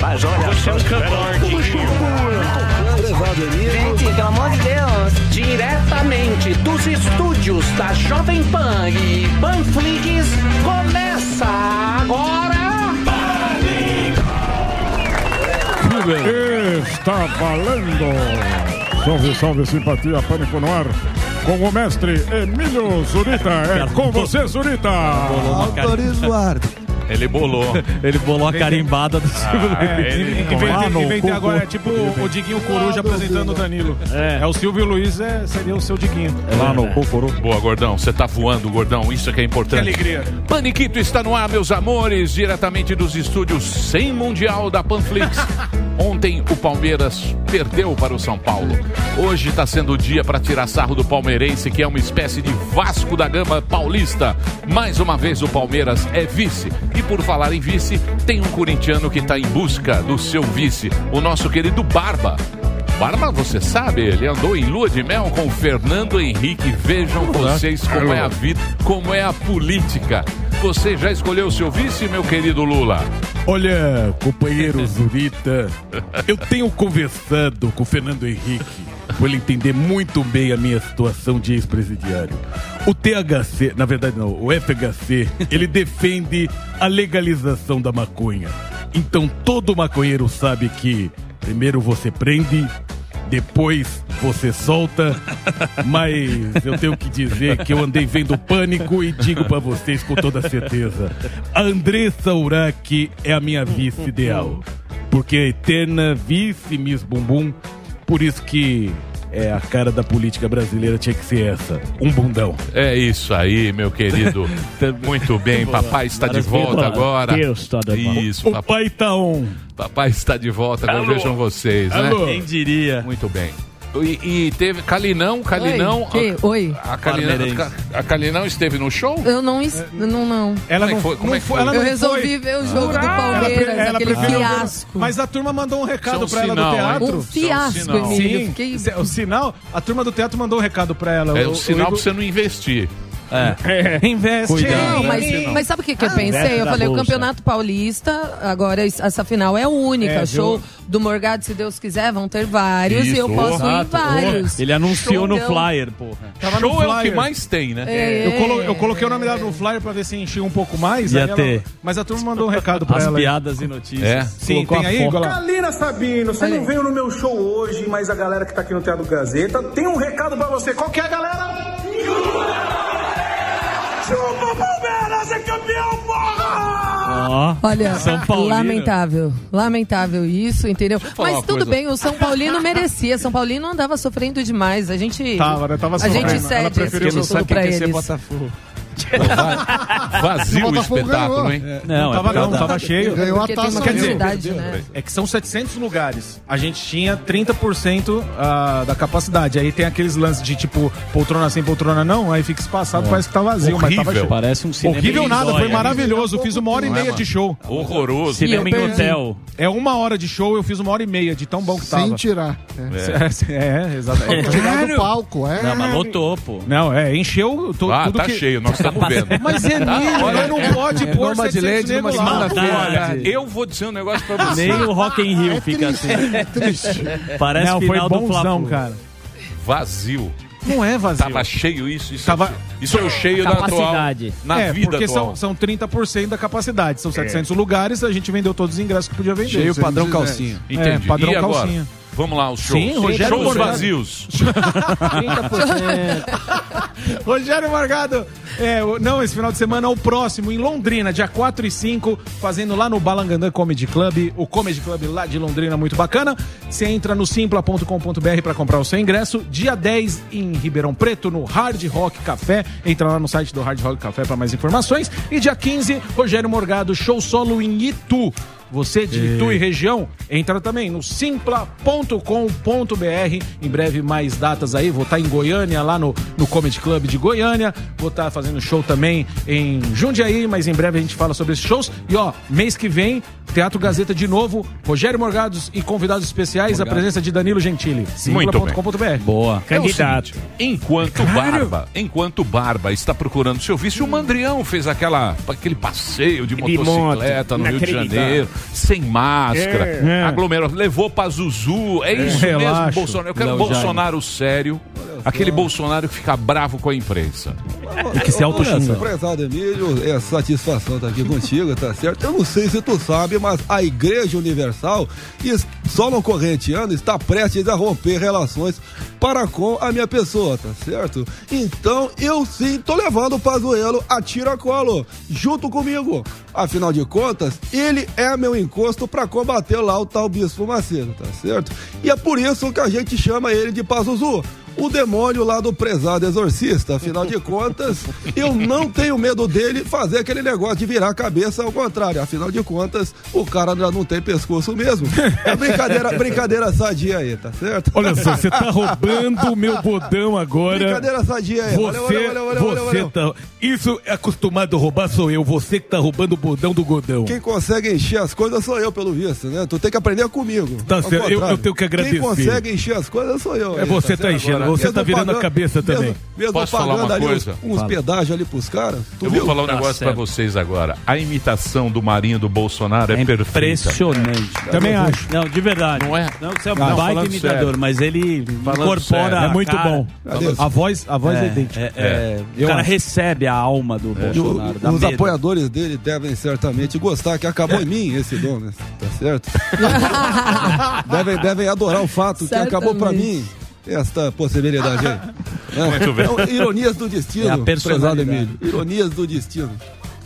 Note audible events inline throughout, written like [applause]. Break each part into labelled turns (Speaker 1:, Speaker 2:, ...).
Speaker 1: mas olha.
Speaker 2: Você é um cambardinho.
Speaker 1: Prezado amigo.
Speaker 3: Gente, pelo amor de Deus, diretamente dos estúdios da Jovem Pan e Panflix, começa agora. Tá
Speaker 4: Está valendo! Salve, Um salve, simpatia, pânico no ar. Com o mestre Emílio Zurita. É com você, Zurita!
Speaker 5: Autoriza o ar.
Speaker 2: Ele bolou.
Speaker 6: [laughs] Ele bolou a carimbada do Silvio
Speaker 7: é,
Speaker 8: É,
Speaker 6: Luiz.
Speaker 2: ele-
Speaker 6: Ah,
Speaker 8: Inventei,
Speaker 6: no
Speaker 8: inventei
Speaker 6: cu,
Speaker 8: agora,
Speaker 6: cu.
Speaker 8: é tipo o Diguinho Coruja apresentando o Danilo. É, o Silvio Luiz, é, seria o seu Diguinho.
Speaker 4: Lá
Speaker 2: É, né?
Speaker 4: no Cocorô.
Speaker 2: Boa, gordão. Você tá voando, gordão. Isso é que é
Speaker 8: Que
Speaker 2: importante.
Speaker 8: alegria.
Speaker 2: Paniquito está no ar, meus amores, diretamente dos estúdios 100 Mundial da Panflix. Ontem o Palmeiras perdeu para o São Paulo. Hoje está sendo o dia para tirar sarro do palmeirense, que é uma espécie de Vasco da Gama paulista. Mais uma vez o Palmeiras é vice. E por falar em vice, tem um corintiano que está em busca do seu vice, o nosso querido Barba. Barba, você sabe, ele andou em lua de mel com o Fernando Henrique. Vejam vocês como é a vida, como é a política. Você já escolheu o seu vice, meu querido Lula?
Speaker 5: Olha, companheiro Zurita, eu tenho conversado com o Fernando Henrique para ele entender muito bem a minha situação de ex-presidiário. O THC, na verdade não, o FHC, ele defende a legalização da maconha. Então todo maconheiro sabe que primeiro você prende, depois você solta, mas eu tenho que dizer que eu andei vendo pânico e digo pra vocês com toda certeza: a Andressa Urach é a minha vice ideal. Porque é a eterna vice Miss Bumbum, por isso que é a cara da política brasileira tinha que ser essa: um bundão.
Speaker 2: É isso aí, meu
Speaker 6: [laughs]
Speaker 2: querido. Muito bem, papai está de volta agora.
Speaker 6: Deus está de volta.
Speaker 2: Isso,
Speaker 5: O
Speaker 2: papai,
Speaker 5: pai tá on.
Speaker 2: papai está de volta. Agora vejam vocês, né?
Speaker 5: Alô?
Speaker 6: Quem diria?
Speaker 2: Muito bem. E, e teve Calinão, Calinão.
Speaker 9: Oi, que? Oi.
Speaker 2: A, a Calinão,
Speaker 6: Palmeirense.
Speaker 2: a Calinão esteve no show?
Speaker 9: Eu não, es- não, não.
Speaker 8: Ela
Speaker 2: Como é que
Speaker 8: não
Speaker 2: foi?
Speaker 8: foi,
Speaker 2: Como é que
Speaker 8: não foi,
Speaker 2: foi?
Speaker 8: ela
Speaker 9: Eu
Speaker 8: não
Speaker 9: resolvi ver o jogo do Palmeiras,
Speaker 8: Ah, ela
Speaker 9: aquele
Speaker 8: preferiu-
Speaker 9: fiasco.
Speaker 8: Mas a turma mandou um
Speaker 2: Isso
Speaker 8: recado
Speaker 2: é um
Speaker 8: pra ela
Speaker 2: sinal,
Speaker 8: do
Speaker 2: hein?
Speaker 9: Um
Speaker 8: teatro.
Speaker 2: Isso
Speaker 9: fiasco,
Speaker 2: é um sinal.
Speaker 9: Emílio.
Speaker 8: Sim, é
Speaker 9: Fiquei...
Speaker 8: o sinal, a turma do teatro mandou um recado pra ela.
Speaker 2: É
Speaker 8: O-
Speaker 2: um
Speaker 8: o É.
Speaker 2: sinal
Speaker 8: Igor-
Speaker 2: pra você não investir.
Speaker 9: É.
Speaker 8: Investe.
Speaker 9: Não, mas, mas sabe o que, que
Speaker 8: Ah,
Speaker 9: eu pensei? Eu
Speaker 6: da
Speaker 9: falei, o
Speaker 6: bolsa.
Speaker 9: Campeonato Paulista, agora es- essa final é única.
Speaker 8: É,
Speaker 9: show do Morgado, se Deus quiser, vão ter vários e eu
Speaker 2: Isso,
Speaker 9: posso ir em
Speaker 6: Exato.
Speaker 9: vários. então.
Speaker 6: Ele anunciou no
Speaker 9: Showzão.
Speaker 6: flyer, porra.
Speaker 8: Tava no
Speaker 2: Show é o que
Speaker 8: flyer.
Speaker 2: mais tem, né?
Speaker 9: É.
Speaker 8: Eu, colo- eu coloquei o nome dela no flyer pra ver se enchia um pouco mais.
Speaker 6: Ia
Speaker 8: aí ela-
Speaker 6: ter.
Speaker 8: Mas a turma mandou um recado pra
Speaker 6: As
Speaker 8: ela.
Speaker 6: piadas e
Speaker 2: É.
Speaker 6: notícias.
Speaker 8: Sim, tem aí, Igor? lá?
Speaker 10: Galera Sabino, você
Speaker 9: Olha
Speaker 10: não
Speaker 9: aí.
Speaker 10: veio no meu show hoje, mas a galera que tá aqui no Teatro Gazeta tem um recado pra você. Qual que é, galera? Chupa Palmeiras é campeão, porra!
Speaker 6: Ó.
Speaker 9: Olha,
Speaker 6: São Paulino.
Speaker 9: lamentável, lamentável isso, entendeu?
Speaker 2: falar
Speaker 9: Mas
Speaker 2: uma
Speaker 9: tudo
Speaker 2: coisa.
Speaker 9: bem, o São Paulino merecia. São Paulino andava sofrendo demais. A gente,
Speaker 8: Tava, né? Tava
Speaker 9: a gente
Speaker 8: sofrendo. Ela
Speaker 9: cede esse
Speaker 8: preferiu não
Speaker 9: título pra eles.
Speaker 5: Botafogo.
Speaker 2: Vazio o espetáculo, hein?
Speaker 6: Não,
Speaker 8: tava
Speaker 6: é
Speaker 8: não,
Speaker 6: verdade.
Speaker 8: tava cheio.
Speaker 5: Ganhou a
Speaker 9: Porque tem
Speaker 5: taça.
Speaker 9: uma
Speaker 5: Quer dizer,
Speaker 9: quantidade, né?
Speaker 8: É que são 700 lugares. A gente tinha 30% a- ah, da capacidade. Aí tem aqueles lances de tipo poltrona sem poltrona não, aí fica espaçado, parece que tá vazio, mas tava
Speaker 2: Horrível.
Speaker 8: cheio.
Speaker 6: É. Parece um cinema.
Speaker 8: Horrível
Speaker 6: em
Speaker 8: nada,
Speaker 6: Dóia.
Speaker 8: foi maravilhoso. Fiz uma hora e
Speaker 2: Não é,
Speaker 8: meia
Speaker 2: mano?
Speaker 8: de show.
Speaker 2: Horroroso.
Speaker 6: Cinema
Speaker 9: E eu
Speaker 6: em
Speaker 9: perdi.
Speaker 6: hotel.
Speaker 8: É uma hora de show, eu fiz uma hora e meia de tão bom que
Speaker 5: Sem
Speaker 8: tava.
Speaker 5: tirar. É.
Speaker 8: É, [laughs] exatamente.
Speaker 5: Tirar do palco, é.
Speaker 6: Não, mas lotou, pô.
Speaker 8: Não, é, encheu to-
Speaker 2: Ah,
Speaker 8: tudo
Speaker 2: tá
Speaker 8: que...
Speaker 2: cheio, nós
Speaker 6: [laughs]
Speaker 2: estamos vendo. Tá
Speaker 8: Mas é nível, não pode pôr 700 nego lá.
Speaker 6: Olha,
Speaker 2: Olha, eu vou dizer um
Speaker 6: [laughs]
Speaker 2: negócio pra você.
Speaker 6: Nem o Rock in
Speaker 8: [laughs]
Speaker 5: É
Speaker 8: É
Speaker 6: Rio fica assim. Parece
Speaker 8: Não, foi
Speaker 6: final do
Speaker 8: bonzão,
Speaker 6: Flávio.
Speaker 8: cara.
Speaker 2: Vazio.
Speaker 8: Não é vazio.
Speaker 2: Tava cheio isso, isso.
Speaker 8: Tava-
Speaker 2: Isso é o cheio da atual.
Speaker 6: Capacidade.
Speaker 2: Na
Speaker 8: é,
Speaker 2: vida
Speaker 8: porque
Speaker 2: atual. É.
Speaker 8: são, são 30% da capacidade. São 700 lugares, a gente vendeu todos os ingressos que podia vender.
Speaker 5: Cheio padrão calcinha.
Speaker 2: Entendi.
Speaker 8: né? É, padrão
Speaker 2: e agora?
Speaker 8: calcinha. [laughs]
Speaker 2: Vamos lá, os shows.
Speaker 8: Sim, Rogério
Speaker 2: shows
Speaker 8: Morgado.
Speaker 2: vazios.
Speaker 8: [laughs] Rogério Margado, é, o- não esse final de semana, o próximo, em Londrina, dia 4 e 5, fazendo lá no Balangandã Comedy Club, o Comedy Club lá de Londrina, muito bacana. Você entra no simpla.com.br para comprar o seu ingresso. Dia 10 em Ribeirão Preto, no Hard Rock Café. Entra lá no site do Hard Rock Café para mais informações. E dia 15, Rogério Morgado, show solo em Itu. Você de
Speaker 2: É.
Speaker 8: Itu e região, entra também no simpla.com.br. Em breve mais datas aí. Vou estar em Goiânia, lá no, no Comedy Club de Goiânia. Vou tá estar fazendo show também em Jundiaí, mas em breve a gente fala sobre esses shows. E ó, mês que vem
Speaker 11: Teatro Gazeta de novo, Rogério Morgados e convidados especiais, a presença de Danilo Gentili.
Speaker 2: Muito bem.
Speaker 11: Simpla.com.br.
Speaker 6: Boa.
Speaker 2: É o
Speaker 6: Candidato.
Speaker 2: seguinte, enquanto Barba, enquanto Barba está procurando seu vício, o Mandrião fez aquela, aquele passeio de
Speaker 6: moto,
Speaker 2: motocicleta no Rio de
Speaker 6: inacreditável.
Speaker 2: Janeiro, sem máscara,
Speaker 12: É.
Speaker 2: aglomerou, levou pra Zuzu. É isso mesmo,
Speaker 11: Relaxa.
Speaker 2: Bolsonaro. Eu quero
Speaker 6: Não, já.
Speaker 2: Bolsonaro sério, aquele Bolsonaro que fica bravo com a imprensa.
Speaker 6: E que se autoxinga.
Speaker 5: Prezado Emílio, é satisfação estar aqui contigo, tá certo? Eu não sei se tu sabe, mas a Igreja Universal, es- só no corrente ano, está prestes a romper relações para com a minha pessoa, tá certo? Então eu sim tô levando o Pazuello a tiracolo, junto comigo. Afinal de contas, ele é meu encosto para combater lá o tal Bispo Macedo, tá certo? E é por isso que a gente chama ele de Pazuzu o demônio lá do prezado exorcista. Afinal de
Speaker 8: [laughs]
Speaker 5: contas, eu não tenho medo dele fazer aquele negócio de virar a cabeça ao contrário. Afinal de contas, o cara já não tem pescoço mesmo. É
Speaker 8: [laughs]
Speaker 5: brincadeira, brincadeira sadia aí, tá certo?
Speaker 8: Olha só, você tá roubando o
Speaker 5: [laughs]
Speaker 8: meu bodão agora.
Speaker 5: Brincadeira sadia aí.
Speaker 8: Você,
Speaker 5: Valeu, valeu, valeu, valeu, valeu,
Speaker 8: você
Speaker 5: valeu.
Speaker 8: tá. Isso é acostumado a roubar sou eu. Você que tá roubando o bodão do Godão.
Speaker 5: Quem consegue encher as coisas sou eu, pelo visto, né? Tu tem que aprender comigo.
Speaker 8: Tá
Speaker 5: Ao
Speaker 8: certo, eu-
Speaker 5: contrário.
Speaker 8: eu tenho que agradecer.
Speaker 5: Quem consegue encher as coisas sou eu.
Speaker 8: É
Speaker 5: aí,
Speaker 8: você tá
Speaker 5: certo?
Speaker 8: enchendo, você tá virando a cabeça
Speaker 5: mesmo-
Speaker 8: também.
Speaker 5: Mesmo
Speaker 2: Posso falar
Speaker 5: pagando
Speaker 2: uma
Speaker 5: ali
Speaker 2: coisa?
Speaker 5: uns, uns pedágios ali pros caras, tu
Speaker 2: Eu
Speaker 5: viu?
Speaker 2: vou falar um
Speaker 6: Tá
Speaker 2: negócio pra
Speaker 6: certo.
Speaker 2: vocês agora. A imitação do Marinho do Bolsonaro é, perfeita.
Speaker 6: Impressionante.
Speaker 11: Também acho.
Speaker 6: Não, de verdade.
Speaker 2: Não é?
Speaker 6: Não, você é um
Speaker 2: Não,
Speaker 6: baita
Speaker 2: falando
Speaker 6: imitador,
Speaker 2: sério.
Speaker 6: mas ele
Speaker 2: Falando
Speaker 6: incorpora.
Speaker 2: sério.
Speaker 6: a
Speaker 2: É
Speaker 11: Muito
Speaker 6: cara.
Speaker 11: bom.
Speaker 5: Adeus.
Speaker 11: A voz, a voz é, idêntica.
Speaker 6: É, é, O cara recebe a alma do
Speaker 2: É.
Speaker 5: E o-
Speaker 6: Bolsonaro. da
Speaker 5: os
Speaker 6: medo.
Speaker 5: apoiadores dele devem certamente gostar que acabou em mim esse dom, né? Tá
Speaker 6: [laughs]
Speaker 5: certo? devem, devem adorar o fato que acabou pra
Speaker 13: Certamente.
Speaker 5: mim esta possibilidade aí.
Speaker 2: [laughs] Muito bem.
Speaker 5: Então, ironias do destino,
Speaker 6: É a
Speaker 5: prezado
Speaker 6: personalidade.
Speaker 5: Emílio. Ironias do destino.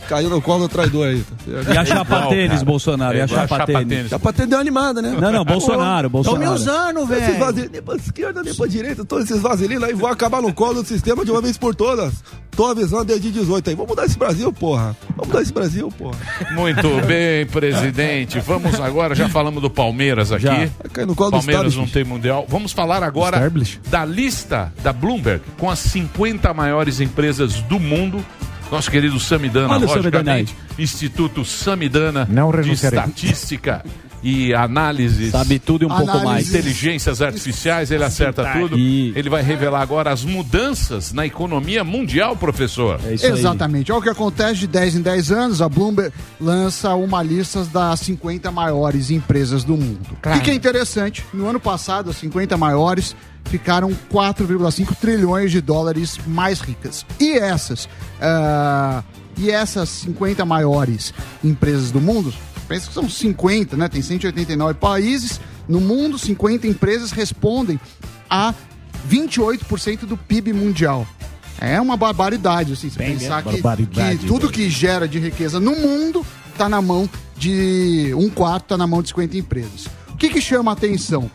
Speaker 5: Caiu no colo do traidor aí, tá certo?
Speaker 6: E a chapa
Speaker 2: Igual,
Speaker 6: tênis,
Speaker 2: cara.
Speaker 6: Bolsonaro. E
Speaker 2: É
Speaker 6: a
Speaker 2: igual a
Speaker 6: chapa
Speaker 2: chapa
Speaker 6: tênis.
Speaker 2: tênis.
Speaker 5: Já pra ter deu uma animada, né?
Speaker 6: Não, não, Bolsonaro,
Speaker 5: Tô
Speaker 6: Bolsonaro.
Speaker 5: me usando, velho. Esses vaselina, nem pra esquerda, nem pra direita, todos esses vaselina aí vão acabar no colo do sistema de uma vez por todas. Tô avisando desde 18 aí. Vamos mudar esse Brasil, porra. Vamos mudar esse Brasil, porra.
Speaker 2: Muito bem, presidente. Vamos agora, já falamos do Palmeiras aqui.
Speaker 6: Já. É
Speaker 5: Vai cair no colo do
Speaker 2: Palmeiras
Speaker 5: Estado,
Speaker 2: não tem mundial. Vamos falar agora
Speaker 11: Stablish.
Speaker 2: da lista da Bloomberg com as 50 maiores empresas do mundo. Nosso querido Samidana,
Speaker 6: Olha o
Speaker 2: logicamente, Instituto Samidana
Speaker 12: Não
Speaker 2: de
Speaker 12: renunciarei.
Speaker 2: Estatística e Análises
Speaker 6: Sabe tudo e um pouco mais.
Speaker 2: inteligências artificiais, ele acerta tudo.
Speaker 6: E-
Speaker 2: Ele vai revelar agora as mudanças na economia mundial, professor.
Speaker 6: É isso aí.
Speaker 14: Exatamente. Olha o que acontece de 10 em 10 anos, a Bloomberg lança uma lista das 50 maiores empresas do mundo. O que é interessante, no ano passado, as 50 maiores ficaram 4,5 trilhões de dólares mais ricas. E essas, ah, e essas 50 maiores empresas do mundo, pensa que são 50, né? Tem 189 países no mundo, 50 empresas respondem a 28% do PIB mundial. É uma barbaridade, assim, você pensar que,
Speaker 8: barbaridade,
Speaker 14: que tudo que gera de riqueza no mundo está na mão de um quarto, está na mão de 50 empresas. O que, que chama a atenção?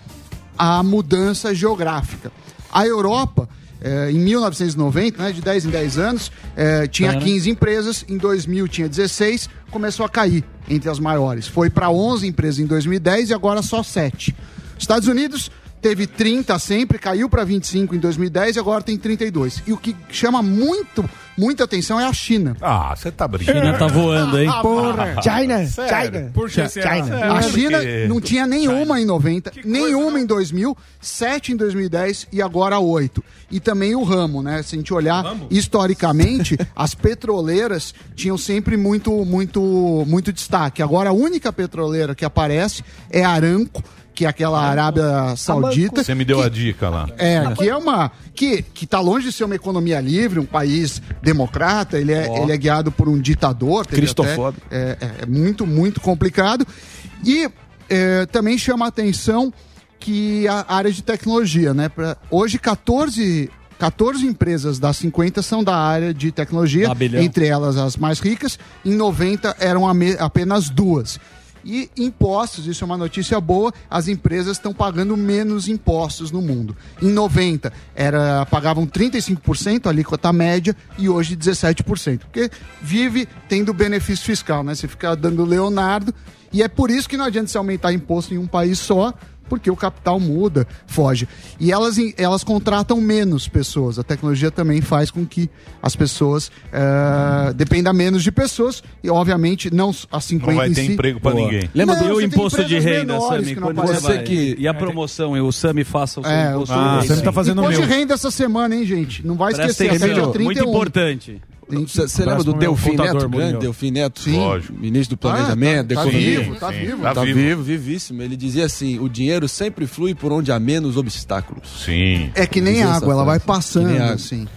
Speaker 14: A mudança geográfica. A Europa, eh, em 1990, né, de 10 em 10 anos, eh, tinha 15 empresas, em 2000 tinha 16, começou a cair entre as maiores. Foi para 11 empresas em 2010 e agora só 7. Estados Unidos teve 30 sempre, caiu para 25 em 2010 e agora tem 32. E o que chama muito, muita atenção é a China. Ah,
Speaker 2: Ah, você tá brincando.
Speaker 6: China tá voando,
Speaker 14: [laughs]
Speaker 6: hein?
Speaker 14: China,
Speaker 2: Sério?
Speaker 11: Por que será?
Speaker 14: a China
Speaker 2: porque-
Speaker 14: não tinha nenhuma em 90, nenhuma em 2000, 7 em 2010 e agora 8. E também o ramo, né? Se a gente olhar historicamente, [laughs] as petroleiras tinham sempre muito, muito, muito destaque. Agora a única petroleira que aparece é a Aramco, que é aquela Arábia Saudita.
Speaker 2: Você me deu
Speaker 14: que
Speaker 2: a dica lá.
Speaker 14: é, que é uma. Que, que tá longe de ser uma economia livre, um país democrata, ele é, ele é guiado por um ditador. teve
Speaker 5: Cristofóbico.
Speaker 14: até- É, é- é muito, muito complicado. E é, também chama a atenção que a área de tecnologia, né? Pra- hoje, 14. 14 empresas das 50 são da área de tecnologia,
Speaker 6: Babilhão.
Speaker 14: entre elas as mais ricas. Em 90 eram ame- apenas duas. E impostos, isso é uma notícia boa, as empresas estão pagando menos impostos no mundo. Em 90 era pagavam 35% a alíquota média e hoje 17%, porque vive tendo benefício fiscal, né? Você fica dando Leonardo e é por isso que não adianta você aumentar imposto em um país só, porque o capital muda, foge. E elas, em- elas contratam menos pessoas. A tecnologia também faz com que as pessoas eh, dependam menos de pessoas e, obviamente, não s- as 50
Speaker 7: Não vai
Speaker 14: em
Speaker 7: ter
Speaker 14: si.
Speaker 7: emprego pra ninguém.
Speaker 6: Lembra
Speaker 14: Não,
Speaker 6: do eu
Speaker 14: você tem
Speaker 6: imposto de
Speaker 14: empresas
Speaker 6: renda,
Speaker 14: menores
Speaker 6: Sami?
Speaker 14: que não
Speaker 6: Quando você
Speaker 14: aparecem.
Speaker 6: vai. E a promoção, e o Sami faça o seu
Speaker 14: É,
Speaker 6: imposto
Speaker 14: ah,
Speaker 6: de
Speaker 14: você
Speaker 6: renda.
Speaker 14: não tá Imposto de renda essa semana, hein, gente? Não vai
Speaker 6: Presta
Speaker 14: esquecer, até
Speaker 6: atenção,
Speaker 14: dia 31.
Speaker 6: muito importante.
Speaker 13: Você lembra do Delfim Neto, grande Delfim Neto? Ministro do
Speaker 14: Ah, tá-
Speaker 13: Planejamento, da
Speaker 14: tá
Speaker 13: Economia.
Speaker 14: vivo, tá Sim, vivo.
Speaker 13: Tá
Speaker 14: tá
Speaker 13: vivo, vivíssimo. Ele dizia assim, o dinheiro sempre flui por onde há menos obstáculos.
Speaker 2: Sim.
Speaker 14: É que nem
Speaker 13: Dizia essa
Speaker 14: água, ela É. vai
Speaker 13: frase. Que
Speaker 14: passando,
Speaker 13: nem água.
Speaker 14: assim.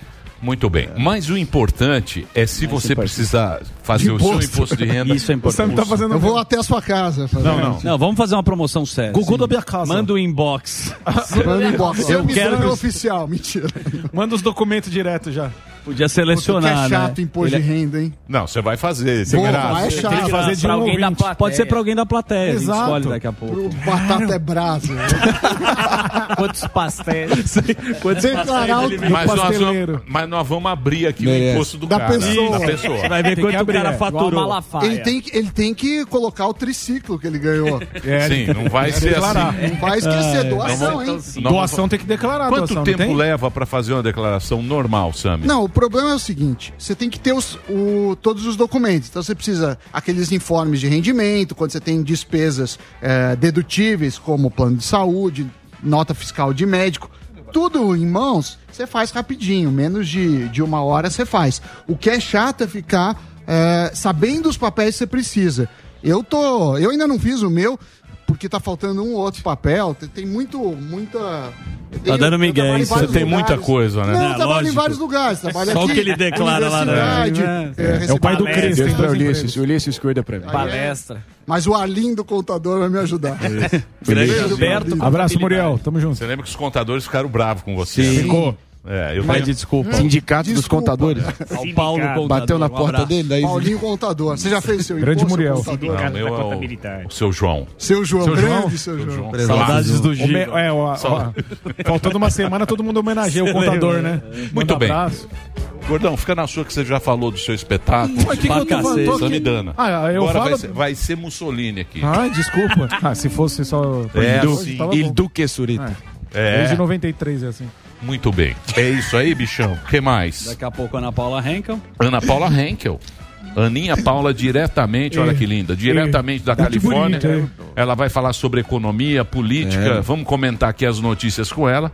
Speaker 2: Muito bem. Mas o importante é se você precisar fazer
Speaker 14: De
Speaker 2: o seu
Speaker 14: imposto.
Speaker 6: [laughs]
Speaker 14: tá
Speaker 2: imposto de renda.
Speaker 6: Isso é importante.
Speaker 14: Eu vou até a sua casa. fazer
Speaker 6: Não,
Speaker 14: isso.
Speaker 6: não. Não, vamos fazer uma promoção séria.
Speaker 8: Gugu
Speaker 6: Sim.
Speaker 8: da minha casa.
Speaker 6: Manda o inbox.
Speaker 14: Manda o inbox. Seu
Speaker 6: Eu quero
Speaker 14: miserável
Speaker 6: que
Speaker 14: oficial, [laughs] mentira.
Speaker 8: Manda os documentos direto já.
Speaker 6: Podia
Speaker 14: Puta,
Speaker 6: selecionar,
Speaker 14: que é chato
Speaker 6: né?
Speaker 14: imposto de
Speaker 6: Ele-
Speaker 14: renda, hein?
Speaker 2: Não, você vai fazer.
Speaker 14: Boa, mas é
Speaker 2: Você
Speaker 14: chato. Fazer de
Speaker 6: Pra
Speaker 14: um
Speaker 6: alguém da
Speaker 14: ouvinte.
Speaker 6: plateia. Pode ser pra alguém da plateia. A gente
Speaker 14: Exato.
Speaker 6: escolhe daqui a pouco.
Speaker 14: Pro batata é brasa.
Speaker 6: [laughs] Quantos pastéis?
Speaker 14: [laughs] Quantos Declarar pastéis o- ele-
Speaker 2: mas,
Speaker 14: do
Speaker 2: nós
Speaker 14: pasteleiro.
Speaker 2: vamos, mas nós vamos abrir aqui o
Speaker 13: Merece.
Speaker 2: imposto do
Speaker 14: Da
Speaker 2: cara. né?
Speaker 14: pessoa.
Speaker 2: Da pessoa.
Speaker 6: Vai ver quanto o
Speaker 14: é,
Speaker 2: né?
Speaker 6: cara faturou.
Speaker 14: Ele tem, que, ele tem que colocar o triciclo que ele ganhou.
Speaker 2: Sim, não vai ser assim.
Speaker 14: Não vai esquecer,
Speaker 2: Não
Speaker 14: doação,
Speaker 2: vamos-
Speaker 14: hein?
Speaker 2: não então, vamos-
Speaker 8: Doação tem que declarar,
Speaker 2: Quanto
Speaker 8: doação, não
Speaker 2: tempo
Speaker 8: tem?
Speaker 2: leva pra fazer uma declaração normal, Sami?
Speaker 14: Não, o problema é o seguinte: você tem que ter os, o- todos os documentos. Então você precisa aqueles informes de rendimento, quando você tem despesas eh, dedutíveis, como plano de saúde, nota fiscal de médico. Tudo em mãos, você faz rapidinho, menos de, de uma hora você faz. O que é chato é ficar eh, sabendo os papéis que você precisa. Eu tô. Eu ainda não fiz o meu, porque tá faltando um ou outro papel. Tem, tem muito, muita.
Speaker 6: Tá dando migué, hein?
Speaker 2: Você tem muita coisa, né?
Speaker 14: Não,
Speaker 2: É,
Speaker 14: eu trabalho em
Speaker 2: lógico.
Speaker 14: vários lugares. Trabalho
Speaker 6: Só
Speaker 14: aqui,
Speaker 6: o que ele declara lá, né?
Speaker 14: universidade,
Speaker 6: É.
Speaker 14: é,
Speaker 6: É o
Speaker 14: recebo
Speaker 6: pai do
Speaker 14: palestra.
Speaker 6: Cris,
Speaker 13: Deus
Speaker 6: tem
Speaker 13: pra
Speaker 6: dois
Speaker 13: Ulisses, Ulisses cuida pra mim.
Speaker 6: Palestra.
Speaker 14: é Mas o Alim do contador vai me ajudar. [laughs]
Speaker 2: Grande
Speaker 14: Beijo,
Speaker 2: Alberto
Speaker 14: Alim.
Speaker 2: Abraço,
Speaker 4: Muriel. Tamo junto.
Speaker 2: Você lembra que os contadores ficaram bravos com você? né?
Speaker 13: Ficou.
Speaker 2: É, eu
Speaker 13: Mas
Speaker 2: tenho-
Speaker 13: desculpa. Sindicato dos Contadores.
Speaker 2: tá
Speaker 6: Ao Paulo Contador.
Speaker 13: Bateu na
Speaker 6: um
Speaker 13: porta
Speaker 6: abraço.
Speaker 13: dele, daí
Speaker 14: Paulinho contador. Você já fez seu
Speaker 13: Grande
Speaker 14: imposto,
Speaker 13: Muriel.
Speaker 14: contador?
Speaker 2: Não, meu é o, o seu João.
Speaker 14: Seu João,
Speaker 8: Seu João?
Speaker 14: grande seu João.
Speaker 2: Saudades do
Speaker 8: O me- é, ó, ó,
Speaker 2: Saudades.
Speaker 8: faltando uma semana, todo mundo homenageia o
Speaker 2: Você
Speaker 8: contador,
Speaker 2: lembra,
Speaker 8: né?
Speaker 2: Muito
Speaker 8: Manda
Speaker 2: bem.
Speaker 8: abraço.
Speaker 2: Gordão, fica na sua que você já falou do seu espetáculo.
Speaker 8: Mas que que eu tô falando? Tô aqui-
Speaker 2: Samidana.
Speaker 8: Ah, eu
Speaker 2: Agora
Speaker 8: falo-
Speaker 2: vai, ser, vai ser Mussolini aqui.
Speaker 8: Ah,
Speaker 14: [laughs]
Speaker 8: desculpa. Ah, se fosse só.
Speaker 2: É,
Speaker 8: Hoje
Speaker 2: sim.
Speaker 8: tava
Speaker 2: Il
Speaker 8: bom.
Speaker 13: Duque Surita.
Speaker 2: É.
Speaker 8: Desde 93 é assim.
Speaker 2: Muito bem. É isso aí, bichão. O que mais?
Speaker 6: Daqui a pouco Ana Paula Henkel.
Speaker 2: Ana Paula Henkel. Aninha Paula, diretamente,
Speaker 6: É.
Speaker 2: olha que linda, diretamente da
Speaker 6: Tá que
Speaker 2: Califórnia.
Speaker 6: bonito,
Speaker 2: ela vai falar sobre economia, política.
Speaker 6: É.
Speaker 2: Vamos comentar aqui as notícias com ela.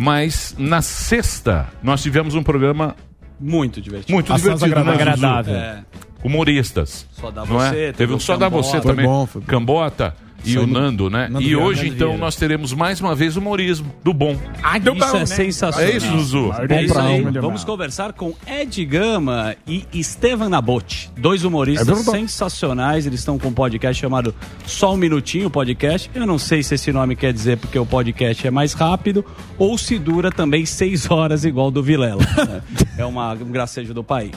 Speaker 2: Mas na sexta, nós tivemos um programa
Speaker 6: Muito divertido.
Speaker 2: Muito
Speaker 6: Assuntos
Speaker 2: divertido, né, Zuzu?
Speaker 6: agradável.
Speaker 2: É. Humoristas.
Speaker 6: Só dá
Speaker 2: não
Speaker 6: você,
Speaker 2: é?
Speaker 6: teve
Speaker 2: Teve
Speaker 6: o
Speaker 2: um só dá
Speaker 6: Cambota.
Speaker 2: você
Speaker 6: Foi
Speaker 2: também.
Speaker 6: bom,
Speaker 2: Cambota e
Speaker 6: Saiu
Speaker 2: o
Speaker 6: no-
Speaker 2: Nando, né?
Speaker 6: Nando
Speaker 2: e
Speaker 6: Vieira.
Speaker 2: hoje,
Speaker 6: Nando
Speaker 2: então,
Speaker 6: Vieira.
Speaker 2: nós teremos mais uma vez humorismo do bom.
Speaker 6: Ah, do Isso bom, é né? sensacional.
Speaker 2: É isso, Zuzu.
Speaker 6: É isso aí. Vamos conversar com Ed Gama e Estevan Nabote, dois
Speaker 2: É
Speaker 6: humoristas
Speaker 2: verdade.
Speaker 6: sensacionais. Eles estão com um podcast chamado Só um Minutinho Podcast. Eu não sei se esse nome quer dizer porque o podcast é mais rápido ou se dura também seis horas igual do Vilela.
Speaker 2: [laughs]
Speaker 6: né? é uma, um gracejo do pai.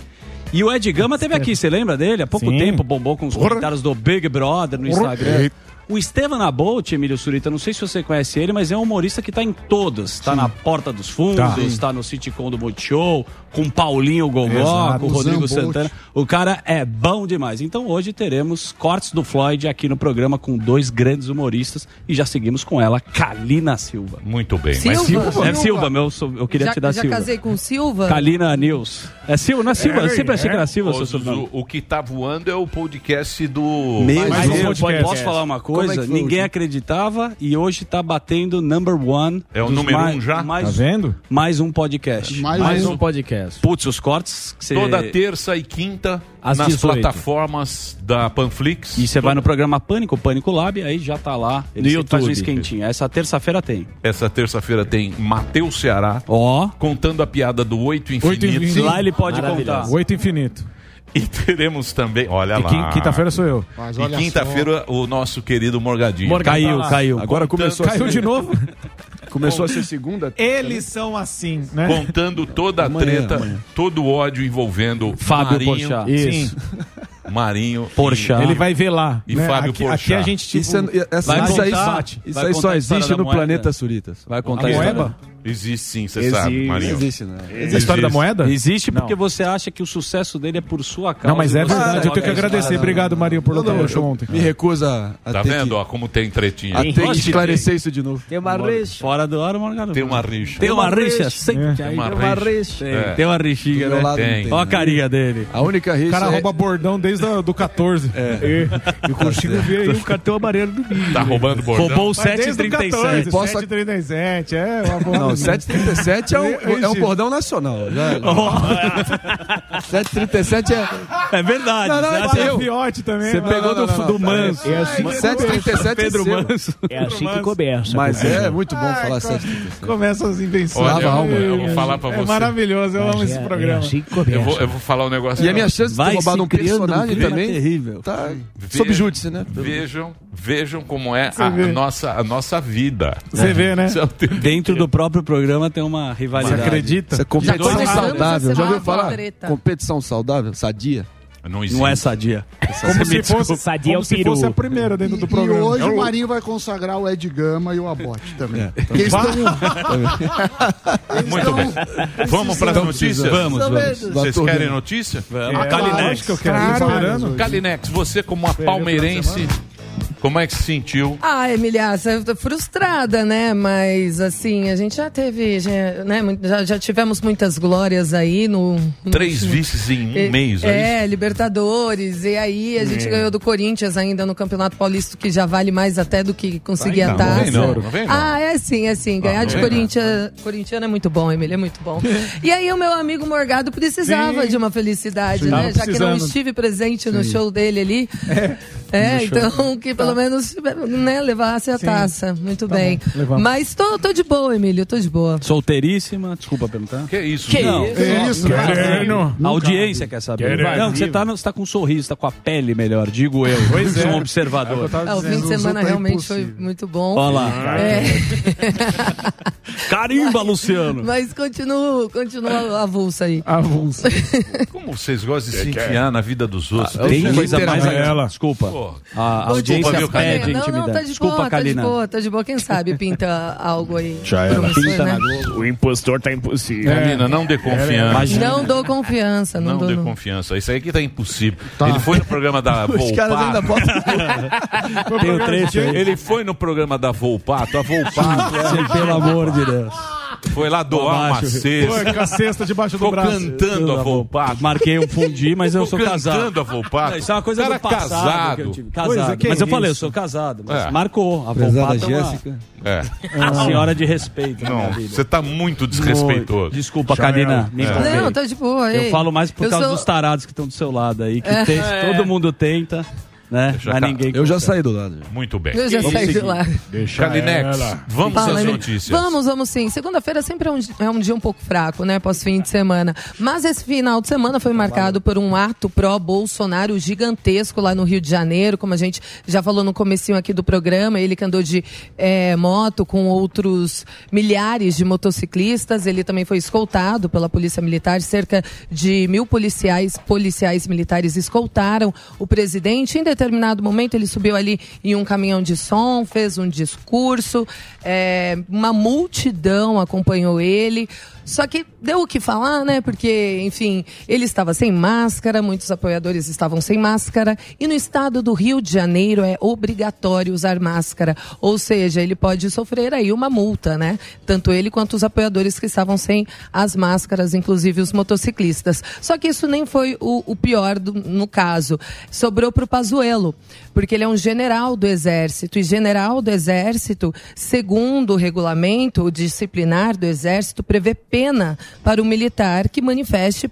Speaker 6: E o Ed Gama teve aqui, você lembra dele? Há pouco
Speaker 5: Sim.
Speaker 6: tempo bombou com os comentários do Big Brother no
Speaker 5: Porra.
Speaker 6: Instagram. O Estevan Abolt, Emílio Surita, não sei se você conhece ele, mas é um humorista que tá em todas. Tá na Porta dos
Speaker 5: Tá.
Speaker 6: Fundos,
Speaker 5: Sim.
Speaker 6: tá, no Sitcom do Multishow, com Paulinho Gogó,
Speaker 5: Exato.
Speaker 6: com Rodrigo
Speaker 5: Zambolt.
Speaker 6: Santana. O cara é bom demais. Então hoje teremos cortes do Floyd aqui no programa com dois grandes humoristas e já seguimos com ela, Kalina Silva.
Speaker 2: Muito bem.
Speaker 6: É
Speaker 9: Silva?
Speaker 6: Silva, é Silva
Speaker 9: Silva,
Speaker 6: meu, sou- eu queria
Speaker 9: já,
Speaker 6: te dar
Speaker 9: já
Speaker 6: Silva.
Speaker 9: casei com Silva?
Speaker 6: Kalina News. É Silva, não é Silva? Eu sempre
Speaker 8: né?
Speaker 6: achei que era Silva,
Speaker 2: Ô,
Speaker 6: seu
Speaker 2: Zuzu,
Speaker 6: sobrenome.
Speaker 2: o que tá voando é o podcast do.
Speaker 6: Meu
Speaker 2: Mais
Speaker 6: Deus,
Speaker 2: um podcast.
Speaker 6: posso falar uma
Speaker 2: Como
Speaker 6: coisa?
Speaker 2: é que foi
Speaker 6: Ninguém
Speaker 2: o último?
Speaker 6: acreditava e hoje tá batendo number one.
Speaker 2: É o
Speaker 6: dos
Speaker 2: número
Speaker 6: mais-
Speaker 2: um já?
Speaker 6: Mais,
Speaker 2: Tá
Speaker 8: vendo?
Speaker 6: Mais um podcast.
Speaker 2: Mais um
Speaker 6: podcast. Putz, os cortes que você...
Speaker 2: Toda terça e quinta
Speaker 6: Às
Speaker 2: nas
Speaker 6: 18.
Speaker 2: plataformas da Panflix.
Speaker 6: E você vai no programa Pânico, Pânico Lab, aí já tá lá.
Speaker 2: No
Speaker 6: sempre Faz um
Speaker 2: YouTube.
Speaker 6: esquentinho. Essa terça-feira tem.
Speaker 2: Essa terça-feira tem Matheus Ceará.
Speaker 6: Ó.
Speaker 2: Contando a piada do Oito Infinito.
Speaker 8: Lá ele
Speaker 6: pode
Speaker 8: contar. Oito infinito.
Speaker 2: E teremos também, olha
Speaker 8: E
Speaker 2: lá.
Speaker 8: quin- quinta-feira sou eu. Mas
Speaker 2: Ah, E
Speaker 8: olha
Speaker 2: quinta-feira o nosso querido Morgadinho.
Speaker 8: Morgadinho. Caiu, caiu.
Speaker 13: Agora começou a
Speaker 8: Caiu
Speaker 13: ser-
Speaker 8: de [laughs] novo?
Speaker 13: Começou a ser segunda.
Speaker 8: Eles são assim, né?
Speaker 2: Contando toda a
Speaker 8: Amanhã,
Speaker 2: treta,
Speaker 8: amanhã.
Speaker 2: todo o ódio envolvendo
Speaker 8: Fábio
Speaker 2: Marinho.
Speaker 8: Porchat. Isso.
Speaker 2: Marinho.
Speaker 8: Porchat. Ele vai ver lá,
Speaker 2: E
Speaker 8: né?
Speaker 2: Fábio
Speaker 8: Aqui-
Speaker 2: Porchat.
Speaker 8: aqui a gente, tipo,
Speaker 13: Isso, é- essa-
Speaker 8: vai
Speaker 13: isso aí,
Speaker 8: contar-
Speaker 13: isso aí
Speaker 8: vai contar
Speaker 13: só
Speaker 8: a história
Speaker 13: existe
Speaker 8: da
Speaker 13: no
Speaker 8: moeda.
Speaker 13: planeta Suritas.
Speaker 6: Vai
Speaker 8: A moeba?
Speaker 2: Isso, Existe sim, você
Speaker 6: Existe.
Speaker 2: sabe, Marinho.
Speaker 6: Existe, né?
Speaker 8: A história da moeda?
Speaker 6: Existe
Speaker 8: Não.
Speaker 6: porque você acha que o sucesso dele é por sua causa.
Speaker 8: Não, mas
Speaker 6: e
Speaker 8: é
Speaker 6: você
Speaker 8: verdade.
Speaker 6: coloca
Speaker 8: Eu tenho que
Speaker 6: isso.
Speaker 8: agradecer. Obrigado, Marinho, por lutar no show ontem.
Speaker 13: Me recusa a
Speaker 2: Tá
Speaker 13: ter
Speaker 2: vendo,
Speaker 13: que-
Speaker 2: ó, como tem tretinha.
Speaker 13: a ter que esclarecer isso de novo.
Speaker 7: Tem uma rixa.
Speaker 6: Fora do ar, Morgado.
Speaker 2: Tem uma rixa.
Speaker 7: Tem uma rixa,
Speaker 6: sempre.
Speaker 7: Tem uma rixa.
Speaker 2: É.
Speaker 6: Tem, tem uma rixiga,
Speaker 13: Do meu
Speaker 6: né?
Speaker 13: lado não
Speaker 6: Tem.
Speaker 13: tem,
Speaker 6: Ó a
Speaker 13: né?
Speaker 6: carinha dele.
Speaker 13: A
Speaker 8: [laughs]
Speaker 13: única
Speaker 8: O
Speaker 13: rixa
Speaker 8: cara
Speaker 13: é- Tá
Speaker 8: rouba bordão desde a, do 14. É. Eu consigo ver aí o cartão amarelo do Billy.
Speaker 2: Tá roubando bordão? Roubou o
Speaker 8: Mas desde o
Speaker 2: 7,37.
Speaker 8: 14,
Speaker 2: Posso-
Speaker 15: [laughs]
Speaker 8: 7,37, é uma boa.
Speaker 13: Não, 737 é um, é um
Speaker 8: Existe.
Speaker 13: bordão nacional. Já, 737 é.
Speaker 6: É verdade.
Speaker 13: Não, não, é teu.
Speaker 8: Fiote
Speaker 4: né?
Speaker 8: também.
Speaker 13: Você pegou do- do Manso.
Speaker 7: É assim que
Speaker 13: 7,37 é
Speaker 7: Pedro
Speaker 13: seu.
Speaker 7: Manso. É assim que começa.
Speaker 13: Mas
Speaker 7: Pedro.
Speaker 13: é muito bom falar 737.
Speaker 8: Começa as invenções.
Speaker 2: Olha, eu- eu vou falar pra
Speaker 8: é
Speaker 2: você.
Speaker 8: maravilhoso, eu amo
Speaker 7: É,
Speaker 8: esse
Speaker 7: é
Speaker 8: programa.
Speaker 7: assim que
Speaker 2: Eu vou,
Speaker 7: começa.
Speaker 2: eu vou falar um negócio.
Speaker 13: E a minha chance de
Speaker 7: Vai
Speaker 13: ter roubado
Speaker 7: se
Speaker 13: um
Speaker 7: criando um
Speaker 13: personagem
Speaker 7: clima
Speaker 2: É
Speaker 13: também.
Speaker 7: terrível.
Speaker 13: Tá
Speaker 2: Ve-
Speaker 13: sob júdice, né?
Speaker 2: Vejam, vejam como é
Speaker 6: Você
Speaker 2: a, a
Speaker 6: vê.
Speaker 2: nossa, a nossa vida.
Speaker 6: Você vê, né?
Speaker 2: Isso é o tempo
Speaker 6: Dentro do próprio programa tem uma rivalidade.
Speaker 13: Isso é
Speaker 6: Já
Speaker 13: competição
Speaker 6: dois anos
Speaker 13: saudável.
Speaker 6: essa
Speaker 13: Já ouviu
Speaker 6: semana,
Speaker 13: falar?
Speaker 6: treta.
Speaker 13: Competição saudável? Sadia?
Speaker 2: Não
Speaker 6: Não é sadia.
Speaker 8: Como
Speaker 13: [laughs]
Speaker 8: se fosse,
Speaker 7: Sadia é
Speaker 8: como
Speaker 7: o
Speaker 8: se
Speaker 7: peru.
Speaker 8: fosse a
Speaker 14: [laughs]
Speaker 8: primeira dentro do
Speaker 14: E
Speaker 8: programa.
Speaker 14: hoje
Speaker 8: É
Speaker 14: o
Speaker 8: o- É,
Speaker 14: Marinho vai consagrar o Ed Gama e o Abote também. Porque eles
Speaker 8: Vai.
Speaker 2: Muito bem. [laughs] Vamos para as notícias?
Speaker 6: Vamos, vamos.
Speaker 2: Vocês querem notícia?
Speaker 6: A
Speaker 8: É,
Speaker 6: Kalinex.
Speaker 8: lógico que eu quero.
Speaker 14: Claro.
Speaker 8: Tô esperando.
Speaker 2: Kalinex, você como uma palmeirense, como é que se sentiu?
Speaker 9: Ah, Emiliaça, eu tô frustrada, né? Mas assim, a gente já teve, já, né? muito- Já, já tivemos muitas glórias aí no. no
Speaker 2: Três
Speaker 9: último-
Speaker 2: vices em um
Speaker 9: É,
Speaker 2: mês, é isso? É.
Speaker 9: é, Libertadores. E aí a gente ganhou do Corinthians ainda no Campeonato Paulista, que já vale mais até do que conseguir a
Speaker 2: não,
Speaker 9: taça.
Speaker 2: vem não, não vem não.
Speaker 9: Ah, é sim, é sim. Ganhar
Speaker 2: não
Speaker 9: de
Speaker 2: vem não.
Speaker 9: Corinthians, corintiano é muito bom, Emílio, é muito [laughs] bom. e aí o meu amigo Morgado precisava
Speaker 8: Sim.
Speaker 9: de uma felicidade,
Speaker 8: Sim.
Speaker 9: né? Já
Speaker 8: Tava
Speaker 9: que não
Speaker 8: precisando.
Speaker 9: estive presente no show dele ali. É, então que pelo menos né, levasse a taça. Muito bem.
Speaker 6: levamos.
Speaker 9: Mas tô, tô de boa, Emílio, tô de boa.
Speaker 6: Solteiríssima, desculpa perguntar.
Speaker 2: Que isso?
Speaker 7: Que
Speaker 6: Não.
Speaker 7: isso?
Speaker 14: isso,
Speaker 6: A audiência quer saber.
Speaker 7: Querendo.
Speaker 6: Não, você tá, no- você tá com um sorriso, tá com a pele melhor, digo eu.
Speaker 8: Pois
Speaker 6: sou
Speaker 8: é.
Speaker 6: um observador.
Speaker 9: Ah, o fim de semana realmente foi muito bom.
Speaker 6: Olha lá.
Speaker 9: É,
Speaker 6: [laughs] Carimba, Luciano.
Speaker 9: mas continuo, continuo avulsa aí. [laughs]
Speaker 8: Avulsa.
Speaker 2: Como vocês gostam de se enfiar na vida dos outros?
Speaker 6: Tem
Speaker 2: Deixa-
Speaker 6: coisa mais
Speaker 8: ela.
Speaker 6: Desculpa.
Speaker 2: Pô,
Speaker 6: A
Speaker 2: Desculpa,
Speaker 6: audiência
Speaker 2: viu, Kalina?
Speaker 6: pede
Speaker 9: não,
Speaker 6: intimidade.
Speaker 9: não, tá de
Speaker 6: desculpa,
Speaker 9: boa, tá de
Speaker 6: Kalina.
Speaker 9: boa, tá de boa. Quem sabe pinta algo aí.
Speaker 7: Já era.
Speaker 9: promissor,
Speaker 6: Pinta
Speaker 9: né?
Speaker 6: na Globo.
Speaker 7: O impostor tá impossível.
Speaker 2: Karina, não dê confiança.
Speaker 6: Imagina.
Speaker 9: Não dou confiança, não,
Speaker 2: Não
Speaker 9: dou.
Speaker 2: dê
Speaker 9: não.
Speaker 2: confiança. Isso aí que tá impossível. Ele foi no programa
Speaker 8: [laughs]
Speaker 2: da
Speaker 13: Os caras ainda
Speaker 2: Volpato.
Speaker 13: botam.
Speaker 6: Tem o trecho aí.
Speaker 2: Ele foi no programa da Volpato. A Volpato
Speaker 6: Gente, Pelo amor de Deus.
Speaker 2: foi lá doar uma
Speaker 6: Abaixo.
Speaker 2: cesta.
Speaker 8: Foi com a cesta debaixo do
Speaker 2: Ficou
Speaker 8: braço.
Speaker 2: cantando a Volpato.
Speaker 6: Marquei um fundi, mas eu sou
Speaker 2: Ficou
Speaker 6: casado.
Speaker 2: cantando a Volpato.
Speaker 6: Não, isso é uma coisa
Speaker 2: Cara
Speaker 6: do passado
Speaker 2: casado.
Speaker 6: que eu tive.
Speaker 8: Coisa,
Speaker 6: Casado.
Speaker 8: é, que
Speaker 6: mas eu
Speaker 8: isso?
Speaker 6: falei, eu sou casado. Mas
Speaker 2: É.
Speaker 6: marcou. A
Speaker 13: Prezada
Speaker 6: Volpato é uma,
Speaker 13: Jéssica.
Speaker 2: É.
Speaker 6: uma senhora de respeito. na minha
Speaker 2: Não,
Speaker 6: vida.
Speaker 2: você tá muito desrespeitoso.
Speaker 6: Desculpa,
Speaker 8: Já
Speaker 6: Karina. Me empolguei.
Speaker 9: Não, tá de boa.
Speaker 6: Eu É.
Speaker 9: ei.
Speaker 6: falo mais por
Speaker 9: Eu
Speaker 6: causa
Speaker 9: sou-
Speaker 6: dos tarados que estão do seu lado aí, que tem- todo mundo tenta, né?
Speaker 2: Deixa
Speaker 6: Mas
Speaker 2: cá.
Speaker 6: ninguém.
Speaker 13: Eu já saí do lado.
Speaker 2: Muito bem.
Speaker 9: Eu já saí de lá.
Speaker 2: Kalinex, vamos
Speaker 9: Fala,
Speaker 2: às
Speaker 9: Emílio.
Speaker 2: notícias.
Speaker 9: Vamos, vamos sim. Segunda-feira sempre é um, di- é um dia um pouco fraco, né? Pós-fim de semana. Mas esse final de semana foi marcado por um ato pró-Bolsonaro gigantesco lá no Rio de Janeiro, como a gente já falou no comecinho aqui do programa. Ele que andou de eh, moto com outros milhares de motociclistas. Ele também foi escoltado pela Polícia Militar. Cerca de mil policiais, policiais militares escoltaram o presidente. Em determinado momento, ele subiu ali em um caminhão de som, fez um discurso, é, uma multidão acompanhou ele. Só que deu o que falar, né? Porque, enfim, ele estava sem máscara, muitos apoiadores estavam sem máscara. E no estado do Rio de Janeiro é obrigatório usar máscara. Ou seja, ele pode sofrer aí uma multa, né? Tanto ele quanto os apoiadores que estavam sem as máscaras, inclusive os motociclistas. Só que isso nem foi o, o pior do- no caso. Sobrou para o Pazuello, porque ele é um general do Exército. E general do Exército, segundo o regulamento disciplinar do Exército, prevê pena para o militar que manifeste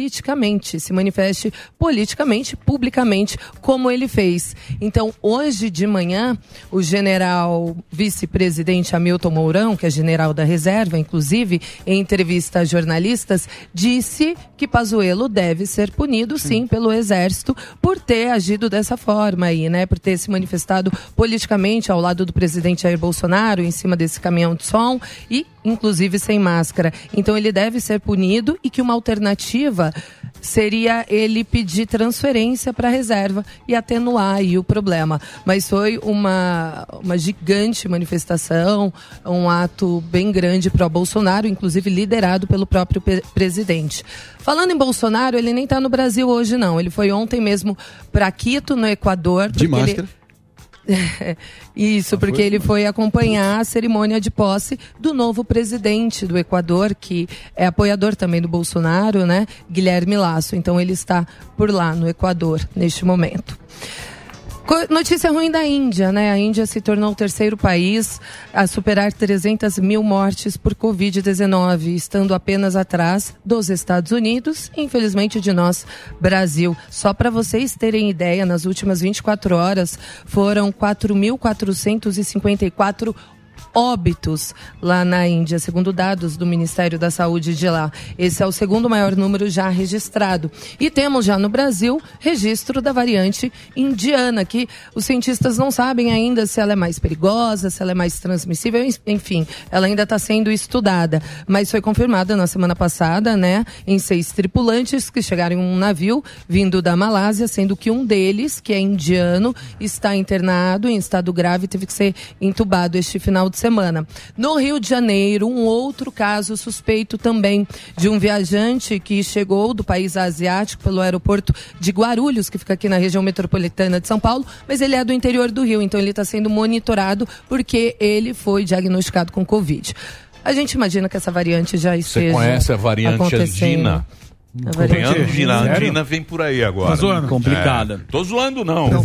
Speaker 9: politicamente, se manifeste politicamente, publicamente, como ele fez. Então, hoje de manhã, o general vice-presidente Hamilton Mourão, que é general da reserva, inclusive, em entrevista a jornalistas, disse que Pazuello deve ser punido, sim, pelo Exército por ter agido dessa forma aí, né? Por ter se manifestado politicamente ao lado do presidente Jair Bolsonaro, em cima desse caminhão de som e, inclusive, sem máscara. Então, ele deve ser punido e que uma alternativa seria ele pedir transferência para reserva e atenuar aí o problema. Mas foi uma, uma gigante manifestação, um ato bem grande para Bolsonaro, inclusive liderado pelo próprio pe- presidente. Falando em Bolsonaro, ele nem está no Brasil hoje não. Ele foi ontem mesmo para Quito, no Equador. porque
Speaker 13: De
Speaker 9: ele-
Speaker 13: máscara.
Speaker 9: [laughs] isso, porque ele foi acompanhar a cerimônia de posse do novo presidente do Equador, que é apoiador também do Bolsonaro, né? Guilherme Lasso. Então ele está por lá no Equador neste momento. Co- Notícia ruim da Índia, né? A Índia se tornou o terceiro país a superar 300 mil mortes por Covid-19, estando apenas atrás dos Estados Unidos e, infelizmente, de nós, Brasil. Só para vocês terem ideia, nas últimas 24 horas foram 4.454 óbitos lá na Índia, segundo dados do Ministério da Saúde de lá. Esse é o segundo maior número já registrado. E temos já no Brasil registro da variante indiana, que os cientistas não sabem ainda se ela é mais perigosa, se ela é mais transmissível, en- enfim, ela ainda está sendo estudada. Mas foi confirmada na semana passada, né, em seis tripulantes que chegaram em um navio vindo da Malásia, sendo que um deles, que é indiano, está internado em estado grave e teve que ser entubado este final de semana. No Rio de Janeiro, um outro caso suspeito também de um viajante que chegou do país asiático pelo aeroporto de Guarulhos, que fica aqui na região metropolitana de São Paulo, mas ele é do interior do Rio, então ele está sendo monitorado porque ele foi diagnosticado com Covid. A gente imagina que essa variante já esteja.
Speaker 2: Você conhece a variante
Speaker 9: acontecendo.
Speaker 2: andina?
Speaker 9: A
Speaker 2: Tem
Speaker 9: variante
Speaker 2: andina.
Speaker 9: andina.
Speaker 2: Andina vem por aí agora.
Speaker 6: Tá zoando? Complicada.
Speaker 2: É. Tô zoando, não.
Speaker 8: Tá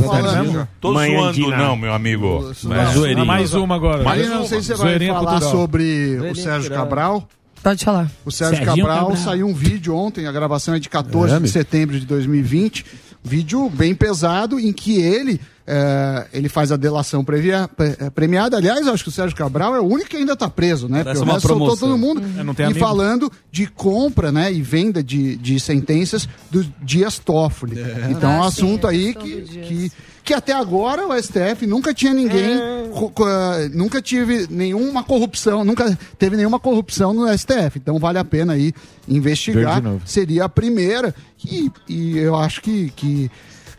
Speaker 2: Tô
Speaker 6: Mãe
Speaker 2: zoando,
Speaker 6: andina.
Speaker 2: não, meu amigo. É.
Speaker 8: Tá Mais uma agora.
Speaker 14: Mas eu não sei se você vai
Speaker 8: Zoeirinha
Speaker 14: falar
Speaker 8: cultural.
Speaker 14: sobre o
Speaker 8: Zoeirinha
Speaker 14: Sérgio
Speaker 8: cultural.
Speaker 14: Cabral.
Speaker 9: Pode falar.
Speaker 14: O Sérgio,
Speaker 9: Serginho
Speaker 14: Cabral,
Speaker 9: Cabral.
Speaker 14: saiu um vídeo ontem, a gravação é de 14 de setembro de 2020. Vídeo bem pesado em que ele eh, ele faz a delação previa- pre- eh, premiada. Aliás, acho que o Sérgio Cabral é o único que ainda está preso, né?
Speaker 8: Parece
Speaker 14: Porque o
Speaker 8: uma
Speaker 14: resto soltou
Speaker 8: promoção.
Speaker 14: todo mundo.
Speaker 8: É, não tem
Speaker 14: Uhum. e
Speaker 8: amigo.
Speaker 14: falando de compra né, e venda de, de sentenças do Dias Toffoli. Então é um
Speaker 16: Ah, sim,
Speaker 14: assunto aí que, que, que até agora o STF nunca tinha ninguém,
Speaker 16: É.
Speaker 14: co- co- ah, nunca tive nenhuma corrupção, nunca teve nenhuma corrupção no STF. Então vale a pena aí
Speaker 4: Ver
Speaker 14: investigar.
Speaker 4: de novo.
Speaker 14: Seria a primeira. E, e eu acho que, que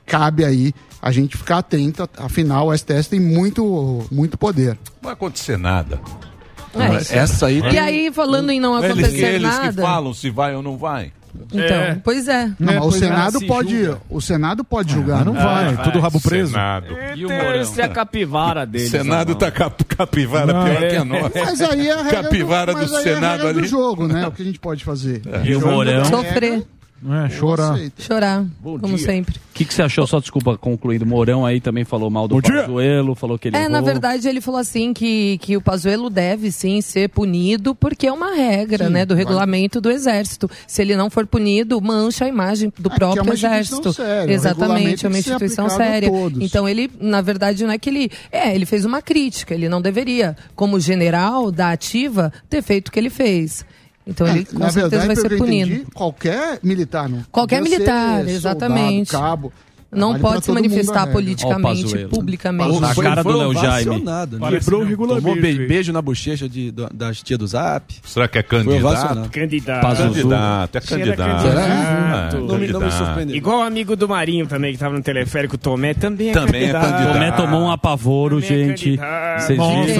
Speaker 14: cabe aí a gente ficar atento. Afinal, o STF tem muito, muito poder.
Speaker 2: Não vai acontecer nada.
Speaker 14: É, isso.
Speaker 2: Essa aí.
Speaker 14: E
Speaker 2: tem-
Speaker 9: aí, falando em não
Speaker 2: Eles-
Speaker 9: acontecer
Speaker 2: eles que
Speaker 9: nada-
Speaker 2: falam se vai ou não vai.
Speaker 9: Então, pois é.
Speaker 14: Não, mas o
Speaker 9: Pois é.
Speaker 14: Senado
Speaker 9: Se
Speaker 14: pode,
Speaker 9: julga.
Speaker 14: o Senado pode julgar. né?
Speaker 2: não Ah, vai,
Speaker 5: tudo rabo preso.
Speaker 2: Senado.
Speaker 5: E o
Speaker 7: Esse é a capivara dele.
Speaker 2: Senado tá cap- capivara
Speaker 7: Não,
Speaker 2: pior
Speaker 7: é.
Speaker 2: que a nossa.
Speaker 14: Mas aí é a regra
Speaker 2: capivara
Speaker 14: do,
Speaker 2: do
Speaker 14: mas aí é a
Speaker 2: Senado
Speaker 14: regra do
Speaker 2: ali. É.
Speaker 14: jogo, né? O que a gente pode fazer.
Speaker 6: E o Mourão?
Speaker 9: Sofrer.
Speaker 6: É, chorar. O
Speaker 9: Chorar, como
Speaker 6: dia.
Speaker 9: sempre.
Speaker 6: que, que você achou? Só desculpa concluindo. Mourão aí também falou mal do Pazuello, falou que ele
Speaker 9: É,
Speaker 6: errou.
Speaker 9: na verdade, ele falou assim que, que o Pazuello deve sim ser punido, porque é uma regra,
Speaker 6: Sim,
Speaker 9: né, do
Speaker 6: vale.
Speaker 9: regulamento do Exército. Se ele não for punido, mancha a imagem do
Speaker 14: que é
Speaker 9: próprio
Speaker 14: uma instituição
Speaker 9: Exército.
Speaker 14: séria, o regulamento
Speaker 9: Exatamente, é uma
Speaker 14: tem que ser
Speaker 9: instituição
Speaker 14: aplicado a
Speaker 9: séria.
Speaker 14: todos.
Speaker 9: Então ele, na verdade, não é que ele, é, ele fez uma crítica, ele não deveria, como general da ativa, ter feito o que ele fez. Então ele com
Speaker 14: É, na
Speaker 9: certeza
Speaker 14: verdade,
Speaker 9: vai ser
Speaker 14: pelo que eu
Speaker 9: punido.
Speaker 14: entendi, qualquer militar, não.
Speaker 9: Qualquer
Speaker 14: podia ser
Speaker 9: militar,
Speaker 14: soldado,
Speaker 9: exatamente.
Speaker 14: cabo.
Speaker 9: Não
Speaker 14: Vale pra
Speaker 9: pode se
Speaker 14: todo mundo né? a
Speaker 9: manifestar
Speaker 14: regra.
Speaker 9: politicamente, publicamente.
Speaker 6: Na cara do Léo Jaime.
Speaker 13: ovacionado, né?
Speaker 6: Parece
Speaker 13: Quebrou o
Speaker 6: mesmo.
Speaker 13: regulamento. Tomou
Speaker 6: Tomou
Speaker 13: be
Speaker 6: be-
Speaker 13: beijo na bochecha de, da, tia do Zap.
Speaker 2: Será que é
Speaker 13: Foi
Speaker 2: candidato?
Speaker 13: ovacionado.
Speaker 7: Candidato.
Speaker 13: Pazuzu.
Speaker 2: Candidato, é
Speaker 7: Será
Speaker 2: candidato.
Speaker 7: Será?
Speaker 2: É,
Speaker 7: Não me- não me
Speaker 2: candidato.
Speaker 7: surpreendeu. Igual o amigo do Marinho também, que tava no teleférico, Tomé, também é
Speaker 2: Também é
Speaker 7: candidato.
Speaker 2: candidato. é
Speaker 6: Tomé tomou um apavoro, gente. Vocês viram?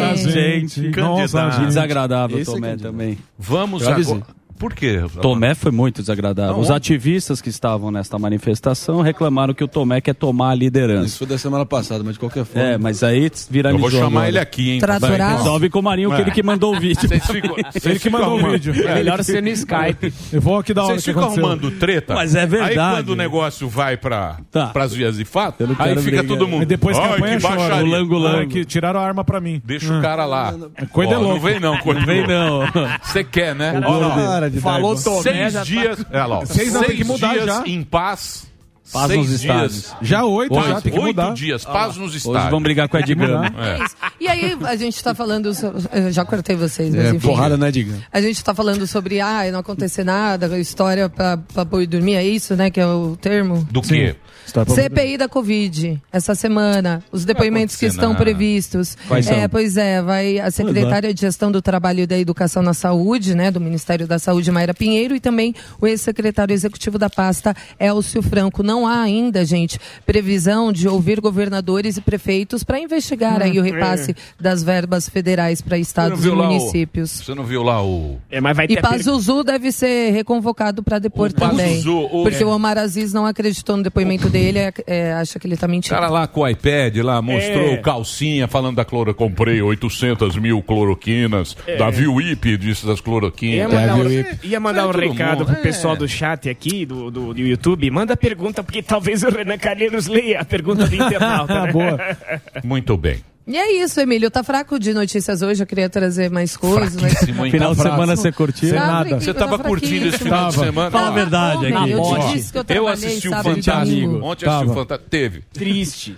Speaker 7: Nossa, gente.
Speaker 2: Nossa, gente.
Speaker 6: Desagradável
Speaker 2: Esse é
Speaker 6: Tomé
Speaker 2: candidato.
Speaker 6: também.
Speaker 2: Vamos
Speaker 6: Eu avisei.
Speaker 2: agora. Por quê?
Speaker 6: Tomé foi muito desagradável.
Speaker 2: Não,
Speaker 6: Os
Speaker 2: ontem-
Speaker 6: ativistas que estavam nesta manifestação reclamaram que o Tomé quer tomar a liderança.
Speaker 13: Isso foi da semana passada, mas de qualquer forma.
Speaker 6: É, mas aí t-
Speaker 13: Eu
Speaker 6: viralizou.
Speaker 13: vou chamar
Speaker 6: agora.
Speaker 13: ele aqui, hein?
Speaker 6: Vai,
Speaker 13: Tratorar?
Speaker 6: Resolve com o Marinho,
Speaker 13: É.
Speaker 6: que ele que mandou o vídeo.
Speaker 2: Vocês ficam-
Speaker 6: ele
Speaker 2: vocês
Speaker 6: que mandou
Speaker 2: ficam
Speaker 6: o vídeo.
Speaker 2: arrumando- É melhor ser no
Speaker 7: Skype.
Speaker 8: Eu vou aqui da hora
Speaker 2: Vocês
Speaker 8: que
Speaker 2: ficam
Speaker 8: aconteceu.
Speaker 2: arrumando treta.
Speaker 8: Mas é verdade. Tá.
Speaker 2: Aí quando o negócio vai pra, pras vias de fato,
Speaker 8: não
Speaker 2: aí
Speaker 8: quero
Speaker 2: fica
Speaker 8: brigar.
Speaker 2: todo mundo.
Speaker 8: Mas depois que
Speaker 2: Ai,
Speaker 8: apanha,
Speaker 2: que
Speaker 8: chora.
Speaker 2: baixaria.
Speaker 8: O lango, lango.
Speaker 2: Ai, que-
Speaker 8: Tiraram a arma pra mim.
Speaker 2: Deixa o cara lá.
Speaker 8: Coisa
Speaker 2: Ó,
Speaker 8: é louca.
Speaker 2: Não vem não, continua.
Speaker 8: Não vem não.
Speaker 2: Você quer, né?
Speaker 8: Cara,
Speaker 2: Ó, lá, ó.
Speaker 8: Falou Tomé,
Speaker 2: Seis
Speaker 8: já tá-
Speaker 2: dias. Olha lá, ó.
Speaker 8: Seis não, tem que mudar
Speaker 2: dias
Speaker 8: já.
Speaker 2: em paz.
Speaker 6: Paz
Speaker 2: Seis
Speaker 6: nos
Speaker 2: dias.
Speaker 6: estádios.
Speaker 8: Já oito,
Speaker 2: já, tem que Oito mudar. dias, paz nos estádios.
Speaker 6: Hoje vão brigar com a Edgama.
Speaker 2: É.
Speaker 9: E aí, a gente tá falando. so- eu já cortei vocês, mas
Speaker 13: É,
Speaker 9: enfim.
Speaker 13: porrada, né, Diga?
Speaker 9: A gente tá falando sobre, ah, não acontecer nada, história pra, pra boi dormir, é isso, né? Que é o termo?
Speaker 2: Do quê?
Speaker 9: CPI da Covid, essa semana, os depoimentos que
Speaker 2: acontecer
Speaker 9: estão
Speaker 2: nada.
Speaker 9: previstos.
Speaker 2: Quais
Speaker 9: é,
Speaker 2: são?
Speaker 9: pois é, vai a secretária de Gestão do Trabalho e da Educação na Saúde, né, do Ministério da Saúde, Mayra Pinheiro, e também o ex-secretário executivo da pasta, Elcio Franco. Não há ainda, gente, previsão de ouvir governadores e prefeitos para investigar aí o repasse das verbas federais para estados e
Speaker 2: É. lá o-
Speaker 9: municípios.
Speaker 2: Você não viu lá o.
Speaker 7: É, mas vai
Speaker 9: E Pazuzu deve ser reconvocado para depor
Speaker 2: O
Speaker 9: também.
Speaker 2: Pazuzu, o-
Speaker 9: Porque
Speaker 2: É.
Speaker 9: o Omar Aziz não acreditou no depoimento dele, é- é, acha que ele tá
Speaker 2: O
Speaker 9: mentindo.
Speaker 2: cara lá com o iPad lá mostrou
Speaker 9: É.
Speaker 2: o calcinha falando da cloro. Comprei 800 mil cloroquinas.
Speaker 7: É.
Speaker 2: Da Vilwip disse das
Speaker 7: Ia
Speaker 2: cloroquinas.
Speaker 7: mandar, um, ia mandar um
Speaker 2: Todo
Speaker 7: recado
Speaker 2: mundo,
Speaker 7: pro
Speaker 2: é.
Speaker 7: pessoal do chat aqui, do, do, do YouTube. Manda pergunta, porque talvez o Renan Calheiros leia a pergunta do internauta. Né?
Speaker 2: Boa. Muito bem.
Speaker 9: E é isso, Emílio. Tá fraco de notícias hoje, eu queria trazer mais coisas. mas-
Speaker 2: Fraquíssimo, hein? Final de
Speaker 9: fraco.
Speaker 2: semana você curtiu?
Speaker 9: Tá
Speaker 2: Sem nada.
Speaker 9: fraquíssimo,
Speaker 2: Você tava
Speaker 9: tá
Speaker 2: curtindo esse final de
Speaker 9: fraquíssimo.
Speaker 2: semana?
Speaker 9: Tava
Speaker 2: Fala a verdade
Speaker 9: fome,
Speaker 2: aqui,
Speaker 9: Eu
Speaker 2: Ó,
Speaker 9: te disse que eu trabalhei
Speaker 2: assisti o
Speaker 9: sábado e
Speaker 2: Fantástico.
Speaker 9: domingo.
Speaker 2: Ontem eu assisti o
Speaker 9: Tava.
Speaker 2: Fantástico. Teve.
Speaker 7: Triste.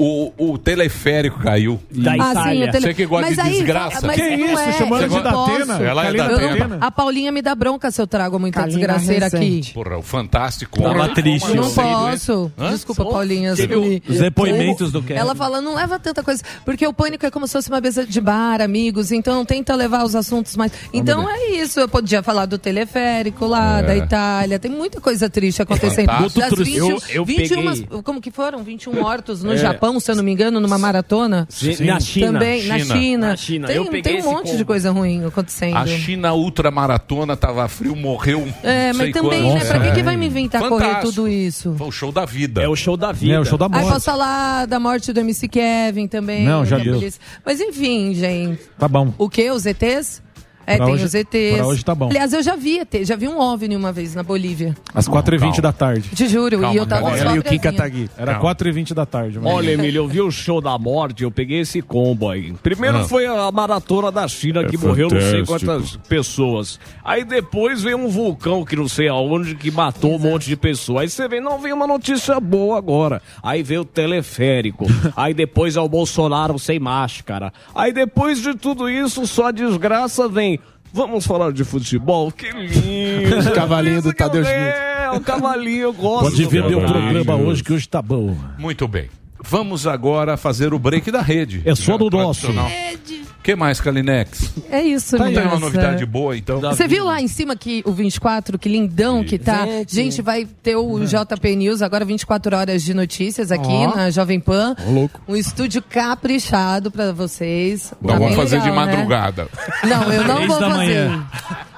Speaker 2: O, o teleférico caiu.
Speaker 9: Da Ah, Itália. sim, o tele-
Speaker 2: Você que gosta
Speaker 9: mas
Speaker 2: de
Speaker 9: aí-
Speaker 2: desgraça.
Speaker 9: mas Que não isso, é, chamando eu de não Datena? posso.
Speaker 2: Ela é
Speaker 9: Eu-
Speaker 2: da Atena.
Speaker 9: A Paulinha me dá bronca se eu trago muita desgraceira aqui.
Speaker 2: Porra, o Fantástico.
Speaker 6: Tava
Speaker 2: ontem.
Speaker 6: triste
Speaker 2: Como
Speaker 9: Não
Speaker 2: assim, né?
Speaker 9: posso.
Speaker 2: Hã?
Speaker 9: Desculpa, Paulinha.
Speaker 2: Teve
Speaker 9: eu me-
Speaker 2: os depoimentos do Kevin.
Speaker 9: Ela fala, não leva tanta coisa. Porque o pânico é como se fosse uma mesa de bar, amigos. Então tenta levar os assuntos mais. Então é isso. Eu podia falar do teleférico lá,
Speaker 7: É.
Speaker 9: da Itália. Tem muita coisa
Speaker 2: É
Speaker 9: triste acontecendo.
Speaker 7: Fantástico.
Speaker 9: Das um-
Speaker 7: Outro
Speaker 9: 20,
Speaker 7: eu- eu
Speaker 9: 21,
Speaker 7: peguei.
Speaker 9: como que foram? 21
Speaker 17: [laughs]
Speaker 9: mortos no
Speaker 7: É.
Speaker 9: Japão, se eu não me engano, numa maratona.
Speaker 7: Sim. Na China.
Speaker 9: Também, na
Speaker 2: China.
Speaker 9: China.
Speaker 2: Na China.
Speaker 9: Tem,
Speaker 2: Eu peguei
Speaker 9: tem um
Speaker 2: esse
Speaker 9: monte
Speaker 2: combo.
Speaker 9: de coisa ruim acontecendo.
Speaker 2: A China ultramaratona tava frio, morreu. um
Speaker 9: É, mas também, né? Pra que, que vai me inventar correr tudo isso?
Speaker 2: Foi o show da vida. É
Speaker 7: o show da vida.
Speaker 2: É o show da
Speaker 9: Aí posso falar da morte do MC Kevin também.
Speaker 2: Não, já
Speaker 9: da
Speaker 2: deu.
Speaker 9: polícia. Mas enfim, gente.
Speaker 8: Tá bom.
Speaker 9: O que? Os ETs? É,
Speaker 8: Pra
Speaker 9: tem
Speaker 8: hoje-
Speaker 9: os ETs.
Speaker 8: pra hoje tá bom.
Speaker 9: Aliás, eu já vi ET, já vi um OVNI uma vez na Bolívia.
Speaker 8: Às 4h20 da tarde.
Speaker 9: Te juro, e eu tava
Speaker 16: Olha aí o Kim
Speaker 2: tá
Speaker 16: Kataguiri.
Speaker 8: Era 4h20 da tarde. mas-
Speaker 16: Olha, Emílio, eu vi o show da morte, eu peguei esse combo aí. Primeiro
Speaker 8: Ah.
Speaker 16: foi a maratona da China, que
Speaker 8: É
Speaker 16: morreu não sei
Speaker 8: fantástico.
Speaker 16: quantas pessoas. Aí depois veio um vulcão que não sei aonde, que matou um monte de pessoas. Aí você vê, não, veio uma notícia boa agora. Aí veio o
Speaker 8: [laughs]
Speaker 16: teleférico. Aí depois é o Bolsonaro sem máscara. Aí depois de tudo isso, só a desgraça vem... Vamos falar de futebol? Que lindo!
Speaker 13: Cavalinho do Tadeu Schmidt.
Speaker 16: É, o cavalinho, eu gosto.
Speaker 2: Pode ver
Speaker 16: do
Speaker 2: meu
Speaker 16: cavalinho.
Speaker 2: programa hoje,
Speaker 8: que hoje tá bom.
Speaker 2: Muito bem. Vamos agora fazer o break da rede. É só do nosso. O que mais, Kalinex?
Speaker 9: É isso,
Speaker 2: Não tem Tá uma
Speaker 9: Nilson.
Speaker 2: novidade boa, então?
Speaker 9: Você viu lá em cima que o 24, que lindão que tá. Gente, vai ter o JP News agora 24 horas de notícias aqui
Speaker 2: É. Ó.
Speaker 9: na Jovem Pan.
Speaker 2: Ô, louco.
Speaker 9: Um estúdio caprichado pra vocês.
Speaker 2: Não,
Speaker 9: Tá
Speaker 2: vamos
Speaker 9: bem
Speaker 2: fazer
Speaker 9: legal,
Speaker 2: de
Speaker 9: né?
Speaker 2: madrugada.
Speaker 9: Não, eu não
Speaker 2: Três
Speaker 9: vou
Speaker 2: da
Speaker 9: fazer.
Speaker 2: manhã.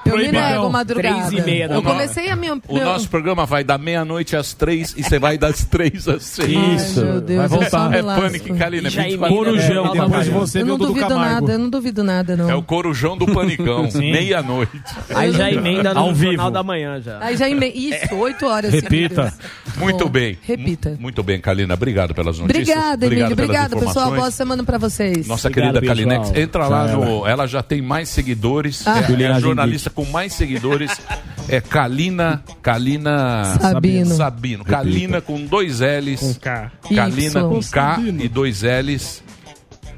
Speaker 9: Eu me
Speaker 2: Proibidão.
Speaker 9: nego madrugada.
Speaker 2: Três e meia da
Speaker 9: eu
Speaker 2: manhã.
Speaker 9: comecei a minha.
Speaker 2: O nosso programa vai da meia-noite às três e você vai das três às seis.
Speaker 9: Isso. Ai, meu Deus, Vai voltar. eu um só me
Speaker 2: É
Speaker 9: lasco.
Speaker 2: pânico, Kalina.
Speaker 9: Já emenda.
Speaker 8: Corujão, depois você
Speaker 9: eu não
Speaker 8: viu o Dudu
Speaker 9: duvido
Speaker 8: Camargo.
Speaker 9: nada, eu não duvido nada, não.
Speaker 2: É o corujão do
Speaker 7: [laughs]
Speaker 2: panicão.
Speaker 8: Sim.
Speaker 2: Meia-noite.
Speaker 7: Aí já emenda no
Speaker 2: Ao vivo.
Speaker 7: final da manhã já.
Speaker 9: Aí já eme... Isso, oito horas. seguidas.
Speaker 2: Muito bem.
Speaker 9: Repita.
Speaker 2: Muito bem, Kalina. Obrigado pelas notícias.
Speaker 9: Obrigada, Emílio.
Speaker 2: pelas
Speaker 9: Obrigada, pessoal.
Speaker 2: informações.
Speaker 9: Boa semana pra vocês.
Speaker 2: Nossa querida Kalinex, entra lá no. Ela já tem mais seguidores.
Speaker 9: Ah.
Speaker 2: É, é a
Speaker 9: Linhagem
Speaker 2: jornalista com mais seguidores. É Kalina. Kalina.
Speaker 9: Sabino.
Speaker 2: Sabino. Kalina com dois L's. Com
Speaker 7: K.
Speaker 2: Kalina
Speaker 9: Y.
Speaker 2: com K e dois L's.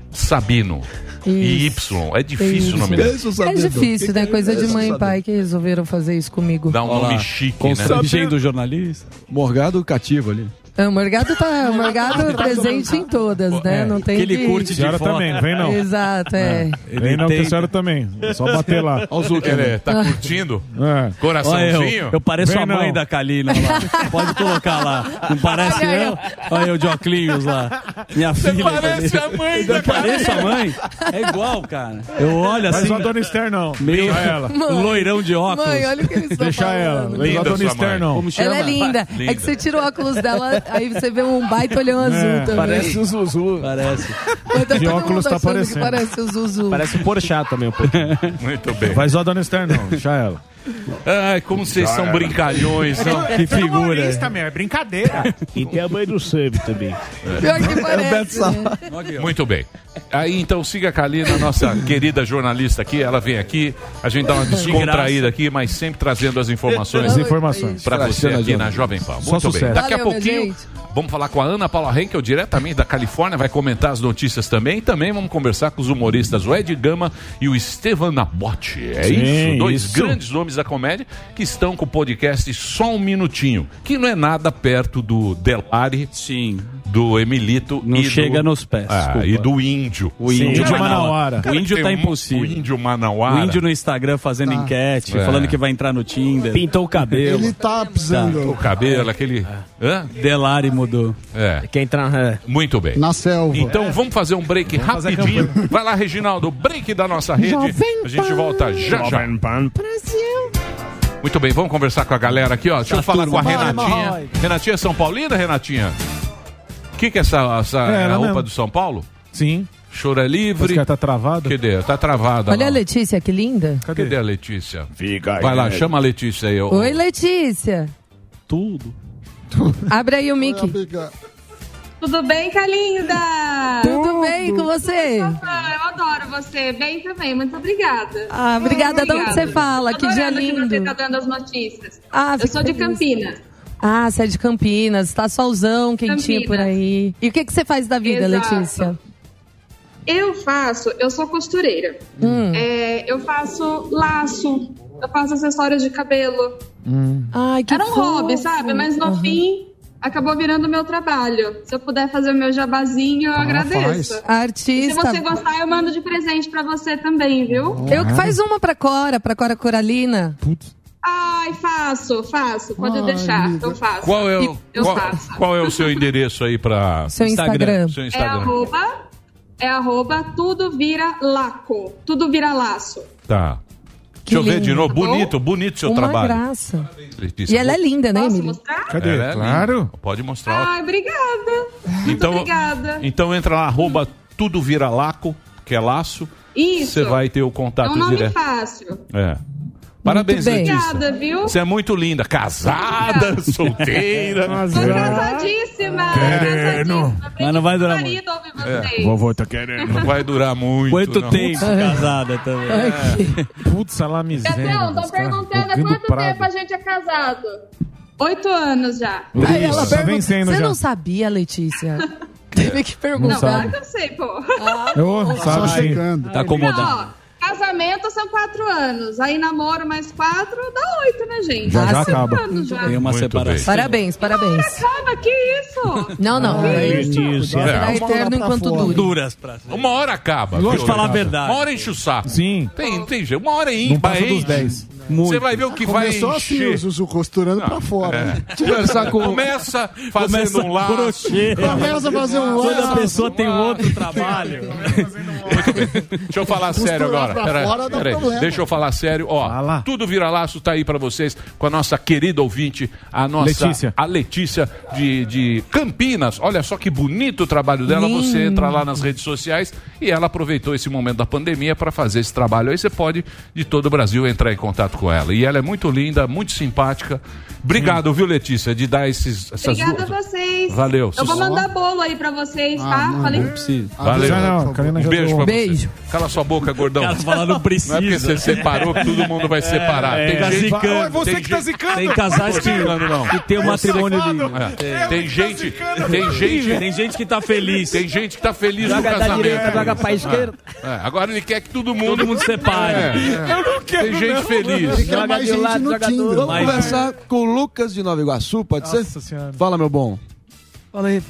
Speaker 2: Sabino. E Y. É difícil o nome dela.
Speaker 9: É difícil, né? Coisa de mãe e pai que resolveram fazer isso comigo.
Speaker 2: Dá um nome
Speaker 13: lá.
Speaker 2: chique,
Speaker 13: Constrangendo
Speaker 2: né?
Speaker 13: o jornalista. Morgado cativo ali.
Speaker 9: É, O Morgado tá o Morgado é presente em todas,
Speaker 2: É,
Speaker 9: né? Não tem
Speaker 13: que ele
Speaker 9: que-
Speaker 13: curte de
Speaker 8: Senhora
Speaker 13: fora.
Speaker 8: também, vem não.
Speaker 9: Exato, é.
Speaker 8: Vem não, que a senhora também. É só bater lá.
Speaker 2: Olha o Zuckerman. Ele tá curtindo?
Speaker 8: Coraçãozinho?
Speaker 6: Olha eu, eu pareço
Speaker 8: Vem
Speaker 6: a mãe
Speaker 8: não.
Speaker 6: da Kalina lá. Pode colocar lá.
Speaker 8: [laughs]
Speaker 6: Não parece
Speaker 8: Olha
Speaker 6: eu? Olha eu de óculos lá. Minha
Speaker 8: Você
Speaker 6: filha.
Speaker 8: parece a mãe da
Speaker 6: Eu pareço a
Speaker 8: Kalina.
Speaker 6: mãe? É igual, cara. Eu olho
Speaker 8: Mas
Speaker 6: assim.
Speaker 8: não a dona Esther, não.
Speaker 6: Meio
Speaker 8: Deixa
Speaker 6: [laughs]
Speaker 8: ela.
Speaker 6: loirão de óculos.
Speaker 9: Mãe, olha o que eles estão
Speaker 8: Deixa ela.
Speaker 9: falando.
Speaker 8: Não é a
Speaker 6: Linda
Speaker 8: dona
Speaker 6: sua
Speaker 8: Esther,
Speaker 6: mãe.
Speaker 8: não.
Speaker 6: Como
Speaker 9: Ela é linda. É que você tira o óculos dela, Aí você vê um baita olhão
Speaker 15: É.
Speaker 9: azul também.
Speaker 16: Parece o Zuzu.
Speaker 6: Parece.
Speaker 9: Mas tá
Speaker 16: De
Speaker 9: todo
Speaker 16: óculos
Speaker 9: mundo
Speaker 16: tá
Speaker 9: achando que
Speaker 16: aparecendo.
Speaker 9: Parece o Zuzu.
Speaker 16: Parece o Porchat também um pouquinho.
Speaker 2: [laughs] Muito bem.
Speaker 4: Vai zoar dando externo, não, deixa ela.
Speaker 8: Tipo,
Speaker 2: Ai, como vocês são brincalhões.
Speaker 4: É que-
Speaker 16: [laughs]
Speaker 2: não?
Speaker 4: é que Que figura.
Speaker 8: humorista, meu, é brincadeira.
Speaker 16: E tem a mãe do Sub também.
Speaker 2: É
Speaker 8: Pior que parece,
Speaker 2: né? Muito bem. Aí então siga a
Speaker 6: [laughs]
Speaker 2: Kalina, nossa querida jornalista aqui. Ela vem aqui, a gente dá uma descontraída aqui, mas sempre trazendo as informações.
Speaker 4: As informações.
Speaker 2: Para você
Speaker 6: é
Speaker 4: Trazendo as
Speaker 2: aqui na
Speaker 4: informações.
Speaker 2: Jovem Pan.
Speaker 4: Só
Speaker 2: Muito bem.
Speaker 4: sucesso.
Speaker 2: Daqui a
Speaker 9: Valeu, minha
Speaker 2: pouquinho,
Speaker 9: gente.
Speaker 2: vamos falar com a Ana Paula Henkel, diretamente da Califórnia, vai comentar as notícias também. E também vamos conversar com os humoristas o Ed Gama e o Estevan Nabote. É
Speaker 5: Sim,
Speaker 2: isso, dois
Speaker 5: isso.
Speaker 2: grandes nomes da comédia que estão com o podcast Só Um Minutinho, que não é nada perto do Delari,
Speaker 6: Sim.
Speaker 2: do Emilito.
Speaker 6: Não
Speaker 2: e do-
Speaker 6: chega nos pés,
Speaker 2: Ah,
Speaker 6: desculpa.
Speaker 2: e do Índio.
Speaker 6: O índio Manauara.
Speaker 2: Cara,
Speaker 6: O índio
Speaker 2: tem
Speaker 6: tá
Speaker 2: um-
Speaker 6: impossível.
Speaker 2: O índio Manauara.
Speaker 6: O índio no Instagram fazendo
Speaker 2: Tá.
Speaker 6: enquete,
Speaker 2: É.
Speaker 6: falando que vai entrar no Tinder. Pintou o cabelo.
Speaker 14: Ele
Speaker 2: Tá.
Speaker 14: tá pisando
Speaker 2: O cabelo, aquele. Hã?
Speaker 6: Delari mudou.
Speaker 2: É.
Speaker 16: Quem entra.
Speaker 2: Muito bem.
Speaker 14: na selva.
Speaker 4: É.
Speaker 2: Então vamos fazer um break rapidinho. Vai lá, Reginaldo, break da nossa rede. a gente volta já já. Muito bem, vamos conversar com a galera aqui, ó. Deixa eu
Speaker 14: Tá
Speaker 2: falar com a
Speaker 4: Vai,
Speaker 2: Renatinha.
Speaker 4: Morroid.
Speaker 2: Renatinha é São Paulina, Renatinha? O que, que é essa, essa
Speaker 4: É, ela
Speaker 2: roupa
Speaker 4: mesmo.
Speaker 2: do São Paulo?
Speaker 4: Sim.
Speaker 2: Chora livre.
Speaker 4: Tá travado?
Speaker 2: Cadê? Tá travada.
Speaker 9: Olha a
Speaker 2: lá.
Speaker 9: Letícia, que linda.
Speaker 2: Cadê? a Letícia?
Speaker 5: Fica
Speaker 2: Vai lá, chama a Letícia aí. ô.
Speaker 9: Oi, Letícia.
Speaker 6: Tudo.
Speaker 9: Abre aí o mic.
Speaker 18: Tudo bem, Calinda?
Speaker 9: Tudo bem com você?
Speaker 18: Ah, eu adoro você. Bem também, muito obrigada.
Speaker 9: Ah, obrigada.
Speaker 18: Muito
Speaker 9: De onde você fala?
Speaker 18: Tô
Speaker 9: Que dia
Speaker 18: adorando
Speaker 9: lindo.
Speaker 18: você tá dando as notícias.
Speaker 9: Ah,
Speaker 18: eu
Speaker 9: fico
Speaker 18: sou de
Speaker 9: feliz.
Speaker 18: Campinas.
Speaker 9: Ah, você é de Campinas, tá solzão, quentinho
Speaker 18: Campinas.
Speaker 9: por aí. E o que, que você faz da vida,
Speaker 18: Exato.
Speaker 9: Letícia?
Speaker 18: Eu faço, eu sou costureira.
Speaker 9: Hum.
Speaker 18: É, eu faço laço, eu faço acessórios de cabelo.
Speaker 9: Ai, que
Speaker 18: Era um
Speaker 9: fofo.
Speaker 18: hobby, sabe? Mas no
Speaker 9: Aham.
Speaker 18: fim, acabou virando meu trabalho. Se eu puder fazer o meu jabazinho, eu agradeço. E se
Speaker 9: Artista.
Speaker 18: você gostar, eu mando de presente pra você também, viu?
Speaker 9: Eu que um- faz uma pra Cora, pra Cora Coralina.
Speaker 18: Ai, faço, faço. Pode
Speaker 9: Ai,
Speaker 18: deixar,
Speaker 9: amiga.
Speaker 18: eu faço.
Speaker 2: Qual é, o,
Speaker 18: Eu- Eu
Speaker 2: qual,
Speaker 18: faço.
Speaker 2: qual é o seu endereço aí para
Speaker 9: Seu Instagram.
Speaker 2: Seu
Speaker 18: É
Speaker 2: Instagram.
Speaker 18: arroba, é arroba, tudo vira laco. Tudo vira laço.
Speaker 2: Tá. Deixa eu ver
Speaker 18: lindo.
Speaker 2: de novo.
Speaker 18: Oh,
Speaker 2: Bonito, bonito seu
Speaker 9: uma
Speaker 2: trabalho.
Speaker 9: graça.
Speaker 2: Letícia,
Speaker 9: E ela é linda, né, Emílio?
Speaker 4: Cadê?
Speaker 2: Ela é linda.
Speaker 4: Claro.
Speaker 2: Pode mostrar.
Speaker 18: Ai, obrigada.
Speaker 2: então,
Speaker 18: obrigada.
Speaker 2: então entra lá, arroba tudo vira laco, que é laço.
Speaker 18: Isso.
Speaker 2: Você vai ter o
Speaker 18: É
Speaker 2: contato
Speaker 18: um nome
Speaker 2: direto.
Speaker 18: fácil.
Speaker 2: É. Parabéns,
Speaker 18: bem.
Speaker 2: Letícia.
Speaker 18: Obrigada, viu?
Speaker 2: Você é muito linda. Casada, solteira.
Speaker 18: Tô cansadíssima.
Speaker 4: Querendo.
Speaker 6: Mas não vai durar muito.
Speaker 18: Marido ouve
Speaker 2: É.
Speaker 18: vocês.
Speaker 4: Vovô tá querendo.
Speaker 2: Não vai durar muito.
Speaker 6: Quanto
Speaker 2: não.
Speaker 6: tempo casada também.
Speaker 8: É.
Speaker 4: Putz, ela miséria.
Speaker 18: Pedrão, tô
Speaker 8: tá
Speaker 4: dos caras
Speaker 18: perguntando há
Speaker 4: ouvindo
Speaker 18: quanto
Speaker 4: Prado.
Speaker 18: tempo a gente é casado? Oito anos já.
Speaker 9: Aí ela
Speaker 4: Tá
Speaker 9: pergunta,
Speaker 4: vencendo
Speaker 9: você
Speaker 4: já.
Speaker 9: não sabia,
Speaker 18: [laughs]
Speaker 9: Letícia? Teve que perguntar.
Speaker 18: Não, claro que eu sei, pô.
Speaker 4: Ô, sabe sim.
Speaker 6: Tá acomodado.
Speaker 18: Não, ó, casamento são quatro anos. Aí namoro mais quatro, dá oito, né, gente?
Speaker 4: Já, já
Speaker 18: Cinco
Speaker 4: acaba.
Speaker 18: anos já.
Speaker 6: Tem uma
Speaker 2: Muito
Speaker 6: separação.
Speaker 9: Parabéns, parabéns.
Speaker 18: Acaba, que isso?
Speaker 9: Não, não. Será
Speaker 2: É, uma hora
Speaker 9: eterno
Speaker 2: pra
Speaker 9: enquanto
Speaker 2: fora.
Speaker 9: dura.
Speaker 6: Duras pra
Speaker 2: Uma hora acaba.
Speaker 6: Lógico,
Speaker 2: viu?
Speaker 6: falar a verdade.
Speaker 2: Uma hora enche o saco.
Speaker 4: Sim.
Speaker 2: Tem, tem jeito. Uma hora é
Speaker 4: Não
Speaker 2: ímpar.
Speaker 4: passa
Speaker 2: é
Speaker 4: dos
Speaker 2: ímpar.
Speaker 4: 10.
Speaker 6: Muito.
Speaker 2: Você vai ver o que vai
Speaker 14: Começou assim, o
Speaker 2: encher. é.
Speaker 14: Zuzu costurando pra fora. né?
Speaker 13: Conversar com
Speaker 2: [laughs] Começa fazendo
Speaker 6: Começa
Speaker 2: um laço.
Speaker 6: crochê.
Speaker 14: Começa a fazer um
Speaker 6: Quando a
Speaker 14: laço.
Speaker 6: pessoa tem outro trabalho.
Speaker 2: Deixa eu falar
Speaker 14: Costurar
Speaker 2: sério agora.
Speaker 14: pra
Speaker 2: Pera,
Speaker 14: fora dá
Speaker 2: pera aí.
Speaker 14: problema.
Speaker 2: Deixa eu falar sério. Ó, tudo vira laço tá aí pra vocês com a nossa querida ouvinte, a nossa
Speaker 4: Letícia.
Speaker 2: a Letícia de, de Campinas. Olha só que bonito o trabalho dela.
Speaker 9: Lindo.
Speaker 2: Você entra lá nas redes sociais e ela aproveitou esse momento da pandemia pra fazer esse trabalho. Aí você pode de todo o Brasil entrar em contato com ela. E ela é muito linda, muito simpática. Obrigado, viu, Letícia, de dar esses essas
Speaker 18: Obrigada a
Speaker 2: duas-
Speaker 18: vocês.
Speaker 2: Valeu.
Speaker 18: Eu vou
Speaker 2: Sucesso.
Speaker 18: mandar bolo aí pra vocês,
Speaker 4: Ah,
Speaker 18: tá? Falei
Speaker 2: Valeu.
Speaker 4: Já Ah, não, a Karina já
Speaker 2: Um beijo
Speaker 4: deu.
Speaker 2: pra
Speaker 9: Beijo.
Speaker 2: você. Cala sua boca, gordão.
Speaker 6: Cara, falar não
Speaker 2: Não é porque você
Speaker 6: precisa.
Speaker 2: separou que todo mundo vai separar.
Speaker 6: é. Tá
Speaker 2: tem gente,
Speaker 6: zicando.
Speaker 2: Vai,
Speaker 6: É
Speaker 4: você que tá
Speaker 2: gente-
Speaker 4: zicando.
Speaker 6: Tem casais
Speaker 2: tá
Speaker 6: que, que tem um matrimônio de.
Speaker 2: É. Tem gente, tem gente,
Speaker 6: tá Tem gente que tá feliz.
Speaker 2: tem gente que tá feliz no
Speaker 16: Joga da
Speaker 2: casamento.
Speaker 16: direita, joga pra esquerda.
Speaker 2: É, agora ele quer que todo mundo,
Speaker 6: Todo mundo separe.
Speaker 2: Eu não quero. Tem gente feliz.
Speaker 14: Fica
Speaker 16: Joga
Speaker 14: mais
Speaker 16: de
Speaker 14: gente
Speaker 16: lado,
Speaker 14: no
Speaker 16: joga
Speaker 14: Tinder.
Speaker 16: tudo.
Speaker 14: Vamos
Speaker 6: Mas-
Speaker 14: conversar.
Speaker 13: Conversar com o Lucas de Nova Iguaçu, pode ser?
Speaker 4: Nossa senhora.
Speaker 13: Fala, meu bom.
Speaker 6: Fala aí.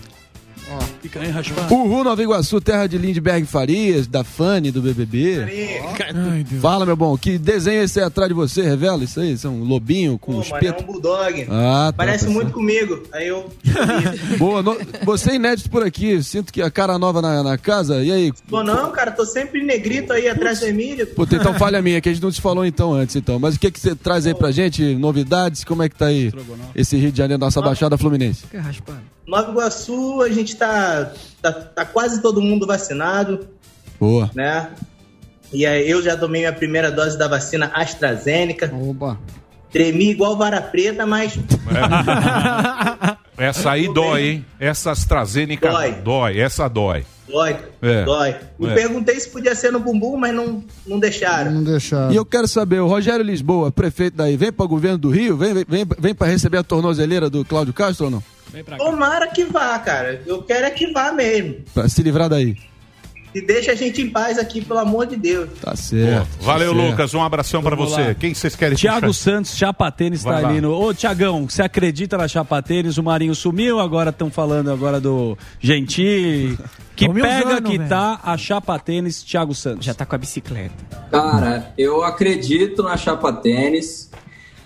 Speaker 6: Fica aí raspado.
Speaker 13: Uhul, Nova Iguaçu, terra de Lindbergh Farias, da Fanny, do BBB.
Speaker 4: Ai, Deus.
Speaker 13: Fala, meu bom, que desenho é esse aí atrás de você? Revela isso aí? Isso é um lobinho com um
Speaker 19: Mano, é um
Speaker 13: espeto?
Speaker 19: bulldog.
Speaker 13: Ah, tá,
Speaker 19: Parece
Speaker 13: tá
Speaker 19: muito comigo. Aí eu.
Speaker 13: Boa, no- você é inédito por aqui. Sinto que a cara nova na, na casa. E aí?
Speaker 19: Tô não, cara, tô sempre negrito aí atrás do Emílio.
Speaker 13: Pô, tem então
Speaker 14: [laughs]
Speaker 13: falha minha, que a gente não te falou então antes, então. Mas o que, que você traz aí pra gente? Novidades? Como é que tá aí esse Rio de Janeiro, nossa Baixada Fluminense?
Speaker 19: Fica raspando. Nova Iguaçu, a gente tá, tá, tá quase todo mundo vacinado,
Speaker 13: Boa.
Speaker 19: né? E aí eu já tomei minha primeira dose da vacina AstraZeneca.
Speaker 14: Oba.
Speaker 19: Tremi igual vara preta, mas
Speaker 2: Essa aí dói, hein? Essa AstraZeneca dói. Essa dói.
Speaker 19: dói,
Speaker 2: É.
Speaker 19: dói. Me
Speaker 2: É.
Speaker 19: perguntei se podia ser no bumbum, mas não, não deixaram.
Speaker 14: Não deixaram.
Speaker 13: E eu quero saber, o Rogério Lisboa, prefeito daí, vem para o governo do Rio? Vem, vem, vem, vem para receber a tornozeleira do Cláudio Castro ou não?
Speaker 19: Tomara que vá, cara. Eu quero é que vá mesmo.
Speaker 13: Para se livrar daí.
Speaker 19: E deixa a gente em paz aqui, pelo amor de Deus.
Speaker 13: Tá certo.
Speaker 2: Pô, valeu,
Speaker 13: tá certo.
Speaker 2: Lucas. Um abração pra
Speaker 6: Vamos
Speaker 2: você.
Speaker 6: lá.
Speaker 2: Quem vocês querem
Speaker 6: Tiago
Speaker 2: puxar?
Speaker 6: Santos, Chapa Tênis,
Speaker 2: Vai
Speaker 6: está
Speaker 2: lá.
Speaker 6: Tá ali no. Ô, Tiagão, você acredita na Chapa Tênis? O Marinho sumiu, agora estão falando agora do Gentili. Que
Speaker 20: Tão me
Speaker 6: pega
Speaker 20: usando,
Speaker 6: que
Speaker 20: velho.
Speaker 6: tá a Chapa Tênis, Thiago Santos. Já tá com a bicicleta.
Speaker 20: Cara, eu acredito na chapa tênis.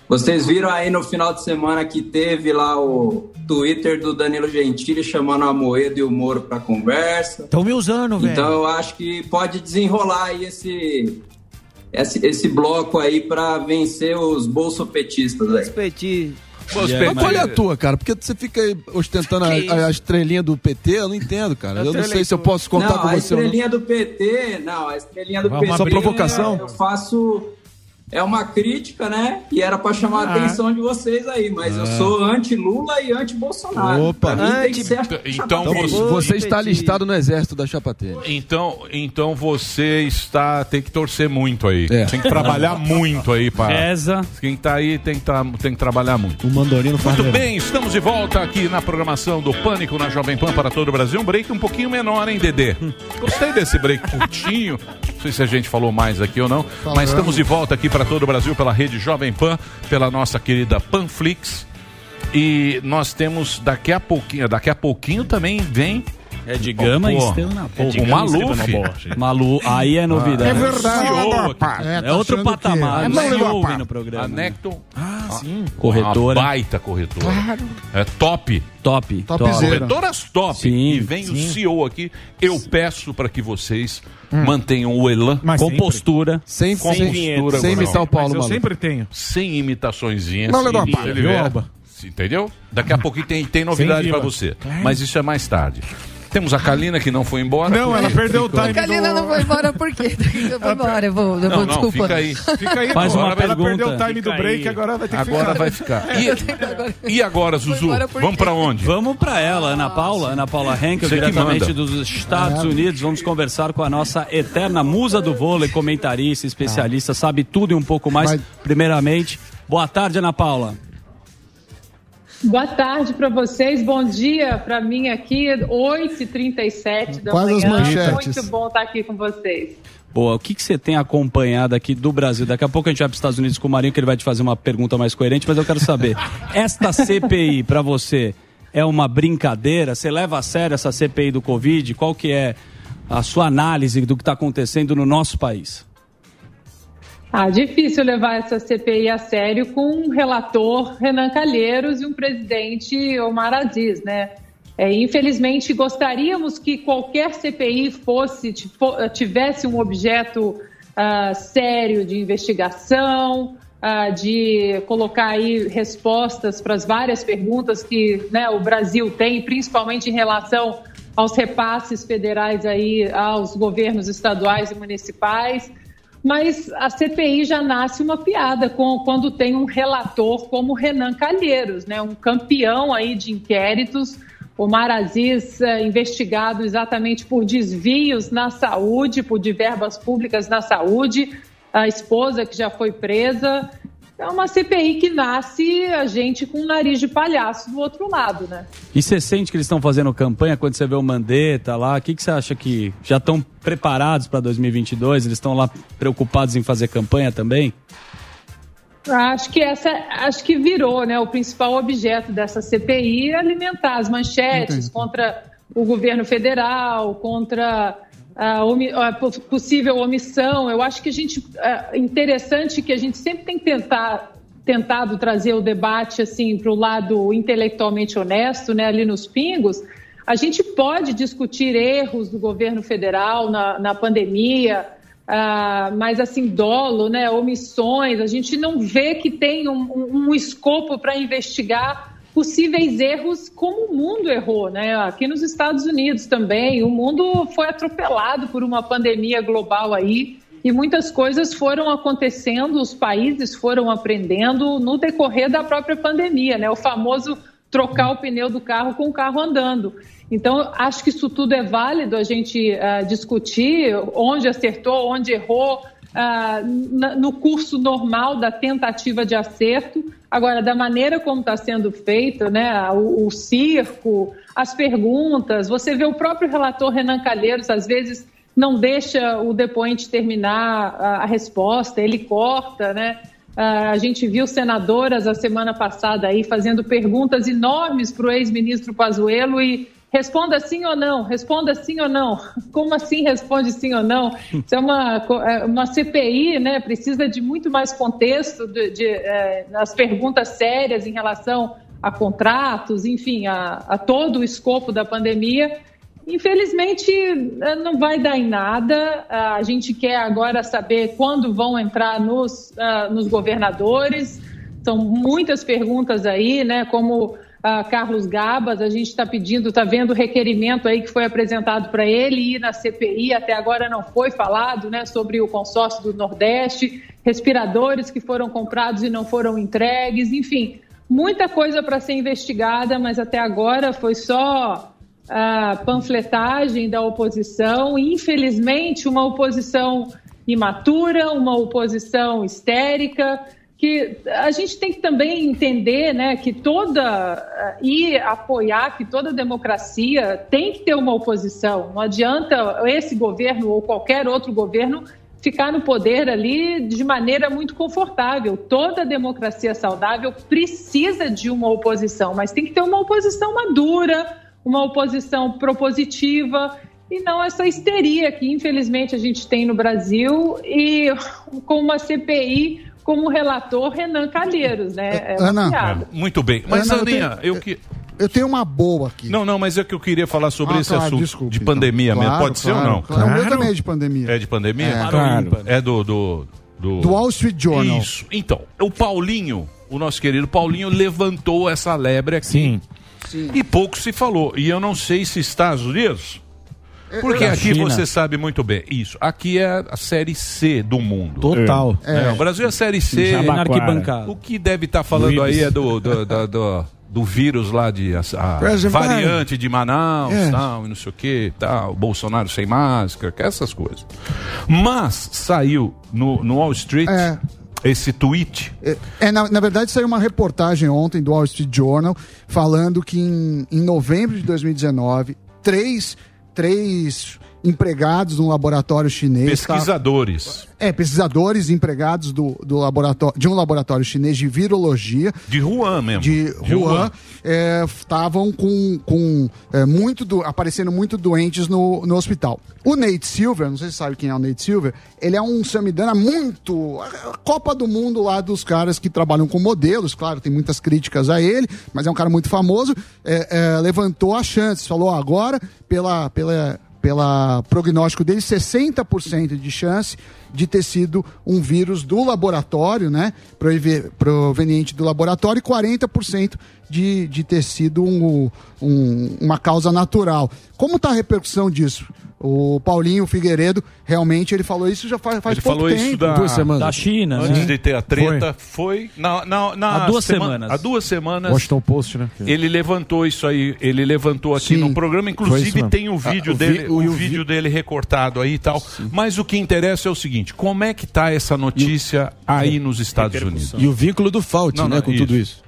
Speaker 20: Vocês viram aí no final de semana que teve lá o Twitter do Danilo Gentili chamando a Moedo e o Moro pra conversa.
Speaker 21: Estão me usando, velho.
Speaker 20: Então eu acho que pode desenrolar aí esse, esse, esse bloco aí pra vencer os bolsopetistas aí.
Speaker 13: Mas qual é a tua, cara? Porque você fica aí ostentando a,
Speaker 20: Que é
Speaker 13: a- a estrelinha do PT, eu não entendo, cara. Eu, não sei se eu posso contar
Speaker 20: não,
Speaker 13: com
Speaker 20: a
Speaker 13: você ou não.
Speaker 20: estrelinha do PT, não, a estrelinha do
Speaker 13: Uma
Speaker 20: PT.
Speaker 13: provocação?
Speaker 20: Eu faço. É uma crítica, né? E era pra chamar a
Speaker 2: Ah.
Speaker 20: atenção de vocês aí, mas eu
Speaker 13: Ah.
Speaker 20: sou anti-Lula e anti-Bolsonaro.
Speaker 13: Opa.
Speaker 20: Pra mim tem que
Speaker 13: Anti-
Speaker 20: ser a
Speaker 2: Então
Speaker 20: chapa
Speaker 2: você-
Speaker 20: dele.
Speaker 13: Você está listado no exército da Chapa Tênis.
Speaker 2: Então, então você está tem que torcer muito aí.
Speaker 6: É.
Speaker 2: Tem que trabalhar
Speaker 6: [laughs]
Speaker 2: muito aí para.
Speaker 6: Reza.
Speaker 2: Quem tá aí tem que, tá- tem que trabalhar muito.
Speaker 21: O mandorino faz
Speaker 6: é.
Speaker 2: Muito bem, estamos de volta aqui na programação do Pânico na Jovem Pan para todo o Brasil. Um break um pouquinho menor, hein, Dedê? Gostei desse [laughs] break curtinho. Não sei se a gente falou mais aqui ou não, mas estamos de volta aqui para todo o Brasil pela rede Jovem Pan, pela nossa querida Panflix. E nós temos daqui a pouquinho, daqui a pouquinho também vem
Speaker 6: É de Gama e Estrela na Boa.
Speaker 2: O Maluf.
Speaker 6: Malu, aí é novidade.
Speaker 2: É verdade.
Speaker 6: CEO,
Speaker 2: É,
Speaker 6: é,
Speaker 2: tá
Speaker 6: outro
Speaker 2: achando
Speaker 6: patamar. né?
Speaker 2: que-
Speaker 6: Não
Speaker 2: É,
Speaker 6: se
Speaker 2: não,
Speaker 6: ouve
Speaker 2: rapaz.
Speaker 6: no programa.
Speaker 2: A Necton.
Speaker 6: Ah, sim.
Speaker 2: Uma
Speaker 6: Corretora.
Speaker 2: baita corretora. É top.
Speaker 6: Top.
Speaker 21: Topzera.
Speaker 2: Corretoras top.
Speaker 6: Sim,
Speaker 2: e vem
Speaker 6: sim.
Speaker 2: o CEO aqui. Eu peço para que vocês mantenham o elan
Speaker 6: Mas sempre. Compostura.
Speaker 2: Sem
Speaker 6: Sem vinheta.
Speaker 2: compostura.
Speaker 6: Sem imitar o Paulo Mas eu Maluf.
Speaker 2: sempre
Speaker 8: tenho.
Speaker 2: Sem imitaçõezinhas.
Speaker 8: Não, não, não,
Speaker 2: Se
Speaker 8: para,
Speaker 2: ele
Speaker 8: viu,
Speaker 2: vier,
Speaker 8: Alba?
Speaker 2: se- Entendeu? Daqui a pouquinho tem, tem novidade
Speaker 8: Sem
Speaker 2: para
Speaker 8: vila.
Speaker 2: você.
Speaker 8: Claro.
Speaker 2: Mas isso é mais tarde. Temos a Kalina que não foi embora.
Speaker 8: Não, ela perdeu o
Speaker 9: A Kalina não foi embora por quê? [laughs] Eu vou embora, eu vou, eu vou
Speaker 2: Não, não,
Speaker 9: desculpa.
Speaker 2: fica aí. Fica aí, Faz pô. uma Ela pergunta. perdeu o time do Fica break, aí. agora vai ter que Agora [laughs] ficar. vai ficar. E- E agora, Zuzu?
Speaker 6: embora por
Speaker 2: Vamos para onde?
Speaker 6: Vamos para ela, Ana Paula, Ana Paula Henkel,
Speaker 2: Você que
Speaker 6: diretamente
Speaker 2: manda.
Speaker 6: dos Estados Unidos. Vamos conversar com a nossa eterna musa do vôlei, comentarista, especialista, sabe tudo e um pouco mais. Primeiramente, boa tarde, Ana Paula.
Speaker 17: Boa tarde para vocês, bom dia para mim aqui, 8h37 da
Speaker 6: Quase as
Speaker 17: manhã.
Speaker 6: manchetes.
Speaker 17: Muito bom estar aqui com vocês.
Speaker 6: Boa, o que, que você tem acompanhado aqui do Brasil? Daqui a pouco a gente vai para os Estados Unidos com o Marinho, que ele vai te fazer uma pergunta mais coerente, mas eu quero saber, esta CPI para você é uma brincadeira? Você leva a sério essa CPI do Covid? Qual que é a sua análise do que está acontecendo no nosso país?
Speaker 17: Ah, difícil levar essa CPI a sério com um relator Renan Calheiros e um presidente Omar Aziz, né? É, infelizmente, gostaríamos que qualquer CPI fosse ti- fo- tivesse um objeto ah, sério de investigação, ah, de colocar aí respostas para as várias perguntas que né, o Brasil tem, principalmente em relação aos repasses federais aí aos governos estaduais e municipais. Mas a CPI já nasce uma piada com- quando tem um relator como Renan Calheiros, né? um campeão aí de inquéritos. Omar Aziz, eh, investigado exatamente por desvios na saúde, por de verbas públicas na saúde, a esposa que já foi presa. É uma CPI que nasce a gente com o nariz de palhaço do outro lado, né?
Speaker 6: E você sente que eles estão fazendo campanha quando você vê o Mandetta lá? O que, que você acha que já estão preparados para 2022? Eles estão lá preocupados em fazer campanha também?
Speaker 17: Acho que essa, acho que virou, né? O principal objeto dessa CPI é alimentar as manchetes contra o governo federal, contra a, omi- a po- possível omissão. Eu acho que a gente é interessante que a gente sempre tem que tentar tentado trazer o debate assim para o lado intelectualmente honesto, né? Ali nos pingos, a gente pode discutir erros do governo federal na, na pandemia. Ah, mas assim, dolo, né, omissões, a gente não vê que tem um, um- um escopo para investigar possíveis erros como o mundo errou, né? Aqui nos Estados Unidos também, o mundo foi atropelado por uma pandemia global aí e muitas coisas foram acontecendo, os países foram aprendendo no decorrer da própria pandemia, né? O famoso trocar o pneu do carro com o carro andando. Então, acho que isso tudo é válido a gente ah, discutir onde acertou, onde errou, ah, na- no curso normal da tentativa de acerto. Agora, da maneira como está sendo feito, né, o, o circo, as perguntas, você vê o próprio relator Renan Calheiros, às vezes não deixa o depoente terminar a, a resposta, ele corta, né? Ah, a gente viu senadoras a semana passada aí fazendo perguntas enormes para o ex-ministro Pazuello e responda sim ou não, responda sim ou não. [laughs] Como assim responde sim ou não? Isso é uma, co- é uma CPI, né? Precisa de muito mais contexto de, de, eh, as perguntas sérias em relação a contratos, enfim, a- a todo o escopo da pandemia. Infelizmente, eh, não vai dar em nada. Ah, A gente quer agora saber quando vão entrar nos, ah, nos governadores. São muitas perguntas aí, né? Como ah, Carlos Gabas, a gente está pedindo, está vendo o requerimento aí que foi apresentado para ele ir na CPI, até agora não foi falado, né? Sobre o consórcio do Nordeste, respiradores que foram comprados e não foram entregues, enfim. Muita coisa para ser investigada, mas até agora foi só a panfletagem da oposição. e, Infelizmente, uma oposição imatura, uma oposição histérica, que a gente tem que também entender né, que toda. e apoiar que toda democracia tem que ter uma oposição. Não adianta esse governo ou qualquer outro governo ficar no poder ali de maneira muito confortável. Toda democracia saudável precisa de uma oposição, mas tem que ter uma oposição madura, uma oposição propositiva e não essa histeria que infelizmente a gente tem no Brasil e com uma CPI como um relator Renan Calheiros, né? É uma
Speaker 14: Ana.
Speaker 17: piada.
Speaker 2: Muito bem. Mas,
Speaker 14: É, não, eu
Speaker 2: Aninha,
Speaker 14: tenho-
Speaker 2: eu, que.
Speaker 14: Eu tenho uma boa aqui.
Speaker 2: Não, não, mas é que eu queria falar sobre
Speaker 14: Ah,
Speaker 2: esse
Speaker 14: claro,
Speaker 2: assunto
Speaker 14: desculpe,
Speaker 2: de pandemia
Speaker 14: então.
Speaker 2: mesmo.
Speaker 14: Claro,
Speaker 2: Pode ser ou
Speaker 14: claro,
Speaker 2: não?
Speaker 14: claro. O meu também é de pandemia.
Speaker 2: É de pandemia?
Speaker 14: É. Claro.
Speaker 2: É do. do, do...
Speaker 14: Do Wall Street Journal.
Speaker 2: Isso. Então, o Paulinho, o nosso querido Paulinho, levantou essa lebre aqui. Sim. E pouco se falou. E eu não sei se Estados Unidos.
Speaker 14: É,
Speaker 2: Porque
Speaker 14: Da
Speaker 2: aqui
Speaker 14: China.
Speaker 2: você sabe muito bem. Isso. Aqui é a série C do mundo.
Speaker 6: Total.
Speaker 2: É.
Speaker 6: É.
Speaker 2: O Brasil é a série C.
Speaker 6: Já na arquibancada.
Speaker 2: O que deve estar falando aí é do, do, do, do- do vírus lá de. a- a
Speaker 6: Presidente.
Speaker 2: variante de Manaus,
Speaker 6: É.
Speaker 2: tal, e não sei o que, tal, Bolsonaro sem máscara, que é essas coisas. Mas saiu no, no Wall Street
Speaker 14: É.
Speaker 2: esse tweet.
Speaker 14: É, na, na verdade, saiu uma reportagem ontem do Wall Street Journal falando que em, em novembro de 2019, três, três empregados de um laboratório chinês. estavam-
Speaker 2: Pesquisadores
Speaker 14: É, pesquisadores empregados do, do laboratório, de um laboratório chinês de virologia.
Speaker 2: de Wuhan mesmo.
Speaker 14: De Wuhan é, estavam com, com é, muito do- aparecendo muito doentes no, no hospital. O Nate Silver, não sei se você sabe quem é o Nate Silver, ele é um samidana muito. a- a Copa do Mundo lá dos caras que trabalham com modelos, claro, tem muitas críticas a ele, mas é um cara muito famoso. é, é, levantou as chances, falou "Ó, agora, pela. pela pela prognóstico dele, 60% de chance de ter sido um vírus do laboratório, né? Proeve- Proveniente do laboratório, e 40% de, de ter sido um- um- uma causa natural. Como está a repercussão disso? O Paulinho Figueiredo, realmente, ele falou isso já faz, faz
Speaker 2: Ele
Speaker 14: pouco
Speaker 2: falou
Speaker 14: tempo.
Speaker 2: isso da,
Speaker 6: Da China,
Speaker 2: Antes
Speaker 6: né?
Speaker 2: de ter a treta, foi, na, na, na
Speaker 6: Há duas
Speaker 2: semana-
Speaker 6: semanas.
Speaker 2: Há duas semanas.
Speaker 6: Washington
Speaker 5: Post, né?
Speaker 2: Ele levantou isso aí, ele levantou aqui no programa,
Speaker 5: foi isso
Speaker 2: inclusive
Speaker 5: mesmo.
Speaker 2: tem o vídeo
Speaker 5: Ah, o vi-
Speaker 2: dele,
Speaker 5: o-
Speaker 2: o,
Speaker 5: e o vi-
Speaker 2: vídeo dele recortado aí e tal. Mas o que interessa é o seguinte, como é que tá essa notícia aí nos Estados Unidos?
Speaker 13: E o vínculo do Fault,
Speaker 2: Não,
Speaker 13: né,
Speaker 2: não,
Speaker 13: com tudo isso.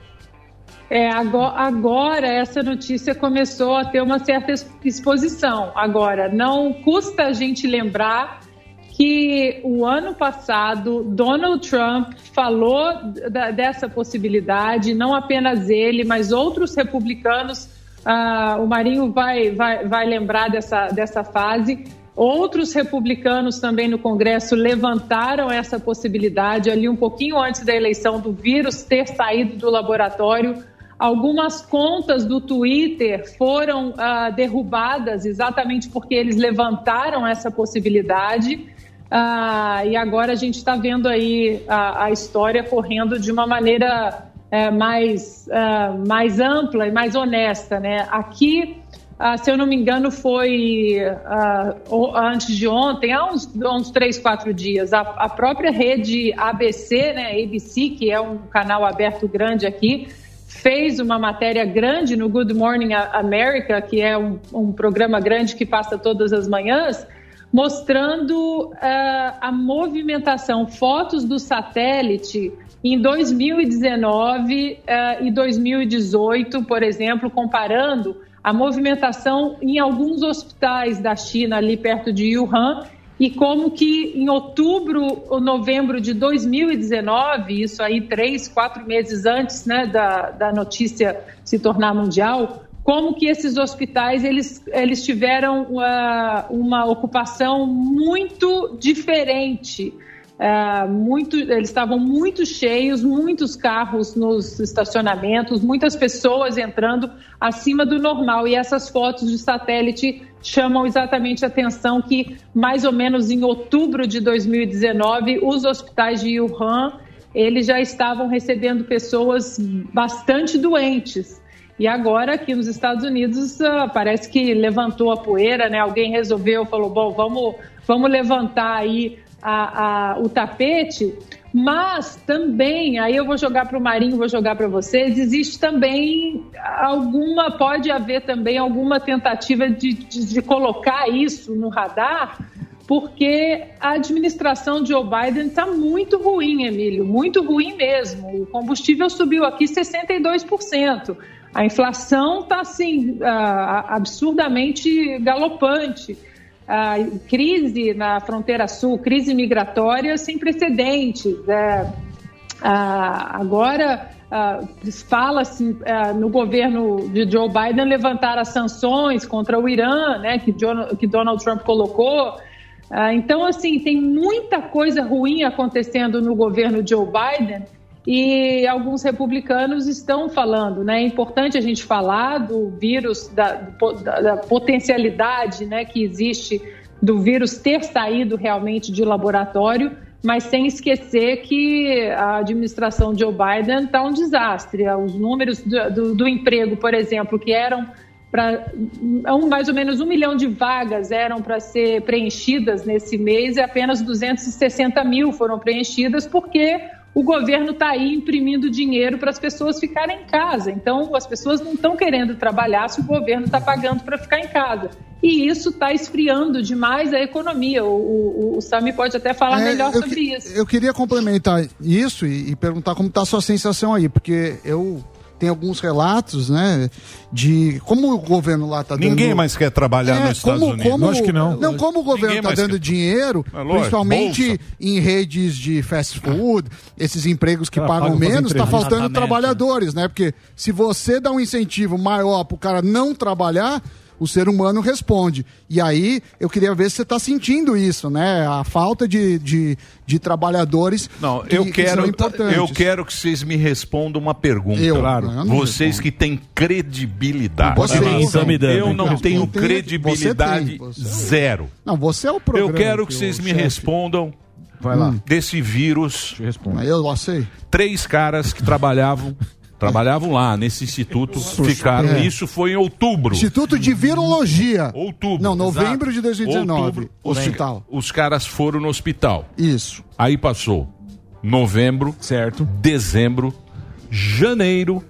Speaker 17: É, agora, agora essa notícia começou a ter uma certa es- exposição. Agora, não custa a gente lembrar que o ano passado Donald Trump falou da- dessa possibilidade, não apenas ele, mas outros republicanos. ah, o Marinho vai, vai, vai lembrar dessa, dessa fase. Outros republicanos também no Congresso levantaram essa possibilidade ali um pouquinho antes da eleição do vírus ter saído do laboratório. Algumas contas do Twitter foram ah, derrubadas exatamente porque eles levantaram essa possibilidade. Ah, e agora a gente está vendo aí a, a história correndo de uma maneira é, mais, ah, mais ampla e mais honesta. Né? Aqui, ah, se eu não me engano, foi ah, o- antes de ontem, há uns, há uns três, quatro dias, a, a própria rede ABC, né, ABC, que é um canal aberto grande aqui, fez uma matéria grande no Good Morning A- America, que é um, um programa grande que passa todas as manhãs, mostrando ah, a movimentação, fotos do satélite em 2019 ah, e 2018, por exemplo, comparando a movimentação em alguns hospitais da China ali perto de Wuhan e como que em outubro ou novembro de 2019, isso aí três, quatro meses antes né, da, da notícia se tornar mundial, como que esses hospitais eles, eles tiveram ah, uma ocupação muito diferente. Ah, muito, eles estavam muito cheios, muitos carros nos estacionamentos, muitas pessoas entrando acima do normal. E essas fotos de satélite chamam exatamente a atenção que, mais ou menos em outubro de 2019, os hospitais de Wuhan eles já estavam recebendo pessoas bastante doentes. E agora aqui nos Estados Unidos ah, parece que levantou a poeira, né? Alguém resolveu, falou, bom, vamos, vamos levantar aí a- a- o tapete. Mas também, aí eu vou jogar para o Marinho, vou jogar para vocês, existe também alguma, pode haver também alguma tentativa de- de- de colocar isso no radar porque a administração de Joe Biden está muito ruim, Emílio, muito ruim mesmo. O combustível subiu aqui 62%. A inflação está assim ah, absurdamente galopante. Ah, crise na fronteira sul, crise migratória sem precedentes. É, ah, agora, ah, fala-se ah, no governo de Joe Biden levantar as sanções contra o Irã, né, que, Jon- que Donald Trump colocou. Ah, então, assim, tem muita coisa ruim acontecendo no governo Joe Biden e alguns republicanos estão falando, né? É importante a gente falar do vírus, da, do po- da- da potencialidade né, que existe do vírus ter saído realmente de laboratório, mas sem esquecer que a administração Joe Biden está um desastre. Os números do, do- do emprego, por exemplo, que eram para mais ou menos um milhão de vagas eram para ser preenchidas nesse mês e apenas 260 mil foram preenchidas porque o governo está aí imprimindo dinheiro para as pessoas ficarem em casa. Então, as pessoas não estão querendo trabalhar se o governo está pagando para ficar em casa. E isso está esfriando demais a economia. O, o, o Sami pode até falar
Speaker 14: É,
Speaker 17: melhor
Speaker 14: eu
Speaker 17: sobre
Speaker 14: que-
Speaker 17: isso.
Speaker 14: Eu queria complementar isso e, e perguntar como está a sua sensação aí, porque eu tenho alguns relatos, né, de como o governo lá está dando... É,
Speaker 21: Ninguém mais quer trabalhar nos Estados
Speaker 14: como-
Speaker 21: Unidos.
Speaker 14: como-
Speaker 21: Lógico que não.
Speaker 14: Não, como o governo
Speaker 21: Ninguém
Speaker 14: está
Speaker 21: mais
Speaker 14: dando
Speaker 21: quer-
Speaker 14: dinheiro,
Speaker 21: É lógico,
Speaker 14: principalmente
Speaker 21: bolsa.
Speaker 14: em redes de fast food, esses empregos que
Speaker 21: Ah,
Speaker 14: pagam
Speaker 21: pagam com as
Speaker 14: menos, está
Speaker 21: empresas.
Speaker 14: faltando
Speaker 21: Exatamente.
Speaker 14: trabalhadores, né? Porque se você dá um incentivo maior para o cara não trabalhar, o ser humano responde. E aí, eu queria ver se você está sentindo isso, né? A falta de, de, de trabalhadores
Speaker 21: Não,
Speaker 14: que-
Speaker 21: eu
Speaker 14: que
Speaker 21: quero,
Speaker 14: são importantes.
Speaker 21: eu quero que vocês me respondam uma pergunta.
Speaker 14: Eu, Claro. eu não
Speaker 21: vocês que têm credibilidade.
Speaker 14: Vocês
Speaker 21: eu não,
Speaker 14: estão me dando,
Speaker 21: eu não
Speaker 14: então.
Speaker 21: tenho
Speaker 14: Não tem-
Speaker 21: credibilidade
Speaker 14: você tem, você- é
Speaker 21: zero.
Speaker 14: Não, você é o programa. é
Speaker 21: eu quero que vocês me respondam Hum.
Speaker 14: Vai lá.
Speaker 21: desse vírus. Hum.
Speaker 14: Eu lá sei.
Speaker 21: Três caras que trabalhavam. Trabalhavam lá nesse instituto, ficaram.
Speaker 14: É.
Speaker 21: Isso foi em outubro.
Speaker 14: Instituto de Virologia.
Speaker 21: Outubro.
Speaker 14: Não, novembro
Speaker 21: Exato.
Speaker 14: de 2019.
Speaker 21: Outubro, os,
Speaker 14: hospital.
Speaker 21: Os caras foram no hospital.
Speaker 14: Isso.
Speaker 21: Aí passou novembro, certo? Dezembro, janeiro,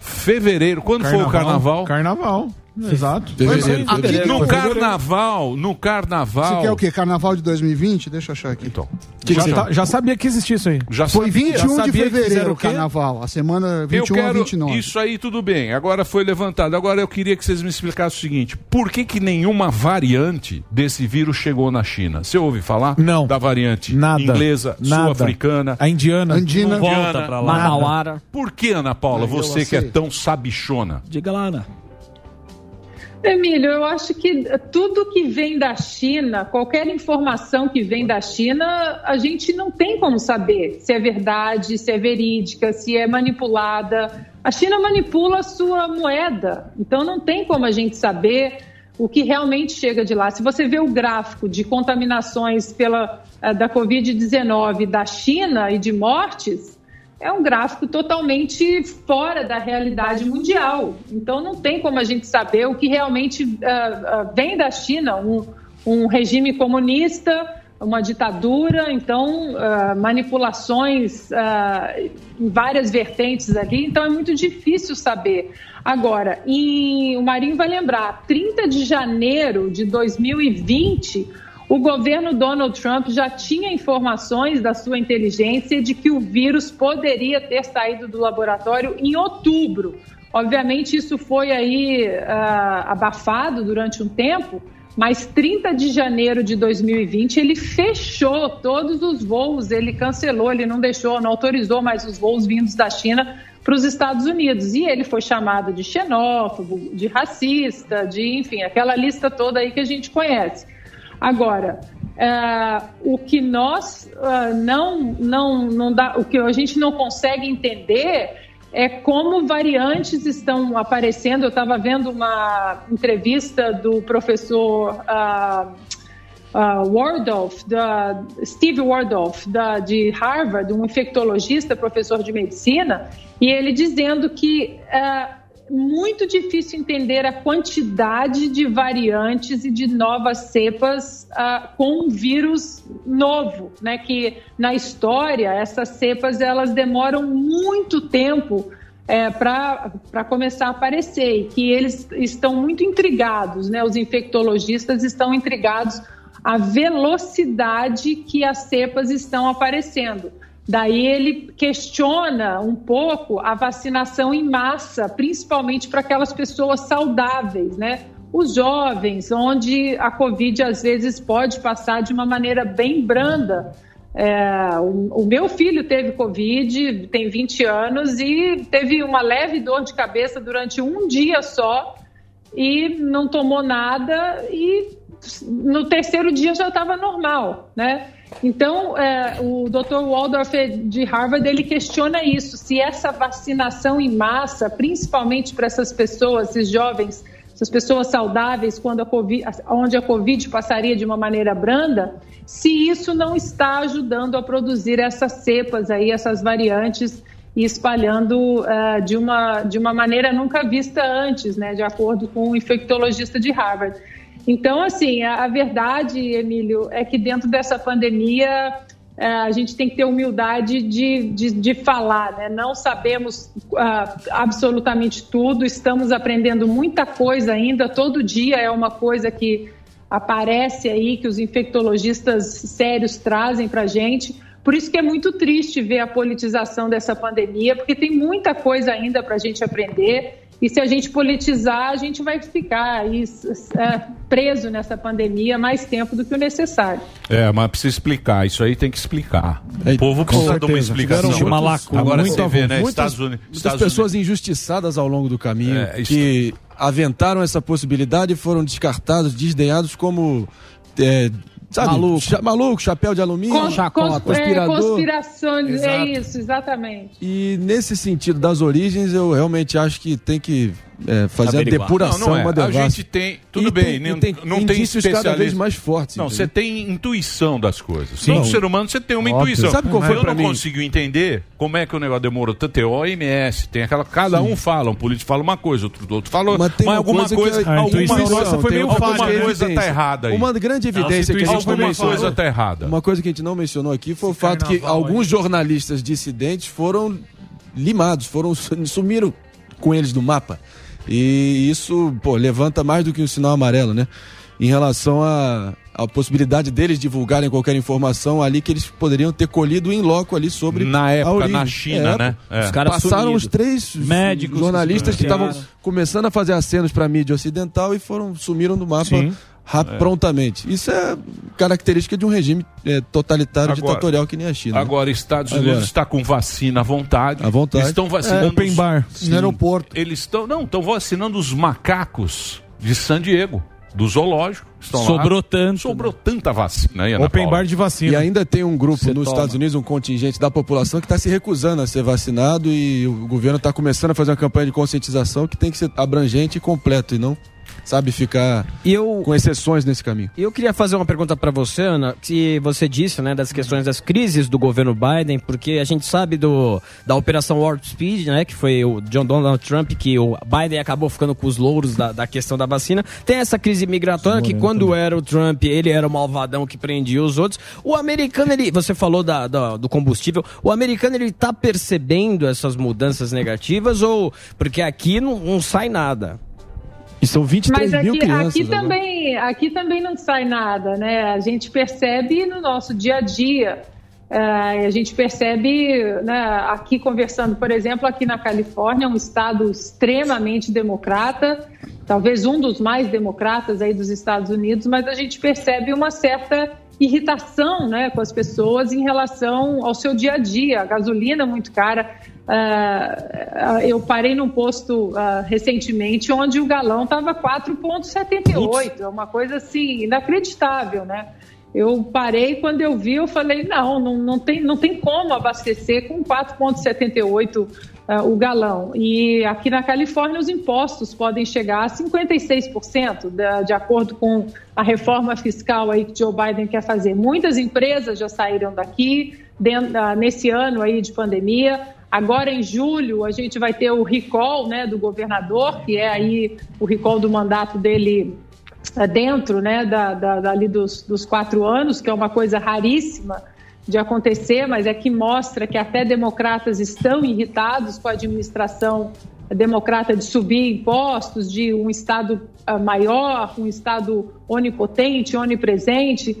Speaker 21: fevereiro. Quando foi o carnaval?
Speaker 4: Carnaval. Exato.
Speaker 21: Fevereiro,
Speaker 4: Aqui
Speaker 21: fevereiro.
Speaker 4: no
Speaker 21: No
Speaker 4: carnaval.
Speaker 21: carnaval, no
Speaker 14: Você
Speaker 21: carnaval.
Speaker 14: quer é o quê? Carnaval de 2020? Deixa eu achar aqui. Então.
Speaker 4: Já, tá- já sabia que existia isso aí.
Speaker 21: Já
Speaker 14: Foi 21 de fevereiro
Speaker 4: o
Speaker 14: o carnaval. A semana 21
Speaker 21: eu
Speaker 14: a
Speaker 21: quero
Speaker 14: 29.
Speaker 21: isso aí tudo bem. Agora foi levantado. Agora eu queria que vocês me explicassem o seguinte: por que que nenhuma variante desse vírus chegou na China? Você ouve falar? Não. Da variante
Speaker 4: Nada.
Speaker 21: inglesa,
Speaker 4: Nada.
Speaker 21: sul-africana,
Speaker 4: A indiana.
Speaker 21: Indiana.
Speaker 4: Não volta pra lá. Nada.
Speaker 21: Manauara. Por que, Ana Paula,
Speaker 4: Não, eu
Speaker 21: você que é
Speaker 4: aceito.
Speaker 21: tão sabichona?
Speaker 6: Diga lá, Ana.
Speaker 17: Emílio, eu acho que tudo que vem da China, qualquer informação que vem da China, a gente não tem como saber se é verdade, se é verídica, se é manipulada. A China manipula a sua moeda, então não tem como a gente saber o que realmente chega de lá. Se você vê o gráfico de contaminações pela, eh, da Covid-19 da China e de mortes, é um gráfico totalmente fora da realidade mundial. Então não tem como a gente saber o que realmente ah, ah, vem da China, um, um regime comunista, uma ditadura, então ah, manipulações ah, em várias vertentes ali, então é muito difícil saber. Agora, em- o Marinho vai lembrar, 30 de janeiro de 2020, o governo Donald Trump já tinha informações da sua inteligência de que o vírus poderia ter saído do laboratório em outubro. Obviamente, isso foi aí ah, abafado durante um tempo, mas 30 de janeiro de 2020 ele fechou todos os voos, ele cancelou, ele não deixou, não autorizou mais os voos vindos da China para os Estados Unidos. E ele foi chamado de xenófobo, de racista, de enfim, aquela lista toda aí que a gente conhece. Agora, é, o que nós ah, não, não, não dá, o que a gente não consegue entender é como variantes estão aparecendo. Eu estava vendo uma entrevista do professor ah, ah, Wardolf, da, Steve Wardolf, da, de Harvard, um infectologista, professor de medicina, e ele dizendo que é muito difícil entender a quantidade de variantes e de novas cepas ah, com um vírus novo, né? Que na história essas cepas elas demoram muito tempo é, para começar a aparecer e que eles estão muito intrigados, né? Os infectologistas estão intrigados a velocidade que as cepas estão aparecendo. Daí ele questiona um pouco a vacinação em massa, principalmente para aquelas pessoas saudáveis, né? Os jovens, onde a Covid às vezes pode passar de uma maneira bem branda. É, o, o meu filho teve Covid, tem 20 anos, e teve uma leve dor de cabeça durante um dia só e não tomou nada e no terceiro dia já estava normal, né? Então, é, o Dr. Waldorf de Harvard, ele questiona isso, se essa vacinação em massa, principalmente para essas pessoas, esses jovens, essas pessoas saudáveis, quando a COVID, onde a Covid passaria de uma maneira branda, se isso não está ajudando a produzir essas cepas aí, essas variantes e espalhando eh, de, uma, de uma maneira nunca vista antes, né, de acordo com o infectologista de Harvard. Então, assim, a, a verdade, Emílio, é que dentro dessa pandemia eh, a gente tem que ter humildade de, de, de falar, né? Não sabemos ah, absolutamente tudo, estamos aprendendo muita coisa ainda, todo dia é uma coisa que aparece aí, que os infectologistas sérios trazem para a gente. Por isso que é muito triste ver a politização dessa pandemia, porque tem muita coisa ainda para a gente aprender. E se a gente politizar, a gente vai ficar aí, s- s- é, preso nessa pandemia mais tempo do que o necessário.
Speaker 21: É, mas precisa explicar. Isso aí tem que explicar.
Speaker 13: É,
Speaker 21: O povo precisa de uma explicação. Agora você vê, né?
Speaker 13: Muitas,
Speaker 21: Estados Unidos. É,
Speaker 13: muitas
Speaker 21: Estados
Speaker 13: pessoas injustiçadas ao longo do caminho que aventaram essa possibilidade e foram descartados, desdenhados como. é, sabe,
Speaker 17: Maluco.
Speaker 13: cha- maluco, chapéu de alumínio,
Speaker 17: Cons- é,
Speaker 13: conspirador.
Speaker 17: conspirações, é
Speaker 13: Exato.
Speaker 17: isso, exatamente.
Speaker 13: E nesse sentido das origens, eu realmente acho que tem que é, fazer
Speaker 21: Averiguar.
Speaker 13: a depuração,
Speaker 21: Não, não é.
Speaker 13: uma
Speaker 21: A
Speaker 13: devassa.
Speaker 21: gente tem. Tudo
Speaker 13: E
Speaker 21: bem,
Speaker 13: tem-
Speaker 21: não
Speaker 13: e tem
Speaker 21: não tem
Speaker 13: indícios cada vez
Speaker 21: especialista.
Speaker 13: mais fortes.
Speaker 21: Não, você
Speaker 13: entendeu?
Speaker 21: tem intuição das coisas.
Speaker 13: Sim.
Speaker 21: Todo ser humano você tem uma
Speaker 13: Óbvio.
Speaker 21: intuição.
Speaker 13: Sabe qual foi
Speaker 21: Eu
Speaker 13: pra
Speaker 21: não
Speaker 13: mim?
Speaker 21: consigo entender como é que o negócio demorou tanto. É OMS, tem aquela. Cada um fala, um político fala uma coisa, outro outro fala outra. Mas,
Speaker 13: tem uma
Speaker 21: alguma
Speaker 13: coisa
Speaker 21: coisa.
Speaker 13: que é- a
Speaker 21: alguma
Speaker 13: intuição,
Speaker 21: coisa foi
Speaker 13: tem
Speaker 21: meio
Speaker 13: uma
Speaker 21: Alguma
Speaker 13: falta de
Speaker 21: coisa tá
Speaker 13: evidência.
Speaker 21: errada aí.
Speaker 13: Uma grande evidência que a gente
Speaker 21: Alguma
Speaker 13: mencionou-
Speaker 21: coisa tá errada.
Speaker 13: Uma coisa que a gente não mencionou aqui foi o fato que alguns jornalistas dissidentes foram limados, foram sumiram com eles do mapa. E isso, pô, levanta mais do que um sinal amarelo, né? Em relação à à possibilidade deles divulgarem qualquer informação ali que eles poderiam ter colhido em loco ali sobre
Speaker 21: Na
Speaker 13: a
Speaker 21: época,
Speaker 13: origem.
Speaker 21: na China,
Speaker 13: É,
Speaker 21: né?
Speaker 13: pô.
Speaker 21: É.
Speaker 13: Os caras passaram
Speaker 21: sumidos.
Speaker 13: os três
Speaker 21: Médicos
Speaker 13: jornalistas
Speaker 21: que
Speaker 13: que
Speaker 21: sumiram.
Speaker 13: estavam Ah. começando a fazer acenos para mídia ocidental e foram sumiram do mapa ra-
Speaker 21: É.
Speaker 13: prontamente. Isso é característica de um regime é, totalitário
Speaker 21: Agora-
Speaker 13: ditatorial que nem a China. né?
Speaker 21: Agora, Estados
Speaker 13: Agora.
Speaker 21: Unidos está com vacina à vontade.
Speaker 13: À vontade.
Speaker 21: Estão vacinando.
Speaker 13: É, open
Speaker 21: os-
Speaker 13: bar, no aeroporto.
Speaker 21: Eles estão. Não, estão vacinando os macacos de San Diego, do zoológico. Estão lá.
Speaker 13: Sobrou
Speaker 6: tanto.
Speaker 21: Sobrou tanta vacina aí, Ana Paula.
Speaker 13: vacina. E ainda tem um grupo
Speaker 21: Você
Speaker 13: nos
Speaker 21: toma.
Speaker 13: Estados Unidos, um contingente da população que está se recusando a ser vacinado tá e o governo está começando a fazer uma campanha de conscientização que tem que ser abrangente e completo e não sabe, ficar com exceções nesse caminho.
Speaker 22: E eu queria fazer uma pergunta para você, Ana, que você disse, né, das questões das crises do governo Biden, porque a gente sabe do da operação Warp Speed, né, que foi o John Donald Trump que o Biden acabou ficando com os louros da, da questão da vacina. Tem essa crise migratória que quando era o Trump, ele era o malvadão que prendia os outros. O americano ele, você falou da, da- do combustível, o americano ele tá percebendo essas mudanças negativas ou porque aqui não, não sai nada.
Speaker 13: E são 23
Speaker 17: Mas
Speaker 13: mil
Speaker 17: aqui,
Speaker 13: crianças. né?
Speaker 17: aqui
Speaker 13: agora.
Speaker 17: também, aqui também não sai nada, né? A gente percebe no nosso dia a dia. Eh, a gente percebe né, aqui conversando, por exemplo, aqui na Califórnia, um estado extremamente democrata, talvez um dos mais democratas aí dos Estados Unidos, mas a gente percebe uma certa irritação né, com as pessoas em relação ao seu dia a dia. A gasolina é muito cara, ah, eu parei num posto ah, recentemente onde o galão estava 4,78. É uma coisa assim, inacreditável, né? Eu parei quando eu vi, eu falei, não, não, não, tem, não tem como abastecer com 4,78 ah, o galão. E aqui na Califórnia os impostos podem chegar a 56%, da- de acordo com a reforma fiscal aí que Joe Biden quer fazer. Muitas empresas já saíram daqui dentro, ah, nesse ano aí de pandemia. Agora em julho a gente vai ter o recall né, do governador, que é aí o recall do mandato dele eh, dentro né, da, da- dali dos, dos quatro anos, que é uma coisa raríssima de acontecer, mas é que mostra que até democratas estão irritados com a administração democrata de subir impostos, de um Estado ah, maior, um Estado onipotente, onipresente.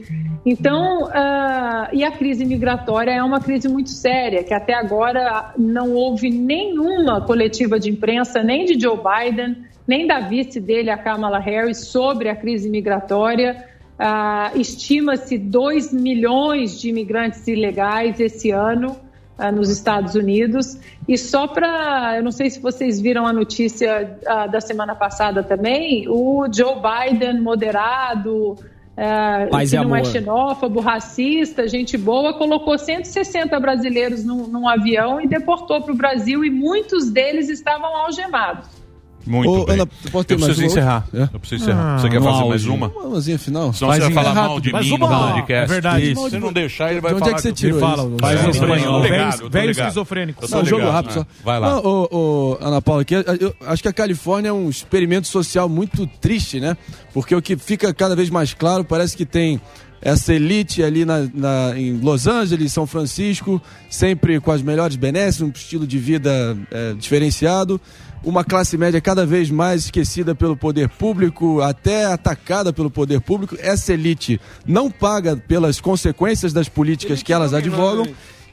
Speaker 17: Então, ah, e a crise migratória é uma crise muito séria, que até agora não houve nenhuma coletiva de imprensa, nem de Joe Biden, nem da vice dele, a Kamala Harris, sobre a crise migratória. Ah, Estima-se 2 milhões de imigrantes ilegais esse ano ah, nos Estados Unidos. E só para. Eu não sei se vocês viram a notícia ah, da semana passada também, o Joe Biden, moderado. ah,
Speaker 22: Paz
Speaker 17: que
Speaker 22: e
Speaker 17: não é
Speaker 22: amor.
Speaker 17: xenófobo, racista, gente boa, colocou 160 brasileiros num, num avião e deportou para o Brasil e muitos deles estavam algemados.
Speaker 2: Muito
Speaker 13: Ô,
Speaker 2: bem.
Speaker 13: Ana, pode ter
Speaker 2: eu
Speaker 13: mais
Speaker 2: preciso
Speaker 13: uma
Speaker 2: encerrar.
Speaker 13: outra?
Speaker 2: Eu preciso encerrar.
Speaker 13: Ah,
Speaker 2: você quer
Speaker 13: no
Speaker 2: fazer
Speaker 13: auge.
Speaker 2: mais uma?
Speaker 13: Uma mazinha final.
Speaker 2: Senão você vai
Speaker 13: Faz em-
Speaker 2: falar
Speaker 13: é
Speaker 2: mal
Speaker 13: rápido,
Speaker 2: de
Speaker 13: mais
Speaker 2: mim no
Speaker 13: uma.
Speaker 2: podcast.
Speaker 13: É verdade.
Speaker 2: Isso. Se você não deixar, ele vai
Speaker 13: De onde
Speaker 2: falar.
Speaker 13: é que você tirou
Speaker 2: Fala,
Speaker 13: isso?
Speaker 2: Faz
Speaker 13: Faz
Speaker 2: um
Speaker 13: um espanhol.
Speaker 2: espanhol.
Speaker 8: Velho esquizofrênico.
Speaker 13: Não, um jogo
Speaker 21: né?
Speaker 13: rápido só.
Speaker 2: Vai lá.
Speaker 13: Não, ô, ô, Ana Paula, aqui, eu acho que a Califórnia é um experimento social muito triste, né? Porque o que fica cada vez mais claro parece que tem essa elite ali na, na- em Los Angeles, São Francisco, sempre com as melhores benesses, um estilo de vida é, diferenciado. Uma classe média cada vez mais esquecida pelo poder público, até atacada pelo poder público. Essa elite não paga pelas consequências das políticas que elas advogam.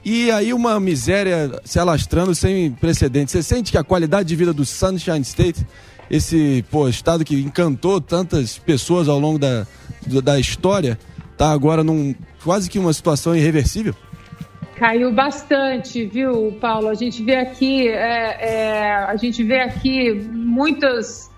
Speaker 13: E aí uma miséria se alastrando sem precedentes. Você sente que a qualidade de vida do Sunshine State, esse pô, estado que encantou tantas pessoas ao longo da, do- da história, tá agora num quase que uma situação irreversível?
Speaker 17: Caiu bastante, viu, Paulo? A gente vê aqui, é, é, a gente vê aqui muitas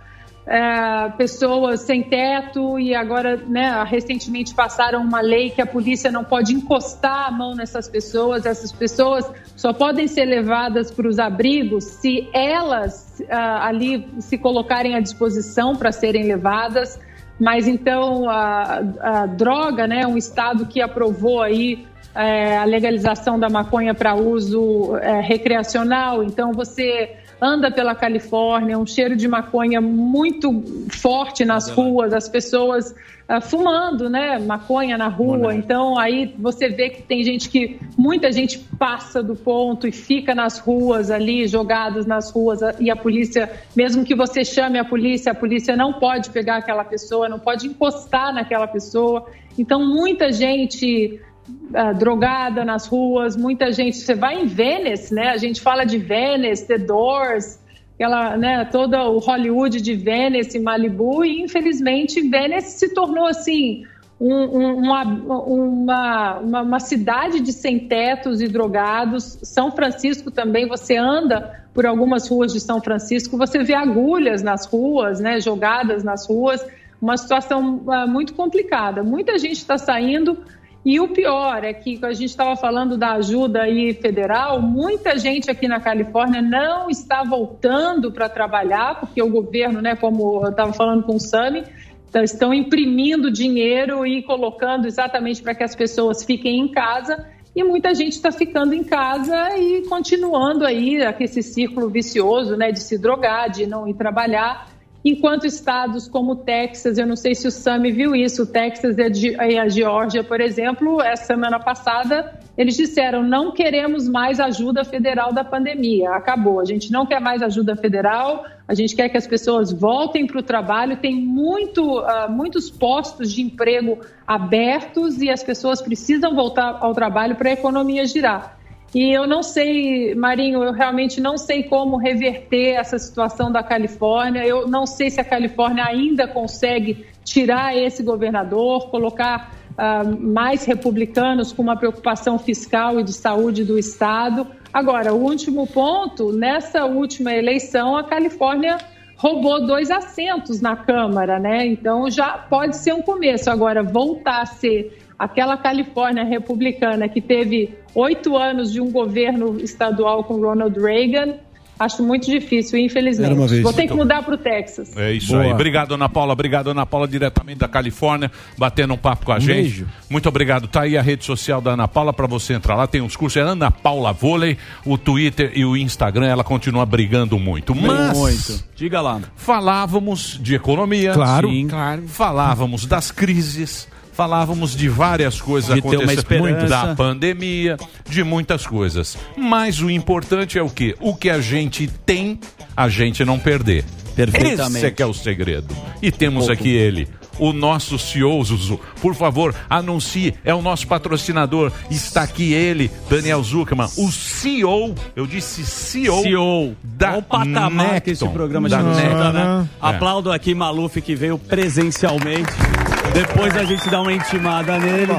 Speaker 17: é, pessoas sem teto e agora, né, recentemente passaram uma lei que a polícia não pode encostar a mão nessas pessoas. Essas pessoas só podem ser levadas para os abrigos se elas ah, ali se colocarem à disposição para serem levadas. Mas então a, a droga, né, um estado que aprovou aí é, a legalização da maconha para uso é, recreacional. Então você anda pela Califórnia, um cheiro de maconha muito forte nas ruas, as pessoas ah, fumando, né, maconha na rua. Então aí você vê que tem gente que muita gente passa do ponto e fica nas ruas ali, jogadas nas ruas e a polícia, mesmo que você chame a polícia, a polícia não pode pegar aquela pessoa, não pode encostar naquela pessoa. Então muita gente ah, drogada nas ruas, muita gente. Você vai em Venice, né? A gente fala de Venice, The Doors, aquela, né? Todo o Hollywood de Venice, Malibu, e infelizmente Venice se tornou assim. um- um- uma, uma, uma, uma cidade de sem-tetos e drogados. São Francisco também, você anda por algumas ruas de São Francisco, você vê agulhas nas ruas, né, jogadas nas ruas. Uma situação ah, muito complicada. Muita gente está saindo E o pior é que a gente estava falando da ajuda aí federal, muita gente aqui na Califórnia não está voltando para trabalhar, porque o governo, né, como eu estava falando com o Sami, tá, estão imprimindo dinheiro e colocando exatamente para que as pessoas fiquem em casa. E muita gente está ficando em casa e continuando aí esse círculo vicioso né, de se drogar, de não ir trabalhar enquanto estados como Texas, eu não sei se o Sami viu isso, o Texas e a Geórgia, por exemplo, essa semana passada, eles disseram: não queremos mais ajuda federal da pandemia, acabou, a gente não quer mais ajuda federal, a gente quer que as pessoas voltem para o trabalho. Tem muito, uh, muitos postos de emprego abertos e as pessoas precisam voltar ao trabalho para a economia girar. E eu não sei, Marinho, eu realmente não sei como reverter essa situação da Califórnia. Eu não sei se a Califórnia ainda consegue tirar esse governador, colocar ah, mais republicanos com uma preocupação fiscal e de saúde do Estado. Agora, o último ponto: nessa última eleição, a Califórnia roubou dois assentos na Câmara, né? Então já pode ser um começo. Agora, voltar a ser aquela Califórnia republicana que teve oito anos de um governo estadual com Ronald Reagan, acho muito difícil, infelizmente.
Speaker 2: Era uma vez,
Speaker 17: Vou ter que
Speaker 2: então.
Speaker 17: mudar para o Texas.
Speaker 2: É isso
Speaker 17: Boa.
Speaker 2: aí. Obrigado, Ana Paula. Obrigado, Ana Paula, diretamente da Califórnia, batendo um papo com a gente.
Speaker 5: beijo.
Speaker 2: Muito obrigado. Tá aí a rede social da Ana Paula para você entrar lá. Tem uns cursos. É Ana Paula Vôlei, o Twitter e o Instagram. Ela continua brigando muito. Mas
Speaker 6: Muito. Diga lá.
Speaker 2: falávamos de economia.
Speaker 6: Claro.
Speaker 2: Sim. Falávamos das crises. Falávamos de várias coisas
Speaker 6: De ter uma
Speaker 2: acontecendo
Speaker 6: esperança.
Speaker 2: da pandemia, de muitas coisas. Mas o importante é o quê? O que a gente tem, a gente não perder.
Speaker 6: Perfeitamente. Um
Speaker 2: Esse é que é o segredo. E temos aqui ele, o nosso CEO, Zuzu. Por favor, anuncie, é o nosso patrocinador. Está aqui ele, Daniel Zuckerman, o CEO, eu disse CEO,
Speaker 6: CEO.
Speaker 2: da
Speaker 6: Olha o É um patamar que esse
Speaker 2: Necton,
Speaker 6: programa
Speaker 2: da
Speaker 6: já está,
Speaker 2: Necton.
Speaker 6: né?
Speaker 2: É.
Speaker 6: Aplaudo aqui Maluf que veio presencialmente. Depois a gente dá uma intimada nele.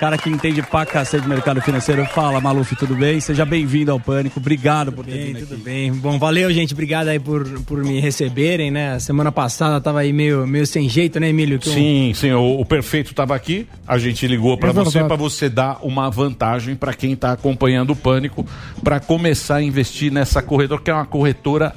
Speaker 6: Cara que entende pra cacete de mercado financeiro, fala Maluf, tudo bem? Seja bem-vindo ao Pânico. Obrigado por ter
Speaker 23: bem,
Speaker 6: vindo aqui.
Speaker 23: tudo bem. Bom, valeu, gente. Obrigado aí por, por me receberem, né? Semana passada eu tava aí meio, meio sem jeito, né, Emílio? Que eu-
Speaker 2: Sim, sim, o, o perfeito estava aqui. A gente ligou para
Speaker 23: É
Speaker 2: você
Speaker 23: verdade.
Speaker 2: para você dar uma vantagem para quem está acompanhando o pânico para começar a investir nessa corretora que é uma corretora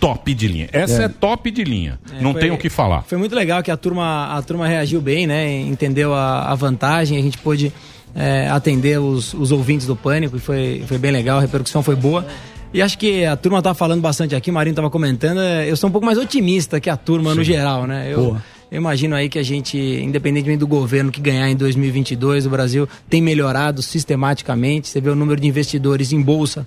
Speaker 2: top de linha. Essa é,
Speaker 23: É.
Speaker 2: top de linha.
Speaker 23: É,
Speaker 2: Não
Speaker 23: foi-
Speaker 2: tem o que falar.
Speaker 23: Foi muito legal que a turma, a turma reagiu bem, né? Entendeu a, a vantagem, a gente pôde é, atender os, os ouvintes do pânico e foi, foi bem legal, a repercussão foi boa. E acho que a turma tá falando bastante aqui, o Marinho tava comentando, é, eu sou um pouco mais otimista que a turma no
Speaker 6: Sim.
Speaker 23: geral, né? Eu,
Speaker 6: Boa.
Speaker 23: eu imagino aí que a gente, independentemente do governo que ganhar em 2022, o Brasil tem melhorado sistematicamente. Você vê o número de investidores em bolsa.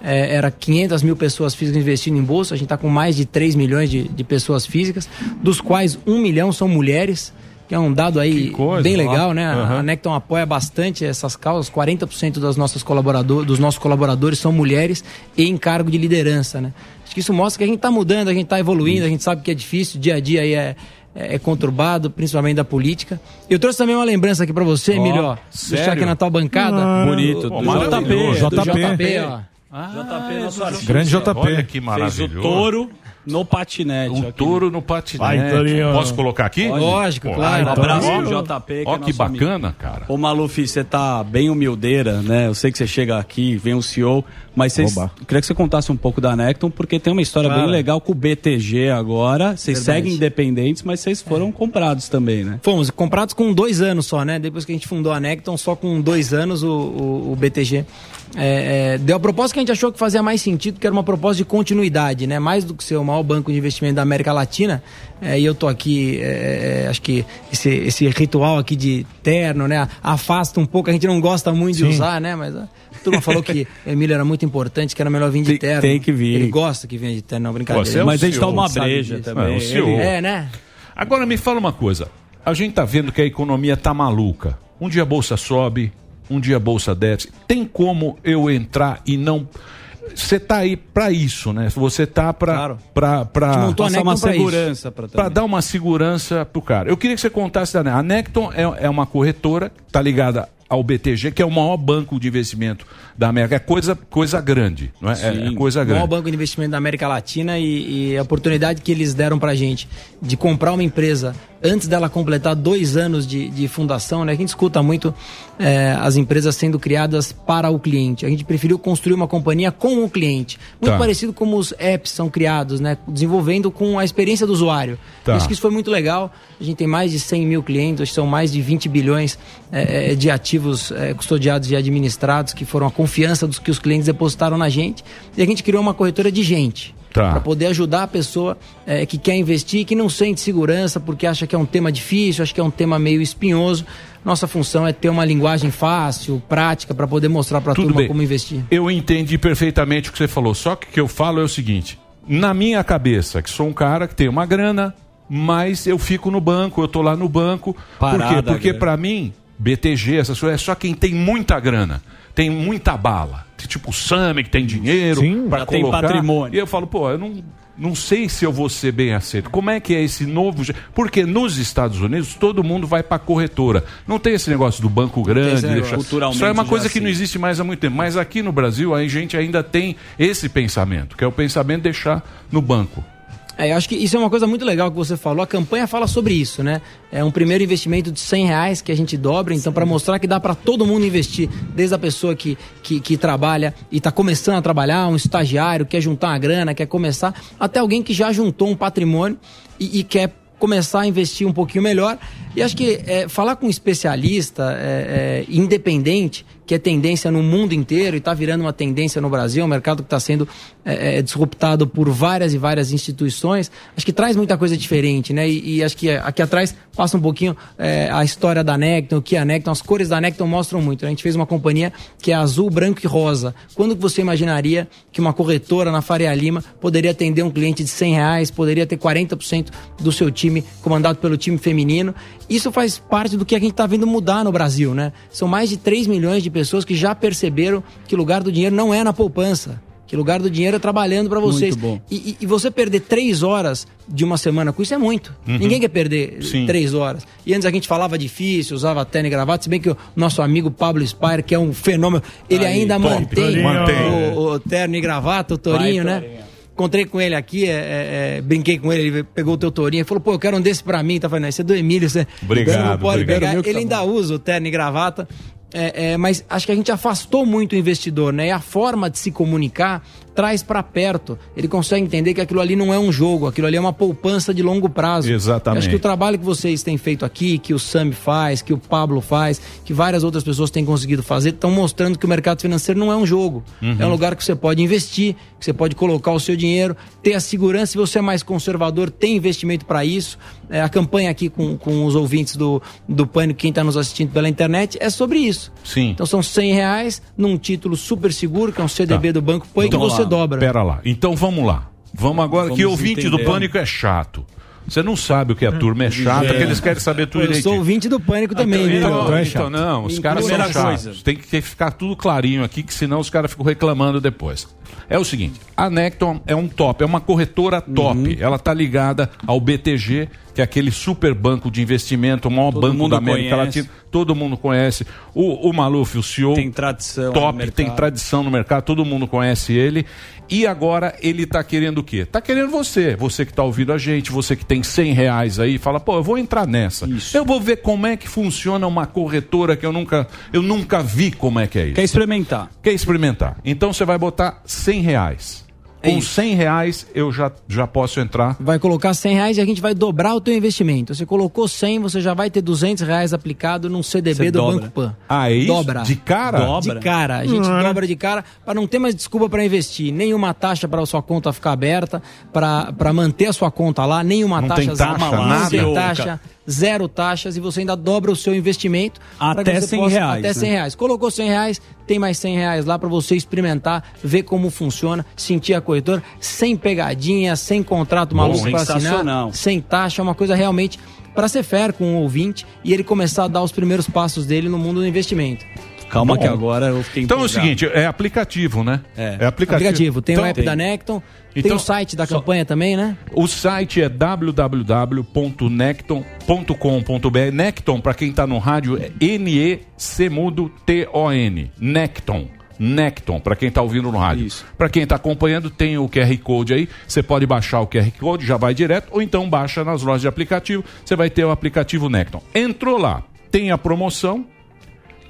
Speaker 23: é, era 500 mil pessoas físicas investindo em bolsa. A gente está com mais de 3 milhões de, de pessoas físicas, dos quais 1 milhão são mulheres, que é um dado aí bem legal,
Speaker 6: ó.
Speaker 23: né? A-
Speaker 6: Aham.
Speaker 23: A Necton apoia bastante essas causas. 40% das nossas colaborador, dos nossos colaboradores são mulheres e em cargo de liderança, né? Acho que isso mostra que a gente está mudando, a gente está evoluindo, a gente sabe que é difícil, dia a dia aí é, é é conturbado, principalmente da política. Eu trouxe também uma lembrança aqui para você, Emílio. ó. Deixar aqui na tua bancada.
Speaker 2: Ah,
Speaker 6: Bonito.
Speaker 23: Do-
Speaker 6: Do
Speaker 23: do JP. do JP, ó.
Speaker 6: JP, nosso artista.
Speaker 23: Grande JP.
Speaker 2: Ah, Olha que
Speaker 6: Fez o
Speaker 2: maravilhoso.
Speaker 6: touro no patinete. ó,
Speaker 2: O
Speaker 6: que
Speaker 2: touro no
Speaker 6: Vai,
Speaker 2: patinete.
Speaker 6: Torinho.
Speaker 2: Posso colocar aqui?
Speaker 6: Pode. Lógico,
Speaker 2: Pô,
Speaker 6: claro. um
Speaker 2: então,
Speaker 6: Abraço
Speaker 2: ó,
Speaker 6: pro JP, que é
Speaker 2: Ó que
Speaker 6: nosso amigo.
Speaker 2: bacana, cara.
Speaker 6: Ô Maluf, você tá bem humildeira, né? Eu sei que você chega aqui, vem um CEO, mas vocês,
Speaker 5: Oba.
Speaker 6: eu queria que você contasse um pouco da Necton, porque tem uma história
Speaker 23: Claro.
Speaker 6: bem legal com o BTG agora. Vocês
Speaker 23: Verdade. É.
Speaker 6: seguem independentes, mas vocês foram comprados também, né?
Speaker 23: Fomos comprados com dois anos só, né? Depois que a gente fundou a Necton, só com dois anos o, o- o BTG é, é, deu a proposta que a gente achou que fazia mais sentido, que era uma proposta de continuidade, né? Mais do que ser o maior banco de investimento da América Latina. é, e eu tô aqui, é, é, acho que esse, esse ritual aqui de terno, né? Afasta um pouco, a gente não gosta muito de
Speaker 6: Sim.
Speaker 23: usar, né? Mas a turma
Speaker 6: [laughs]
Speaker 23: falou que o Emílio era muito importante, que era melhor vir de terno.
Speaker 6: tem que vir.
Speaker 23: Ele gosta que venha de terno, não, brincadeira.
Speaker 2: Você é um
Speaker 6: Mas a gente
Speaker 2: CEO,
Speaker 6: toma
Speaker 2: sabe
Speaker 6: breja
Speaker 2: disso.
Speaker 6: também.
Speaker 2: É, um CEO.
Speaker 23: É, né?
Speaker 2: Agora me fala uma coisa. A gente tá vendo que a economia tá maluca. Um dia a bolsa sobe, um dia a bolsa desce. Tem como eu entrar e não você tá aí pra isso, né? Você tá pra pra
Speaker 6: A
Speaker 2: pra
Speaker 6: gente montou a Passar Necton uma pra isso. né? segurança pra
Speaker 2: pra
Speaker 6: também.
Speaker 2: dar uma segurança pro cara. Eu queria que você contasse da A Necton é, é uma corretora, tá ligada ao BTG, que é o maior banco de investimento da América. É coisa coisa grande, não é? É, é coisa
Speaker 23: O maior
Speaker 2: grande.
Speaker 23: banco de investimento da América Latina e, e a oportunidade que eles deram pra gente de comprar uma empresa antes dela completar dois anos de, de fundação, né? A gente escuta muito é, as empresas sendo criadas para o cliente. A gente preferiu construir uma companhia com o cliente. Muito
Speaker 3: Tá.
Speaker 23: parecido como os apps são criados, né? Desenvolvendo com a experiência do usuário.
Speaker 3: Tá.
Speaker 23: Acho que isso foi muito legal. A gente tem mais de 100 mil clientes, acho que são mais de 20 bilhões eh, eh, de ativos eh, custodiados e administrados, que foram a confiança dos que os clientes depositaram na gente. E a gente criou uma corretora de gente.
Speaker 2: Tá.
Speaker 23: Para poder ajudar a pessoa eh, que quer investir, que não sente segurança, porque acha que é um tema difícil, acha que é um tema meio espinhoso. Nossa função é ter uma linguagem fácil, prática, para poder mostrar para a
Speaker 2: Tudo
Speaker 23: turma
Speaker 2: bem.
Speaker 23: como investir.
Speaker 2: Eu entendi perfeitamente o que você falou, só que o que eu falo é o seguinte: na minha cabeça, que sou um cara que tem uma grana, mas eu fico no banco, eu tô lá no banco.
Speaker 21: Parada né? a
Speaker 2: por quê? Porque
Speaker 21: grana.
Speaker 2: pra mim, BTG, essas coisas, é só quem tem muita grana, tem muita bala. Tem Tipo o Sami, que tem dinheiro
Speaker 21: Sim,
Speaker 2: para
Speaker 21: já tem
Speaker 2: colocar.
Speaker 21: patrimônio.
Speaker 2: E eu falo, pô, eu não, não sei se eu vou ser bem aceito. Como é que é esse novo. je- Porque nos Estados Unidos todo mundo vai pra corretora. Não tem esse negócio do banco grande.
Speaker 21: esse negócio.
Speaker 2: deixar-
Speaker 21: Culturalmente
Speaker 2: Isso é uma
Speaker 21: já
Speaker 2: coisa que
Speaker 21: assim.
Speaker 2: não existe mais há muito tempo. Mas aqui no Brasil, a gente ainda tem esse pensamento, que é o pensamento de deixar no banco.
Speaker 23: É, eu acho que isso é uma coisa muito legal que você falou. A campanha fala sobre isso, né? É um primeiro investimento de 100 reais que a gente dobra, então, para mostrar que dá para todo mundo investir, desde a pessoa que, que, que trabalha e está começando a trabalhar, um estagiário, quer juntar uma grana, quer começar, até alguém que já juntou um patrimônio e, e quer começar a investir um pouquinho melhor. E acho que é, falar com um especialista é, é, independente, que é tendência no mundo inteiro e está virando uma tendência no Brasil, um mercado que está sendo é, é, disruptado por várias e várias instituições, acho que traz muita coisa diferente, né? E, e acho que é, aqui atrás passa um pouquinho é, a história da Necton, o que é a Necton, as cores da Necton mostram muito. né? A gente fez uma companhia que é azul, branco e rosa. Quando que você imaginaria que uma corretora na Faria Lima poderia atender um cliente de 100 reais, poderia ter 40% do seu time comandado pelo time feminino. Isso faz parte do que a gente está vendo mudar no Brasil, né? São mais de 3 milhões de pessoas que já perceberam que o lugar do dinheiro não é na poupança. Que o lugar do dinheiro é trabalhando para vocês.
Speaker 22: Muito bom.
Speaker 23: E, e- e você perder três horas de uma semana com isso é muito.
Speaker 22: Uhum.
Speaker 23: Ninguém quer perder
Speaker 22: Sim.
Speaker 23: três horas. E antes a gente falava difícil, usava terno e gravata, se bem que o nosso amigo Pablo Spire, que é um fenômeno, ele
Speaker 22: Aí,
Speaker 23: ainda
Speaker 22: top.
Speaker 23: mantém,
Speaker 22: Mantém.
Speaker 23: O, o terno e gravata, o Torinho,
Speaker 22: Vai,
Speaker 23: né? Encontrei com ele aqui, é, é, é, brinquei com ele, ele pegou o teu tourinho e falou, pô, eu quero um desse pra mim. Tá falando, "Não, esse é do Emílio, você
Speaker 3: Obrigado,
Speaker 23: você não pode
Speaker 3: obrigado.
Speaker 23: pegar.
Speaker 3: Meu que
Speaker 23: Ele
Speaker 3: tá
Speaker 23: ainda usa o terno e gravata, é, é, mas acho que a gente afastou muito o investidor, né? E a forma de se comunicar traz pra perto. Ele consegue entender que aquilo ali não é um jogo, aquilo ali é uma poupança de longo prazo.
Speaker 2: Exatamente.
Speaker 23: Acho que o trabalho que vocês têm feito aqui, que o Sam faz, que o Pablo faz, que várias outras pessoas têm conseguido fazer, estão mostrando que o mercado financeiro não é um jogo.
Speaker 3: Uhum.
Speaker 23: É um lugar que você pode investir, que você pode colocar o seu dinheiro, ter a segurança. Se você é mais conservador, tem investimento para isso. É, a campanha aqui com, com os ouvintes do, do Pânico, quem está nos assistindo pela internet, é sobre isso.
Speaker 2: Sim.
Speaker 23: Então são 100 reais num título super seguro, que é um CDB do Banco Pan, que
Speaker 2: Então
Speaker 23: você
Speaker 2: lá,
Speaker 23: dobra.
Speaker 2: Pera lá. Então vamos lá. Vamos agora,
Speaker 23: Vamos
Speaker 2: que ouvinte
Speaker 23: entender.
Speaker 2: do Pânico é chato. Você não sabe o que é a turma, é chata,
Speaker 23: É.
Speaker 2: que eles querem saber tudo
Speaker 23: Eu
Speaker 2: direitinho.
Speaker 23: sou ouvinte do Pânico também, viu?
Speaker 2: Então, então, não, os caras são
Speaker 23: Primeira
Speaker 2: chatos.
Speaker 23: coisa.
Speaker 2: Tem que ter- ficar tudo clarinho aqui, que senão os caras ficam reclamando depois. É o seguinte, a Necton é um top, é uma corretora top.
Speaker 23: Uhum.
Speaker 2: Ela tá ligada ao BTG, que é aquele super banco de investimento, o maior
Speaker 6: Todo
Speaker 2: banco
Speaker 6: mundo
Speaker 2: da América
Speaker 6: conhece.
Speaker 2: Latina. Todo mundo conhece. O, o Maluf, o CEO. Tem
Speaker 6: tradição. no
Speaker 2: Top,
Speaker 6: mercado.
Speaker 2: tem tradição no mercado, todo mundo conhece ele. E agora ele tá querendo o quê? Tá querendo você. Você que tá ouvindo a gente, você que tem 100 reais aí, fala, pô, eu vou entrar nessa. Eu vou ver como é que funciona uma corretora que eu nunca, eu nunca vi como é que é isso.
Speaker 6: Quer experimentar?
Speaker 2: Quer experimentar. Então você vai botar 100 reais.
Speaker 6: É
Speaker 2: Com 100 reais eu já, já posso entrar.
Speaker 23: Vai colocar 100 reais e a gente vai dobrar o teu investimento. Você colocou 100, você já vai ter 200 reais aplicado num CDB
Speaker 2: Você
Speaker 23: do
Speaker 2: dobra.
Speaker 23: Banco Pan.
Speaker 2: Ah, é isso?
Speaker 23: Dobra.
Speaker 2: De cara? é? Dobra?
Speaker 23: De cara. A gente
Speaker 2: Cara.
Speaker 23: dobra de cara para não ter mais desculpa para investir. Nenhuma taxa para sua conta ficar aberta, para manter a sua conta lá, nenhuma
Speaker 2: Não
Speaker 23: taxa.
Speaker 2: tem taxa,
Speaker 23: zero,
Speaker 2: nada?
Speaker 23: Zero
Speaker 2: Cara.
Speaker 23: taxa, zero taxas e você ainda dobra o seu investimento. pra
Speaker 6: Até
Speaker 23: que você
Speaker 6: 100 reais,
Speaker 23: Até 100
Speaker 6: né?
Speaker 23: reais. Colocou 100 reais, tem mais 100 reais lá para você experimentar, ver como funciona, sentir a corretora, sem pegadinha, sem contrato
Speaker 6: Bom,
Speaker 23: maluco para
Speaker 6: sensacional.
Speaker 23: assinar, sem taxa, é uma coisa realmente para ser fair com o ouvinte e ele começar a dar os primeiros passos dele no mundo do investimento.
Speaker 6: Calma
Speaker 2: Bom.
Speaker 6: que agora eu fiquei
Speaker 2: Então é o
Speaker 6: empolgado.
Speaker 2: seguinte, é aplicativo, né? É, aplicativo.
Speaker 23: Aplicativo, tem
Speaker 2: Então-
Speaker 23: o app da Necton, tem
Speaker 2: Então-
Speaker 23: o site da campanha também, né?
Speaker 2: O site é www.necton.com.br. tá Necton, para quem está no rádio, é N-E-C-Mudo T-O-N. Necton. Necton, para quem está ouvindo no rádio. Para quem está acompanhando, tem o QR Code aí. Você pode baixar o QR Code, já vai direto, ou então baixa nas lojas de aplicativo. Você vai ter o aplicativo Necton. Entrou lá, tem a promoção,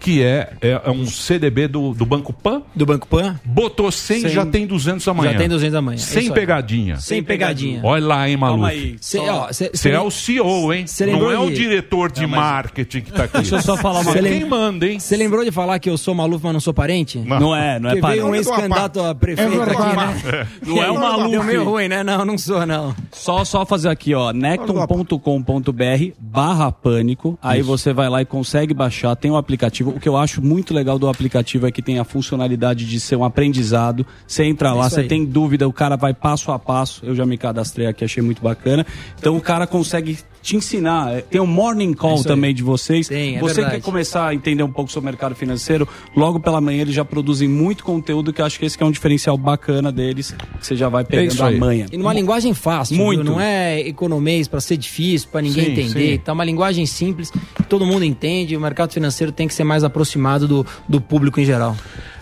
Speaker 2: que é, é, é um CDB do, do Banco Pan.
Speaker 23: Do Banco Pan.
Speaker 2: Botou 100,
Speaker 23: Cem.
Speaker 2: já tem 200 amanhã. É
Speaker 23: Já tem 200 amanhã,
Speaker 2: Sem
Speaker 23: É isso aí.
Speaker 2: pegadinha.
Speaker 23: Sem pegadinha.
Speaker 2: Olha lá, hein, Malu.
Speaker 23: Calma aí, Cê- só- ó, cê-
Speaker 2: Você
Speaker 23: cê-
Speaker 2: é o CEO, hein?
Speaker 23: cê
Speaker 2: Não
Speaker 23: lembrou
Speaker 2: é o
Speaker 23: de-
Speaker 2: diretor de marketing que tá aqui.
Speaker 23: Deixa eu só falar uma
Speaker 2: Cê
Speaker 23: coisa.
Speaker 2: Quem manda, hein?
Speaker 23: Você lembrou de falar que eu sou maluco, mas não sou parente?
Speaker 2: Não. Não é, não é
Speaker 23: Porque
Speaker 2: parente.
Speaker 23: veio um
Speaker 2: É
Speaker 23: ex-candidato a prefeito aqui, né? [laughs]
Speaker 6: Não
Speaker 2: um
Speaker 6: é o maluco.
Speaker 23: Deu meio ruim, né? Não, não sou, não.
Speaker 6: Só, só fazer aqui, ó, necton.com.br barra pânico, aí
Speaker 23: Isso.
Speaker 6: você vai lá e consegue baixar, tem o aplicativo, o que eu acho muito legal do aplicativo é que tem a funcionalidade de ser um aprendizado, você entra lá,
Speaker 23: Isso
Speaker 6: você
Speaker 23: aí.
Speaker 6: tem dúvida, o cara vai passo a passo, eu já me cadastrei aqui, achei muito bacana, então o cara consegue te ensinar, É, tem um morning call
Speaker 23: Isso aí.
Speaker 6: também de vocês,
Speaker 23: é
Speaker 6: você que
Speaker 23: verdade.
Speaker 6: quer começar a entender um pouco sobre o mercado financeiro, logo pela manhã eles já produzem muito conteúdo, que eu acho que esse que é um diferencial bacana deles, que você
Speaker 2: É
Speaker 6: já vai pegando a manha.
Speaker 23: E numa linguagem fácil,
Speaker 6: Muito.
Speaker 23: Muito. não é economês para ser difícil, para ninguém
Speaker 6: Sim,
Speaker 23: entender.
Speaker 6: sim.
Speaker 23: Tá uma linguagem simples, que todo mundo entende. O mercado financeiro tem que ser mais aproximado do, do público em geral.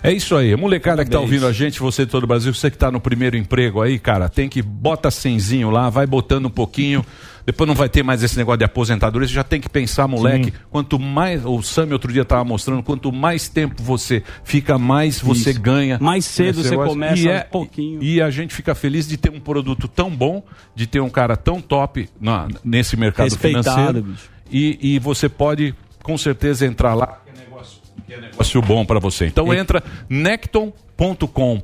Speaker 2: É isso aí. Molecada que tá ouvindo a gente, você de todo o Brasil, você que tá no primeiro emprego aí, cara, tem que bota cenzinho lá, vai botando um pouquinho. Depois não vai ter mais esse negócio de aposentadoria, você já tem que pensar, moleque. Quanto mais. O Sam outro dia tava mostrando, quanto mais tempo você fica, mais você
Speaker 6: Isso.
Speaker 2: ganha.
Speaker 6: Mais cedo
Speaker 2: nesse
Speaker 6: você
Speaker 2: negócio.
Speaker 6: começa
Speaker 2: e
Speaker 6: um
Speaker 2: é, pouquinho. E a gente fica feliz de ter um produto tão bom, de ter um cara tão top na- nesse mercado
Speaker 6: Respeitado,
Speaker 2: financeiro.
Speaker 6: bicho.
Speaker 2: E, e você pode, com certeza, entrar lá negócio bom para você. Então entra necton.com.br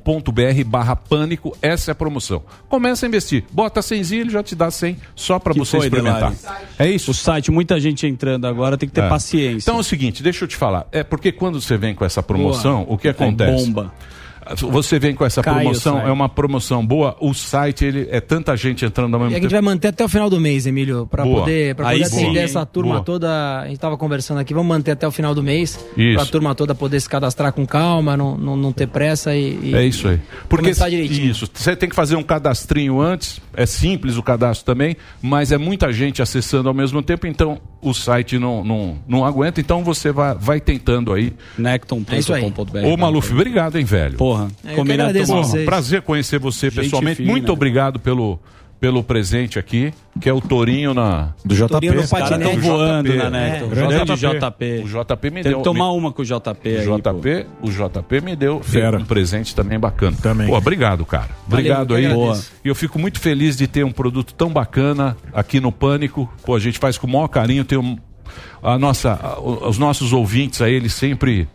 Speaker 2: barra pânico, essa é a promoção. Começa a investir, bota 100 ele já te dá 100 só para
Speaker 6: Que
Speaker 2: você
Speaker 6: foi,
Speaker 2: experimentar.
Speaker 6: Delari?
Speaker 2: É isso?
Speaker 6: O site, muita gente entrando agora, tem que ter
Speaker 2: É.
Speaker 6: paciência.
Speaker 2: Então é o seguinte, deixa eu te falar, é porque quando você vem com essa promoção,
Speaker 6: Boa.
Speaker 2: o que
Speaker 6: É
Speaker 2: acontece?
Speaker 6: bomba.
Speaker 2: Você vem com essa
Speaker 23: Cai o
Speaker 2: promoção,
Speaker 23: site.
Speaker 2: é uma promoção boa, o site ele é tanta gente entrando ao
Speaker 23: E
Speaker 2: mesmo
Speaker 23: a gente
Speaker 2: tempo.
Speaker 23: vai manter até o final do mês, Emílio, para
Speaker 2: Boa.
Speaker 23: poder, pra
Speaker 2: Aí
Speaker 23: poder
Speaker 2: sim,
Speaker 23: atender
Speaker 2: hein?
Speaker 23: essa turma
Speaker 2: Boa.
Speaker 23: toda. A gente estava conversando aqui, vamos manter até o final do mês,
Speaker 2: Isso.
Speaker 23: para a turma toda poder se cadastrar com calma, não, não, não ter pressa e, e-
Speaker 2: É isso aí. Porque
Speaker 23: começar direitinho.
Speaker 2: isso, você tem que fazer um cadastrinho antes, é simples o cadastro também, mas é muita gente acessando ao mesmo tempo, então o site não, não, não aguenta, então você vai, vai tentando aí.
Speaker 6: Necton.com.br. É isso aí.
Speaker 2: Ô Maluf, obrigado, hein, velho.
Speaker 6: Porra,
Speaker 23: É, eu que combinado. agradeço
Speaker 2: Porra,
Speaker 23: vocês.
Speaker 2: Prazer conhecer você
Speaker 6: Gente
Speaker 2: pessoalmente.
Speaker 6: fina. né?
Speaker 2: Muito obrigado pelo pelo presente aqui, que é o Torinho na do
Speaker 6: JP. Torinho no Os caras patinete. tão voando
Speaker 2: É.
Speaker 6: na Necton. Grande
Speaker 2: O JP me
Speaker 6: Tem
Speaker 2: deu
Speaker 6: que tomar
Speaker 2: me-
Speaker 6: uma com o JP aí,
Speaker 2: o JP, o JP me deu
Speaker 6: Fera.
Speaker 2: um presente também bacana. Também. Pô, obrigado, cara.
Speaker 6: Valeu,
Speaker 2: Obrigado
Speaker 6: eu que
Speaker 2: aí.
Speaker 6: agradeço.
Speaker 2: E eu fico muito feliz de ter um produto tão bacana aqui no Pânico. Pô, a gente faz com o maior carinho, tem um- a nossa, a- o- os nossos ouvintes aí, eles sempre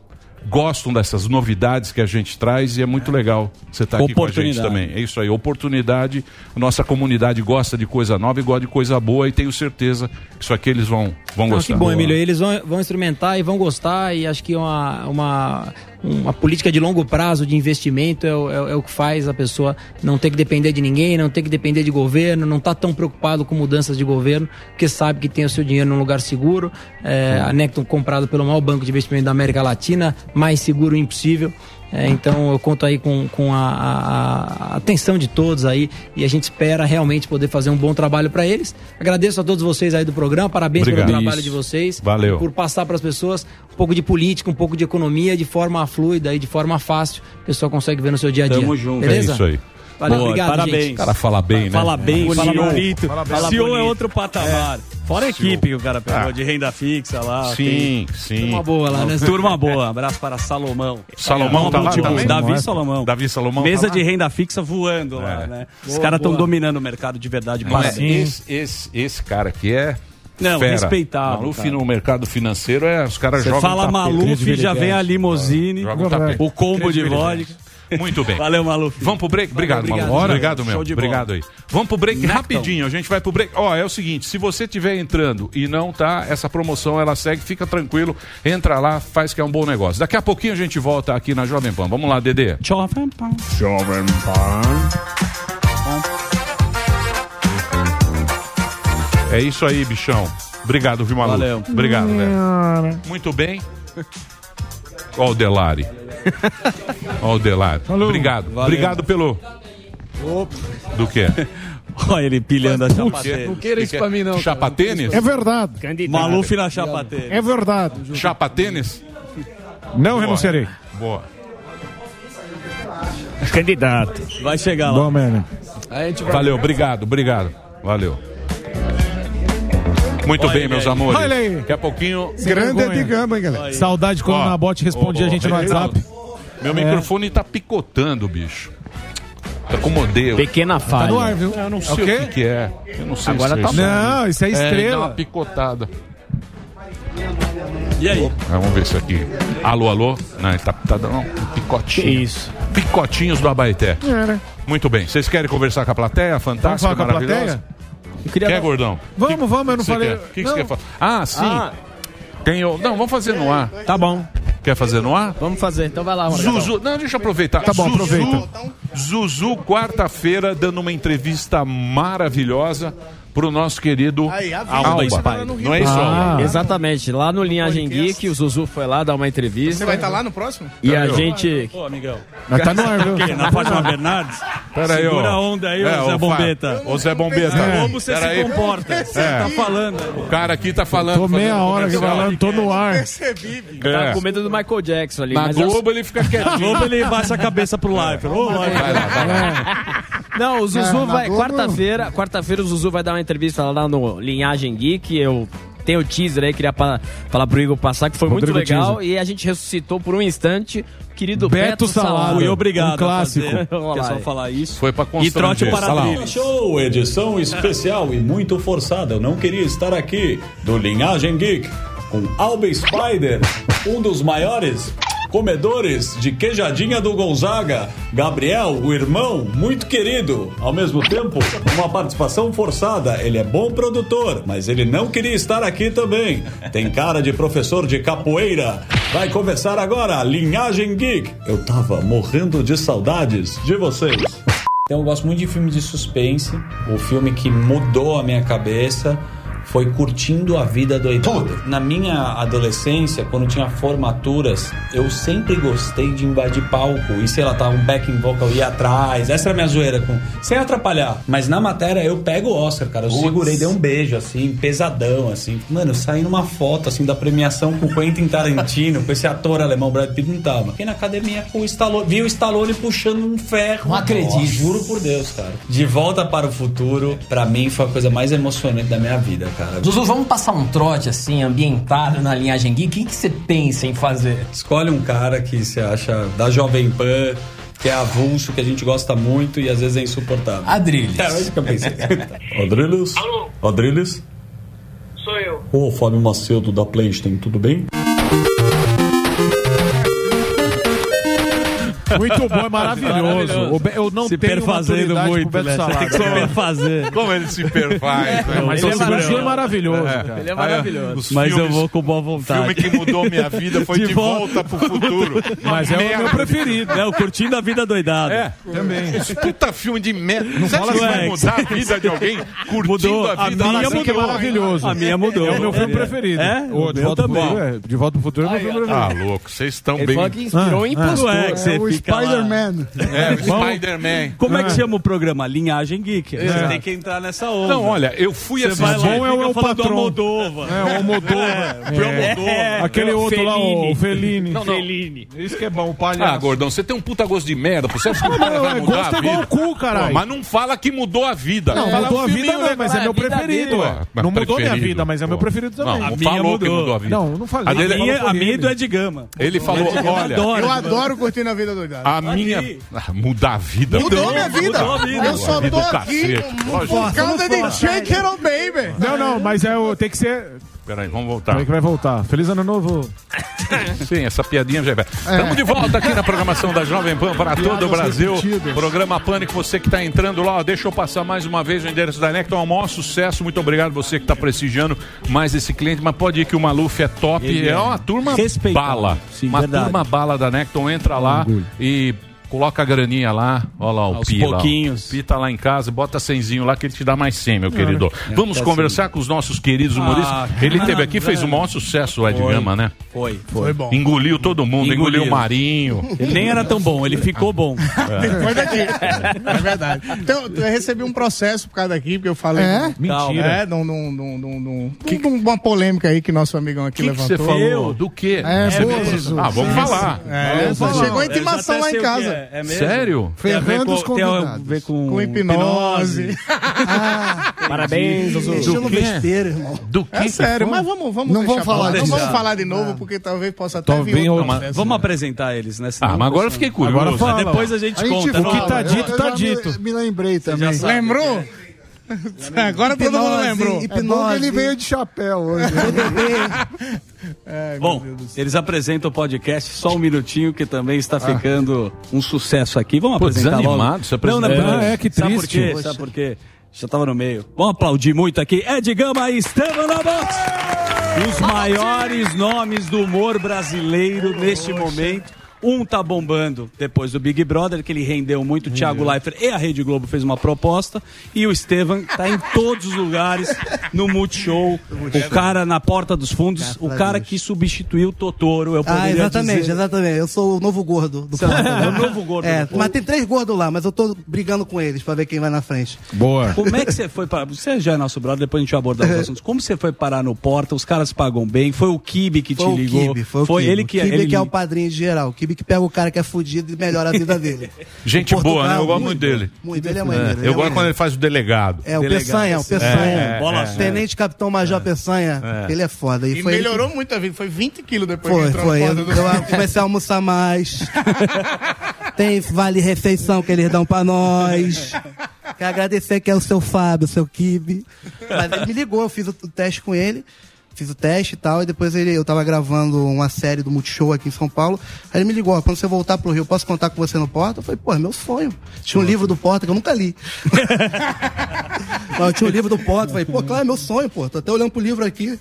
Speaker 2: gostam dessas novidades que a gente traz e é muito legal você estar aqui com a gente
Speaker 6: Oportunidade.
Speaker 2: também. É isso aí, oportunidade. A nossa comunidade gosta de coisa nova e gosta de coisa boa e tenho certeza que isso aqui eles vão, vão
Speaker 23: Não,
Speaker 2: gostar.
Speaker 23: que bom, Emílio. Eles vão, vão instrumentar e vão gostar, e acho que uma, uma, uma política de longo prazo de investimento é, o- é o- é o que faz a pessoa não ter que depender de ninguém, não ter que depender de governo, não tá tão preocupado com mudanças de governo, porque sabe que tem o seu dinheiro num lugar seguro. É, a Necton comprado pelo maior banco de investimento da América Latina, mais seguro impossível. É, então eu conto aí com, com a, a- a atenção de todos aí e a gente espera realmente poder fazer um bom trabalho para eles. Agradeço a todos vocês aí do programa, parabéns
Speaker 2: Obrigado.
Speaker 23: pelo trabalho
Speaker 2: Isso.
Speaker 23: de vocês.
Speaker 2: Valeu.
Speaker 23: Por passar para as pessoas um pouco de política, um pouco de economia de forma fluida e de forma fácil. O pessoal consegue ver no seu dia a dia.
Speaker 6: Tamo junto.
Speaker 23: Beleza?
Speaker 2: É isso aí.
Speaker 23: Valeu, obrigado,
Speaker 6: parabéns.
Speaker 23: gente.
Speaker 2: O cara fala bem, né?
Speaker 6: Fala bem, fala
Speaker 2: CEO.
Speaker 6: bonito.
Speaker 2: Fala bem.
Speaker 6: Fala
Speaker 2: CEO
Speaker 6: é outro patamar. Fora a equipe que o cara pegou
Speaker 2: Ah.
Speaker 6: de renda fixa lá. tem-
Speaker 2: Sim, sim.
Speaker 6: Turma boa lá, né? [laughs]
Speaker 2: Zé?
Speaker 6: Turma boa. Abraço para Salomão.
Speaker 2: Salomão tá lá
Speaker 6: Multibus.
Speaker 2: também?
Speaker 6: Davi Salomão.
Speaker 2: Davi Salomão tá
Speaker 6: Mesa
Speaker 2: lá?
Speaker 6: de renda fixa voando lá,
Speaker 2: É.
Speaker 6: né? Os
Speaker 2: Boa,
Speaker 6: caras estão
Speaker 2: boa.
Speaker 6: dominando o mercado de verdade.
Speaker 2: Não, é?
Speaker 6: parabéns.
Speaker 2: esse, esse, esse cara aqui é.
Speaker 6: Não,
Speaker 2: fera.
Speaker 6: respeitável,
Speaker 2: Maluf
Speaker 6: cara.
Speaker 2: no mercado financeiro é. Os caras
Speaker 6: Você
Speaker 2: jogam.
Speaker 6: fala Maluf, já vem a limousine,
Speaker 2: Joga um tapete.
Speaker 6: o combo de
Speaker 2: Credibilidade.
Speaker 6: vodka.
Speaker 2: Muito bem.
Speaker 6: Valeu, Maluf.
Speaker 2: Vamos pro break? Obrigado,
Speaker 6: Valeu,
Speaker 2: Malu.
Speaker 6: obrigado.
Speaker 2: Obrigado, obrigado
Speaker 6: Show de
Speaker 2: mesmo. Obrigado aí. Vamos pro break rapidinho. A gente vai pro break. Ó, é o seguinte, se você estiver entrando e não tá, essa promoção ela segue, fica tranquilo, entra lá, faz que é um bom negócio. Daqui a pouquinho a gente volta aqui na Jovem Pan. Vamos lá, Dedê.
Speaker 6: Jovem Pan.
Speaker 2: Jovem Pan. É isso aí, bichão. Obrigado, viu, Malu?
Speaker 6: Valeu.
Speaker 2: Obrigado, velho. Muito bem. Ó o Delari. Ó o Delari. Obrigado.
Speaker 6: Valeu.
Speaker 2: Obrigado pelo... Do que?
Speaker 6: Olha ele pilhando a chapa
Speaker 2: Putz,
Speaker 6: tênis.
Speaker 2: não queira isso pra mim, não, Chapa cara. tênis? É
Speaker 4: verdade.
Speaker 6: Maluf na chapa tênis.
Speaker 4: É verdade.
Speaker 2: Chapa tênis?
Speaker 4: Não
Speaker 2: Boa.
Speaker 4: renunciarei.
Speaker 2: Boa.
Speaker 24: candidato.
Speaker 25: Vai chegar lá.
Speaker 8: Bom, Mene.
Speaker 2: Valeu, obrigado, obrigado. Valeu. Muito
Speaker 8: Olha
Speaker 2: bem, meus
Speaker 8: aí.
Speaker 2: amores.
Speaker 8: Olha aí.
Speaker 2: Daqui a pouquinho.
Speaker 8: Grande é de gama, hein, galera?
Speaker 17: Saudade quando
Speaker 2: Ó,
Speaker 17: o Nabote respondia
Speaker 2: ô,
Speaker 17: a gente no
Speaker 2: Reginaldo,
Speaker 17: WhatsApp.
Speaker 2: Meu
Speaker 17: É.
Speaker 2: microfone tá picotando, bicho. Tá Acomodei.
Speaker 15: Pequena
Speaker 17: falha.
Speaker 15: Tá no ar,
Speaker 17: viu?
Speaker 2: Eu não
Speaker 17: É
Speaker 2: sei o
Speaker 17: o quê?
Speaker 2: que, que é. Eu não sei
Speaker 17: Agora
Speaker 2: se
Speaker 17: tá
Speaker 2: isso
Speaker 17: bom. Não, isso é
Speaker 2: ele dá uma
Speaker 17: estrela.
Speaker 2: picotada.
Speaker 25: E aí?
Speaker 2: Ah, Vamos ver isso aqui. Alô, alô? Não, ele tá, tá dando um picotinho.
Speaker 17: Que
Speaker 2: isso? Picotinhos do Abaeté. Muito bem. Vocês querem conversar com a plateia? Fantástica,
Speaker 17: falar com a
Speaker 2: maravilhosa? Quer, gordão?
Speaker 17: Vamos, vamos, eu não
Speaker 2: Você
Speaker 17: falei.
Speaker 2: quer? O que, que
Speaker 17: Não.
Speaker 2: você quer falar? Ah, sim.
Speaker 17: Ah.
Speaker 2: Tem o... Não, vamos fazer no ar.
Speaker 15: Tá bom.
Speaker 2: Quer fazer no ar?
Speaker 15: Vamos fazer, então vai lá,
Speaker 26: Margarão.
Speaker 2: Zuzu, não, deixa eu aproveitar.
Speaker 26: Tá bom,
Speaker 2: Zuzu-
Speaker 26: aproveita.
Speaker 2: Zuzu, quarta-feira, dando uma entrevista maravilhosa pro nosso querido
Speaker 22: Aí, a vida.
Speaker 2: Alba.
Speaker 22: Alba Spire.
Speaker 2: Não é isso,
Speaker 22: Ah,
Speaker 2: Alba?
Speaker 22: Exatamente. Lá no Linhagem Geek, o Zuzu foi lá dar uma entrevista.
Speaker 15: Você vai estar lá no próximo?
Speaker 22: E a gente.
Speaker 15: Pô, amigão.
Speaker 22: Mas tá no ar, viu?
Speaker 15: Quê? Na Fátima Bernardes?
Speaker 2: Pera aí, ó.
Speaker 15: Segura a onda aí, ô
Speaker 2: É,
Speaker 15: Zé
Speaker 2: Fá-
Speaker 15: Bombeta.
Speaker 2: Ô Zé Bombeta.
Speaker 15: É. Como você se
Speaker 2: Pera aí.
Speaker 15: comporta? Você tá falando.
Speaker 2: O cara aqui tá falando.
Speaker 15: Tô meia
Speaker 2: fazendo
Speaker 15: hora aqui
Speaker 2: comercial.
Speaker 15: falando, tô no ar.
Speaker 22: Percebi,
Speaker 2: bicho. É.
Speaker 22: Tá com medo do Michael Jackson ali.
Speaker 2: Na
Speaker 22: mas
Speaker 2: Globo ele fica quietinho.
Speaker 15: Na Globo ele baixa a cabeça pro live. Ô,
Speaker 22: Não, o Zuzu
Speaker 8: É,
Speaker 15: Não, na
Speaker 22: vai.
Speaker 15: Globo-
Speaker 22: Quarta-feira, quarta-feira o Zuzu vai dar uma entrevista lá no Linhagem Geek. Eu tenho o teaser aí, queria pa- falar pro Igor passar, que foi
Speaker 17: Rodrigo
Speaker 22: muito legal.
Speaker 17: Teaser.
Speaker 22: E a gente ressuscitou por um instante o querido
Speaker 17: Beto
Speaker 22: Beto,
Speaker 17: Salada.
Speaker 22: Salado.
Speaker 17: Fui obrigado Um a clássico. fazer.
Speaker 15: Quer só falar isso.
Speaker 2: Foi pra
Speaker 15: E trote
Speaker 6: Constranger.
Speaker 15: para
Speaker 6: Olha lá.
Speaker 15: brilhos.
Speaker 6: Show, edição especial e muito forçada. Eu não queria estar aqui do Linhagem Geek com Alba Spider, um dos maiores comedores de queijadinha do Gonzaga. Gabriel, o irmão, muito querido. Ao mesmo tempo, uma participação forçada. Ele é bom produtor, mas ele não queria estar aqui também. Tem cara de professor de capoeira. Vai começar agora, Linhagem Geek. Eu tava morrendo de saudades de vocês. Então eu gosto muito de filmes de suspense. O filme que mudou a minha cabeça foi Curtindo a Vida Doidada. Na minha adolescência, quando tinha formaturas, eu sempre gostei de invadir palco. E sei lá, tava um backing vocal, eu ia atrás. Essa era a minha zoeira, com... sem atrapalhar. Mas na matéria eu pego o Oscar, cara. Eu
Speaker 15: Putz.
Speaker 6: segurei, dei um beijo, assim, pesadão, assim. Mano, eu saí numa foto, assim, da premiação com o Quentin Tarantino, com esse ator alemão, Brad Pitt, não tava. Fiquei na academia com o Stallone, vi o Stallone puxando um ferro. Não
Speaker 15: acredito.
Speaker 6: Juro por Deus, cara. De volta para o futuro, pra mim foi a coisa mais emocionante da minha vida, cara.
Speaker 15: Zuzu, vamos passar um trote assim, ambientado na linhagem geek. O que você pensa em fazer?
Speaker 6: Escolhe um cara que você acha da Jovem Pan, que é avulso, que a gente gosta muito e às vezes é insuportável.
Speaker 15: Adrilles.
Speaker 6: É, é isso que eu
Speaker 15: [laughs]
Speaker 6: pensei. Adrilles? Alô? Adrilles? Sou eu. Ô, Fábio Macedo da Playstation, tudo bem?
Speaker 17: Muito
Speaker 15: [laughs]
Speaker 17: bom, é maravilhoso. O Be- Eu não
Speaker 15: Se
Speaker 17: tenho
Speaker 15: perfazendo
Speaker 17: maturidade pro
Speaker 15: muito,
Speaker 17: Beto
Speaker 15: né? Você
Speaker 17: Salada.
Speaker 15: tem que se perfazer.
Speaker 2: [laughs] Como ele se perfaz, né?
Speaker 17: Mas
Speaker 15: Ele
Speaker 17: o
Speaker 15: é
Speaker 17: Zuzu é
Speaker 15: maravilhoso.
Speaker 17: maravilhoso,
Speaker 15: É.
Speaker 17: cara.
Speaker 15: Ele é maravilhoso.
Speaker 2: Os
Speaker 15: Mas eu
Speaker 2: filmes-
Speaker 15: vou com boa vontade.
Speaker 2: filme que mudou minha
Speaker 15: [laughs]
Speaker 2: vida foi De Volta
Speaker 17: [laughs]
Speaker 2: pro Futuro.
Speaker 15: Mas é o
Speaker 2: Merda.
Speaker 15: meu preferido, né? O Curtindo a Vida Doidada.
Speaker 2: É, também. Esse puta filme de merda. Você acha
Speaker 15: fala
Speaker 2: que vai
Speaker 15: assim.
Speaker 2: mudar a vida de alguém? Curtindo
Speaker 15: Mudou.
Speaker 2: a
Speaker 15: A
Speaker 2: vida
Speaker 15: minha
Speaker 2: Fala assim que é
Speaker 15: mudou.
Speaker 2: maravilhoso.
Speaker 15: A minha mudou.
Speaker 8: É o meu filme
Speaker 15: É.
Speaker 8: preferido.
Speaker 15: É?
Speaker 8: O
Speaker 15: O
Speaker 8: de
Speaker 15: meu
Speaker 8: volta pro
Speaker 15: também.
Speaker 8: futuro. É. De volta pro futuro é o meu filme
Speaker 2: Ah,
Speaker 8: preferido.
Speaker 2: louco, vocês estão
Speaker 8: Ele
Speaker 2: bem.
Speaker 8: falou que inspirou um
Speaker 15: em
Speaker 8: impostor.
Speaker 15: É, que você
Speaker 8: Ah, É, o
Speaker 15: fica lá.
Speaker 8: Spider-Man. Ah.
Speaker 2: É, o
Speaker 15: Vamos-
Speaker 2: Spider-Man.
Speaker 15: Como é que
Speaker 17: Ah.
Speaker 2: É.
Speaker 15: chama o programa? Linhagem Geek. né? Você
Speaker 2: Exato.
Speaker 15: tem que entrar nessa onda.
Speaker 2: Não, olha, eu fui
Speaker 15: Você vai
Speaker 2: assistir. é
Speaker 15: lá e fica falando do
Speaker 2: patrão.
Speaker 15: Almodova.
Speaker 2: É, o Almodova.
Speaker 15: É, é.
Speaker 8: Aquele outro lá, o Fellini.
Speaker 2: Não, não.
Speaker 8: Isso que é bom, o
Speaker 2: Ah,
Speaker 8: palhaço.
Speaker 2: gordão, você tem um puta gosto de merda. pô. Você acha que o cara
Speaker 8: Não,
Speaker 2: vai
Speaker 8: é
Speaker 2: mudar
Speaker 8: gosto
Speaker 2: a
Speaker 8: é igual
Speaker 2: vida?
Speaker 8: o cu, caralho.
Speaker 2: Pô, Mas não fala que mudou a vida.
Speaker 8: Não,
Speaker 2: Fala
Speaker 8: mudou
Speaker 2: o
Speaker 8: a vida
Speaker 2: filminho, né,
Speaker 8: não, mas é
Speaker 2: vai.
Speaker 8: meu preferido.
Speaker 2: dele, ué.
Speaker 8: ué.
Speaker 2: Mas
Speaker 8: Não mudou minha
Speaker 2: preferido,
Speaker 8: vida, mas é meu
Speaker 2: pô.
Speaker 8: preferido também.
Speaker 2: Não,
Speaker 8: A
Speaker 2: não
Speaker 8: minha
Speaker 2: falou que
Speaker 8: mudou.
Speaker 2: mudou a vida.
Speaker 8: Não, não falei.
Speaker 2: A, dele-
Speaker 8: Ele falou por ele.
Speaker 15: é de gama.
Speaker 2: Ele falou,
Speaker 15: Ele adora.
Speaker 2: olha, eu
Speaker 15: Eu
Speaker 2: adoro
Speaker 15: adoro
Speaker 11: curtindo a vida doidada.
Speaker 2: a minha... Ah, mudar a vida.
Speaker 11: Mudou a minha vida.
Speaker 2: Mudou a vida.
Speaker 11: Eu só
Speaker 2: Vida
Speaker 11: tô
Speaker 2: do
Speaker 11: aqui
Speaker 2: cacete.
Speaker 11: por
Speaker 2: Lógico.
Speaker 11: causa de
Speaker 8: Vamos fora.
Speaker 11: Jake and Baby.
Speaker 8: Não, não, mas é o. Tem que ser.
Speaker 2: Peraí, vamos voltar.
Speaker 8: Como é que vai voltar? Feliz ano novo.
Speaker 2: Sim, essa piadinha já vai.
Speaker 11: É.
Speaker 2: Estamos de volta aqui na programação da Jovem Pan para todo o Brasil. Programa Pânico, você que está entrando lá, ó, deixa eu passar mais uma vez o endereço da Necton. É um maior sucesso. Muito obrigado você que está prestigiando mais esse cliente. Mas pode ir que o Maluf é top.
Speaker 15: Ele
Speaker 2: é.
Speaker 15: é
Speaker 2: uma turma
Speaker 15: respeitável.
Speaker 2: bala.
Speaker 15: Sim,
Speaker 2: uma
Speaker 15: verdade.
Speaker 2: turma bala da Necton. Entra lá e. Coloca a graninha lá, olha lá o
Speaker 15: Aos
Speaker 2: Pi. lá, ó.
Speaker 15: pouquinhos.
Speaker 2: Pi tá lá em casa, bota cenzinho lá que ele te dá mais 100, meu
Speaker 15: Ah,
Speaker 2: querido.
Speaker 15: né?
Speaker 2: Vamos
Speaker 15: Tá
Speaker 2: conversar com os nossos queridos humoristas.
Speaker 15: Ah,
Speaker 2: ele
Speaker 15: cara,
Speaker 2: teve aqui, fez um o
Speaker 15: velho.
Speaker 2: maior sucesso, o Ed
Speaker 15: Foi.
Speaker 2: Gama, né?
Speaker 15: Foi,
Speaker 2: Foi bom. Engoliu todo mundo, engoliu, o Marinho.
Speaker 15: Ele nem era tão bom, ele ficou bom. [laughs]
Speaker 11: Depois daqui. É verdade. Então, eu recebi um processo por causa daqui, porque eu falei.
Speaker 15: É? Mentira.
Speaker 11: É, num, num, num, num, num- num- uma polêmica aí que nosso amigão aqui
Speaker 2: que que
Speaker 11: levantou.
Speaker 2: você falou? Do quê?
Speaker 11: É,
Speaker 2: Você
Speaker 11: Bozo.
Speaker 2: me- Ah, vamos falar.
Speaker 11: É,
Speaker 2: Vamos falar.
Speaker 11: Chegou a intimação lá em casa.
Speaker 6: É, é mesmo?
Speaker 2: Sério?
Speaker 6: Tem a ver
Speaker 2: Ferrando
Speaker 6: com-
Speaker 2: os
Speaker 6: Tem a
Speaker 2: convidados.
Speaker 6: ver com,
Speaker 2: Com hipnose.
Speaker 6: Parabéns,
Speaker 11: Zuzu.
Speaker 6: Zuzu.
Speaker 11: Deixando
Speaker 6: Do quê?
Speaker 11: besteira, irmão.
Speaker 2: Do quê?
Speaker 11: É sério,
Speaker 6: Vamos-
Speaker 11: mas vamos, vamos
Speaker 6: não
Speaker 11: deixar
Speaker 6: vamos falar
Speaker 11: pra lá.
Speaker 6: disso.
Speaker 11: Não vamos falar de novo, porque talvez possa até
Speaker 6: Talvez
Speaker 11: vir
Speaker 6: outro-
Speaker 11: [laughs] outra.
Speaker 6: Mas Vamos apresentar eles, né? Senão-
Speaker 2: Ah, mas agora eu fiquei curioso. tá
Speaker 6: Agora fala. tá Depois a gente conta.
Speaker 14: fala. Eu- eu já Me, me lembrei também.
Speaker 11: sabe. Lembrou? Agora todo mundo
Speaker 14: Hipnose,
Speaker 11: lembrou.
Speaker 14: É bom que ele
Speaker 11: Hipnose.
Speaker 14: veio de chapéu hoje. né?
Speaker 6: Bom, eles apresentam o podcast só um minutinho, que também está ficando um sucesso aqui. Vamos
Speaker 2: Pô,
Speaker 6: apresentar logo.
Speaker 2: desanimado, você
Speaker 6: Não, não,
Speaker 2: apresentou.
Speaker 6: não.
Speaker 2: É, que
Speaker 6: Sabe por
Speaker 2: triste.
Speaker 6: quê? Sabe por quê? Já estava no meio. Vamos aplaudir muito aqui. Ed Gama e Estevam na box. Os maiores nomes do humor brasileiro neste momento. Um tá bombando depois do Big Brother, que ele rendeu muito. O Thiago Leifert e a Rede Globo fez uma proposta. E o Estevam tá em todos os lugares, no Multishow. O cara na porta dos fundos, o cara que substituiu o Totoro. Eu
Speaker 1: Ah,
Speaker 6: poderia
Speaker 1: exatamente,
Speaker 6: dizer.
Speaker 1: exatamente. Eu sou o novo gordo do
Speaker 6: Você é o novo gordo
Speaker 1: É,
Speaker 6: do
Speaker 1: mas tem três gordos lá, mas eu tô brigando com eles pra ver quem vai na frente.
Speaker 6: Boa. Como é que você foi para. Você já é nosso brother, depois a gente
Speaker 1: [laughs]
Speaker 6: vai abordar os assuntos. Como você foi parar no Porta? Os caras pagam bem. Foi o Kibe que
Speaker 1: Foi
Speaker 6: te
Speaker 1: o
Speaker 6: ligou.
Speaker 1: Kibe, foi o Kibe.
Speaker 6: ele que
Speaker 1: Kibe
Speaker 6: ele
Speaker 1: que é o padrinho de geral. O Kibe que pega o cara que é fudido e melhora a vida
Speaker 6: [laughs]
Speaker 1: dele.
Speaker 21: Gente
Speaker 1: Portugal,
Speaker 21: boa, né? Eu gosto muito
Speaker 1: muito
Speaker 21: dele.
Speaker 1: Muito, ele é maneiro, ele é
Speaker 21: Eu gosto
Speaker 1: maneiro.
Speaker 21: quando ele faz o delegado.
Speaker 1: É, o Peçanha, o Peçanha.
Speaker 15: É,
Speaker 1: É,
Speaker 21: bola
Speaker 6: É.
Speaker 1: Tenente Capitão Major Peçanha,
Speaker 21: É.
Speaker 1: ele é foda.
Speaker 11: E
Speaker 1: foi ele que-
Speaker 11: melhorou muito a vida. Foi 20 quilos depois que
Speaker 1: Foi,
Speaker 11: entrou
Speaker 1: foi.
Speaker 11: na
Speaker 1: Eu,
Speaker 11: porta do...
Speaker 1: eu comecei a almoçar
Speaker 6: [laughs]
Speaker 1: mais. Tem vale refeição que eles dão pra nós. Quero agradecer que é o seu Fábio, o seu Kibe. Mas ele me ligou, eu fiz o o teste com ele. Fiz o teste e tal, e depois ele, eu tava gravando uma série do Multishow aqui em São Paulo. Aí ele me ligou: ó, quando você voltar pro Rio, posso contar com você no Porta? Eu falei: pô, é meu sonho. Tinha um livro do Porta que eu nunca li. Não, eu tinha o livro do Porta. Falei, pô, claro, é meu sonho, pô. Tô até olhando pro livro aqui.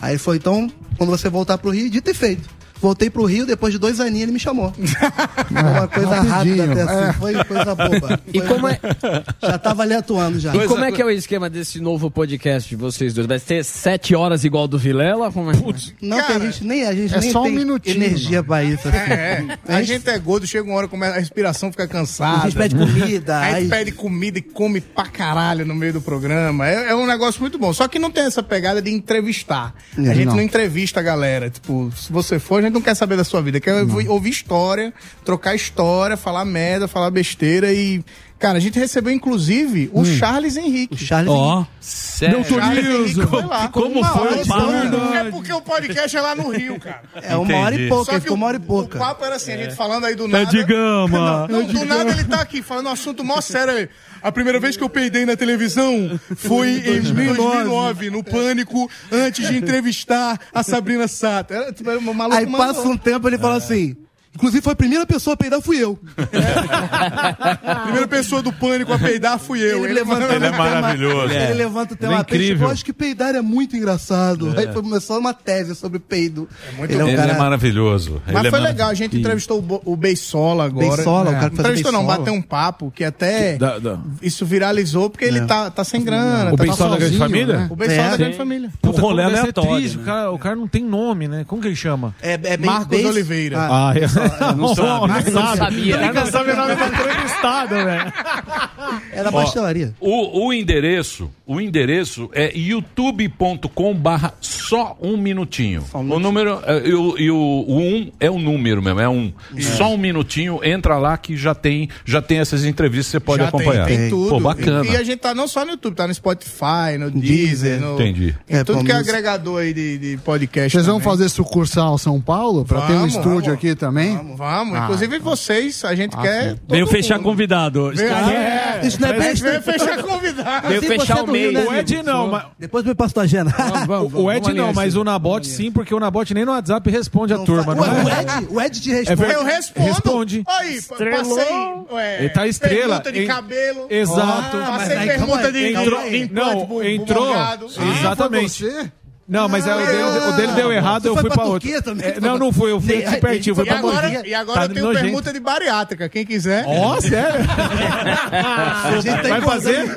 Speaker 1: Aí ele falou, então, quando você voltar pro Rio, dito e feito. Voltei pro Rio, depois de dois aninhos ele me chamou. Foi uma coisa rápida até assim,
Speaker 14: É.
Speaker 1: foi coisa boba.
Speaker 22: E como é-
Speaker 1: Já tava ali atuando já.
Speaker 22: E como é que é o esquema desse novo podcast de vocês dois? Vai ser sete horas igual do Vilela? Como é?
Speaker 1: Não, tem gente, nem a gente
Speaker 11: é
Speaker 1: nem
Speaker 11: só um
Speaker 1: tem
Speaker 11: minutinho,
Speaker 1: energia pra isso. assim.
Speaker 11: É, é. A gente é gordo, chega uma hora, começa, a respiração fica
Speaker 1: A
Speaker 11: cansada.
Speaker 1: gente pede comida,
Speaker 11: A gente
Speaker 1: aí-
Speaker 11: pede comida e come pra caralho no meio do programa. É, é um negócio muito bom. Só que não tem essa pegada de entrevistar.
Speaker 1: Não,
Speaker 11: a gente não.
Speaker 1: É, não
Speaker 11: entrevista a galera. Tipo, se você for, a gente não quer saber da sua vida. Quer ouvir- ouvir história, trocar história, falar merda, falar besteira e. Cara, a gente recebeu, inclusive, o Charles Henrique. O
Speaker 1: Hum. Charles
Speaker 6: Ó.
Speaker 11: Sério? Charles Henrique foi lá.
Speaker 6: Como
Speaker 11: Uma
Speaker 6: foi
Speaker 11: hora
Speaker 6: o
Speaker 11: de
Speaker 6: papo?
Speaker 11: É porque o podcast é lá no Rio, cara.
Speaker 1: [laughs] É uma hora e pouca,
Speaker 11: Só que
Speaker 1: ficou uma hora e
Speaker 11: o
Speaker 1: pouca.
Speaker 11: papo era assim, a gente falando aí do
Speaker 6: É
Speaker 11: nada.
Speaker 6: de gama.
Speaker 11: [laughs] Não, do nada ele tá aqui falando um assunto mó sério. aí. A primeira vez que eu peidei na televisão foi em 2009, no Pânico, antes de entrevistar a Sabrina Sato. Era tipo, era uma maluca
Speaker 1: Aí passa um tempo ele fala assim. Inclusive foi a primeira pessoa a peidar fui
Speaker 11: [laughs]
Speaker 1: eu.
Speaker 11: Primeira pessoa do Pânico a peidar fui eu.
Speaker 1: Ele, levanta
Speaker 11: manda-
Speaker 1: o tema- Ele levanta o tema
Speaker 11: Ele é
Speaker 1: é
Speaker 11: incrível.
Speaker 1: Eu acho que peidar é muito engraçado.
Speaker 2: É.
Speaker 1: Aí foi- começou uma tese sobre peido. É
Speaker 11: muito
Speaker 2: Ele,
Speaker 1: um
Speaker 2: é
Speaker 1: cara-
Speaker 2: maravilhoso.
Speaker 11: Mas
Speaker 2: Ele
Speaker 11: foi
Speaker 2: é
Speaker 11: legal, a gente entrevistou o, Bo- o Beisola agora.
Speaker 1: Beisola, o cara que faz o
Speaker 11: Entrevistou não,
Speaker 1: Beisola.
Speaker 11: bateu um papo que até
Speaker 1: Da- da-
Speaker 11: isso viralizou porque
Speaker 8: É.
Speaker 11: ele tá, tá sem grana.
Speaker 1: É. O
Speaker 11: tá
Speaker 1: Beisola da Grande
Speaker 11: sozinho,
Speaker 1: Família?
Speaker 11: né? O Beisola
Speaker 1: É.
Speaker 11: da Grande
Speaker 1: Sim.
Speaker 11: Família.
Speaker 8: Puta,
Speaker 11: O
Speaker 8: como deve ser triste, o, cara, o cara não tem nome, né? Como que ele chama?
Speaker 1: É, é bem
Speaker 11: Marcos
Speaker 1: base-
Speaker 11: Oliveira.
Speaker 8: Ah, é.
Speaker 1: Não, não sabe. Não sabia.
Speaker 8: O cara não sabe o nome da entrevistada, velho.
Speaker 1: Era
Speaker 2: Ó,
Speaker 1: pastelaria.
Speaker 2: O, o endereço, o endereço é youtube.com barra só um minutinho. O número, é, e o, e o, o um é o número mesmo, é um. Só um minutinho, entra lá que já tem, já tem essas entrevistas, você pode
Speaker 11: Já tem-
Speaker 2: acompanhar.
Speaker 11: Tem, tudo.
Speaker 2: Pô, bacana.
Speaker 11: E, e a gente tá não só no YouTube, tá no Spotify, no Deezer, no,
Speaker 2: Entendi.
Speaker 11: em
Speaker 2: É,
Speaker 11: tudo que é
Speaker 2: Palmeiras.
Speaker 11: agregador aí de, de [laughs] podcast.
Speaker 14: Vocês vão
Speaker 11: também.
Speaker 14: fazer sucursal São Paulo? Pra ter um
Speaker 11: Vamos,
Speaker 14: estúdio
Speaker 11: vamos.
Speaker 14: aqui também?
Speaker 11: Vamos,
Speaker 14: Ah,
Speaker 11: inclusive vocês, a gente quer.
Speaker 6: Veio fechar convidado.
Speaker 11: Veio-
Speaker 1: É, isso não é
Speaker 11: a gente
Speaker 1: besta.
Speaker 11: veio fechar convidado.
Speaker 1: Assim
Speaker 8: é
Speaker 1: você não riu, né,
Speaker 8: O Ed
Speaker 1: Nilson?
Speaker 8: não, mas-
Speaker 1: Depois me passa tua agenda.
Speaker 8: O o Ed não, mas o Nabote sim, porque o Nabote nem no WhatsApp responde a turma.
Speaker 1: Ué,
Speaker 8: não
Speaker 1: o
Speaker 8: é?
Speaker 1: Ed, o Ed te
Speaker 8: É
Speaker 1: responde.
Speaker 8: verdade. Responde.
Speaker 11: Aí,
Speaker 1: Estrelou.
Speaker 11: passei. ué,
Speaker 8: Ele tá estrela.
Speaker 11: Permuta de
Speaker 8: Ele-
Speaker 11: cabelo.
Speaker 8: Exato.
Speaker 11: Ah,
Speaker 8: Mas
Speaker 11: passei
Speaker 8: aí, calma
Speaker 11: permuta
Speaker 8: aí.
Speaker 11: de
Speaker 8: Entrou-
Speaker 11: de implante
Speaker 8: não,
Speaker 11: bu-
Speaker 8: entrou-
Speaker 11: bugado.
Speaker 8: Ah, Exatamente.
Speaker 11: foi você?
Speaker 8: Não, mas aí o dele, o dele deu errado,
Speaker 11: Você
Speaker 8: eu
Speaker 11: foi
Speaker 8: fui
Speaker 11: pra
Speaker 8: pra outro.
Speaker 11: Turquia também?
Speaker 8: É, Não, não fui, eu fui
Speaker 11: E
Speaker 8: aqui
Speaker 11: aí-
Speaker 8: pertinho, fui
Speaker 11: e
Speaker 8: pra
Speaker 11: agora,
Speaker 8: Turquia.
Speaker 11: e agora
Speaker 8: Tá
Speaker 11: eu tenho
Speaker 8: nojento.
Speaker 11: permuta de bariátrica, quem quiser.
Speaker 8: Ó, sério?
Speaker 11: [laughs] A gente tá
Speaker 8: Vai fazer?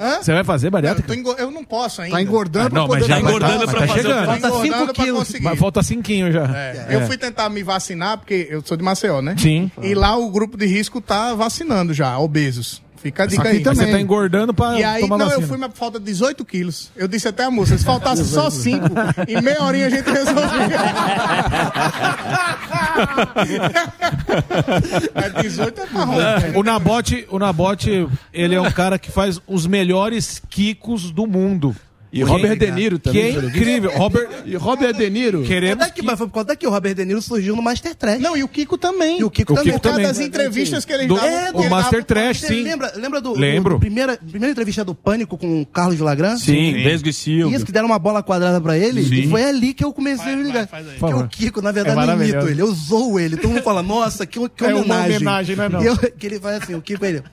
Speaker 11: Hã?
Speaker 8: Você vai fazer bariátrica?
Speaker 11: Tô engo- Eu não posso ainda.
Speaker 8: Tá engordando Ah, pra não, mas poder já dar engordando engordada. pra Mas tá fazer o chegando. programa.
Speaker 11: Tá
Speaker 8: Falta
Speaker 11: engordando
Speaker 8: cinco
Speaker 11: pra
Speaker 8: quilos.
Speaker 11: conseguir.
Speaker 8: Mas falta cinquinho já.
Speaker 11: É. Eu fui tentar me vacinar, porque eu sou de Maceió, né?
Speaker 8: Sim.
Speaker 11: E lá o grupo de risco tá vacinando já, obesos. Fica a dica
Speaker 8: Saquinho,
Speaker 11: aí.
Speaker 8: mas você tá engordando pra
Speaker 11: E aí,
Speaker 8: tomar
Speaker 11: não,
Speaker 8: vacina.
Speaker 11: eu fui, mas falta 18 quilos. Eu disse até a moça, se faltasse só 5, em meia horinha a gente
Speaker 8: [laughs]
Speaker 11: resolvia. 18 é marrom.
Speaker 8: O Nabote, o Nabote, ele é um cara que faz os melhores quicos do mundo.
Speaker 13: E Robert De Niro também,
Speaker 8: Que é
Speaker 13: pelo visto.
Speaker 8: incrível. Robert... E Robert De Niro. Queremos
Speaker 1: Quanto é que, mas foi por conta que o Robert De Niro surgiu no Master Trash.
Speaker 11: Não, e o Kiko também.
Speaker 1: E o Kiko
Speaker 8: O
Speaker 1: também.
Speaker 8: Kiko Por causa também. das entrevistas que eles Do- davam,
Speaker 5: É,
Speaker 8: o
Speaker 1: ele dava-
Speaker 8: Master Trash,
Speaker 1: Você
Speaker 8: sim.
Speaker 1: Lembra, lembra do,
Speaker 8: Lembro.
Speaker 1: do primeira, primeira entrevista do Pânico com o Carlos Lagrange?
Speaker 5: Sim, Sim. Vesgo e Silvio.
Speaker 1: Isso, que deram uma bola quadrada pra ele.
Speaker 5: Sim.
Speaker 1: E foi ali que eu comecei a me ligar. Porque
Speaker 5: favor.
Speaker 1: o Kiko, na
Speaker 5: É
Speaker 1: verdade,
Speaker 5: maravilhoso.
Speaker 1: imitou ele. Eu zoo ele. Todo mundo fala, nossa, que, que
Speaker 5: É uma
Speaker 1: homenagem.
Speaker 5: homenagem, não é não?
Speaker 1: E eu- que ele faz assim, o Kiko, ele...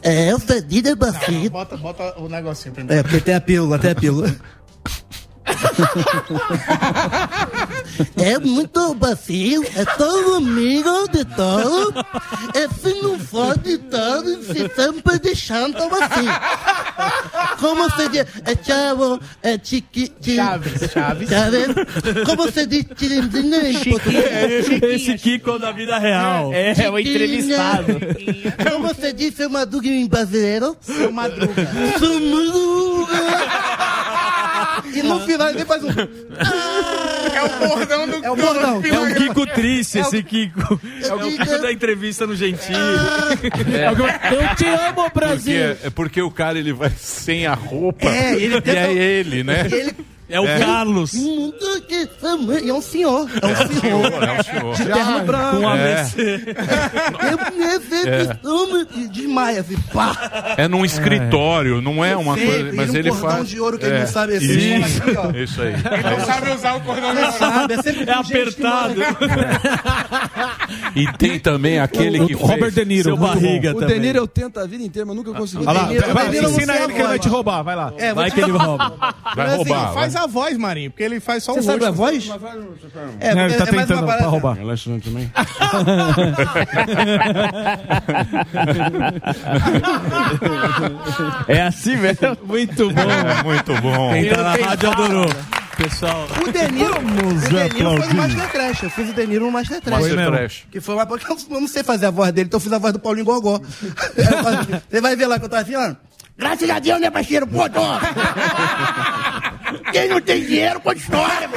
Speaker 1: É, eu sou Dida Bacito.
Speaker 11: Bota, bota o negocinho primeiro.
Speaker 1: É, porque tem a pílula, até a pílula. É muito bacio, é tão amigo de tal. É se não for de tal, se sempre deixando tão assim. Como se diz, é chavo, é chiqui... Chaves,
Speaker 11: chaves.
Speaker 1: Como se diz tirindina em português?
Speaker 6: Esse Kiko da vida real.
Speaker 1: É, o entrevistado. Como você disse, seu Madruga em brasileiro? Seu Madruga. Seu Madruga. E no final ele faz um... É
Speaker 11: o bordão do
Speaker 1: É o bordão.
Speaker 6: É um Kiko triste esse Kiko. É o Kiko da entrevista no Gentil.
Speaker 1: É.
Speaker 2: Eu
Speaker 6: te amo,
Speaker 2: Porque, é porque o cara ele vai sem a roupa.
Speaker 1: É, ele
Speaker 2: [laughs] e
Speaker 1: tenta-
Speaker 2: é ele, né?
Speaker 1: E ele-
Speaker 2: É o Carlos.
Speaker 1: Um Muito que fama- É um senhor. É um senhor.
Speaker 2: É o senhor.
Speaker 1: De terno branco.
Speaker 2: É. É.
Speaker 1: É. É. Desmaia, assim, pá.
Speaker 2: É num escritório, não é uma
Speaker 1: Sim,
Speaker 2: coisa.
Speaker 1: e
Speaker 2: Mas
Speaker 1: um
Speaker 2: ele
Speaker 1: cordão
Speaker 2: faz.
Speaker 1: de ouro que
Speaker 2: é.
Speaker 1: ele não sabe, esse
Speaker 2: Isso,
Speaker 1: aqui, ó.
Speaker 2: isso aí.
Speaker 11: Ele não sabe usar o cordão
Speaker 1: Não sabe, é
Speaker 11: sempre
Speaker 1: É apertado.
Speaker 2: E tem também aquele que. fez-
Speaker 13: Seu barriga o De Niro eu tento a vida inteira, mas nunca consegui.
Speaker 2: Olha lá, vai, ensina
Speaker 11: ele que ele vai te
Speaker 8: roubar, vai lá.
Speaker 11: É, vou te-
Speaker 2: Vai
Speaker 11: Mas, assim,
Speaker 2: roubar.
Speaker 11: Faz a voz, Marinho, porque ele faz só
Speaker 1: Você
Speaker 11: o
Speaker 1: sabe
Speaker 11: rosto.
Speaker 1: a voz?
Speaker 11: É,
Speaker 8: Não, ele tá
Speaker 11: é mais
Speaker 8: tentando
Speaker 11: uma
Speaker 8: pra
Speaker 11: parada-
Speaker 8: roubar.
Speaker 5: também.
Speaker 16: É assim mesmo?
Speaker 6: Muito bom.
Speaker 2: É muito bom.
Speaker 6: Quem tá na rádio adorou. Pessoal.
Speaker 1: O Deniro,
Speaker 6: Vamos
Speaker 1: o Deniro foi
Speaker 6: aplaudir.
Speaker 1: no Master Trash. Eu fiz o Deniro no Master Trash.
Speaker 2: Master Foi mesmo. Trash.
Speaker 1: Que foi uma porque eu não sei fazer a voz dele, então eu fiz a voz do Paulinho Gogó. Aí eu falo, Você vai ver lá que eu tava assim, ó. Graças a Deus, né, parceiro? Pô, tô. Quem não tem dinheiro, conta história,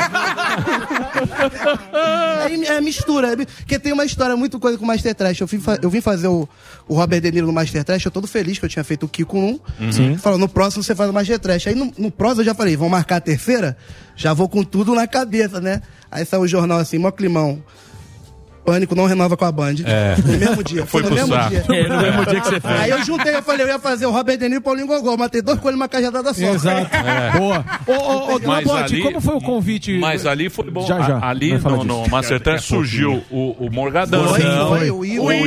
Speaker 1: Aí é mistura. é mi- Porque tem uma história muito coisa com o Master Trash. Eu, fui fa- eu vim fazer o, o Robert De Niro no Master Trash, eu todo feliz que eu tinha feito o Kiko 1.
Speaker 10: Uhum. Sim.
Speaker 1: Falou, no próximo você faz o Master Trash. Aí no, no próximo eu já falei, vão marcar a terceira? Já vou com tudo na cabeça, né? Aí saiu o jornal assim, mó climão. Pânico não renova com a Band.
Speaker 2: É.
Speaker 1: No mesmo dia.
Speaker 2: Foi
Speaker 1: no
Speaker 2: pro
Speaker 1: mesmo
Speaker 2: saco.
Speaker 1: dia.
Speaker 2: É, no mesmo dia que você fez.
Speaker 1: Aí eu juntei, eu falei, eu ia fazer o Robert De Niro e o Paulinho Gogol. Matei dois coelhos numa cajadada só.
Speaker 8: Exato.
Speaker 1: [laughs]
Speaker 2: É.
Speaker 8: Boa. Ô, ô, ô,
Speaker 2: Mas
Speaker 8: Nabote,
Speaker 2: ali-
Speaker 8: como foi o convite?
Speaker 2: Mas ali foi bom.
Speaker 8: Já, já.
Speaker 2: A- Ali
Speaker 8: Vai falar
Speaker 2: no, no
Speaker 8: disso.
Speaker 2: Master Trash surgiu o, o Morgadão,
Speaker 8: Foi, foi,
Speaker 1: o Igor.
Speaker 2: o Igor,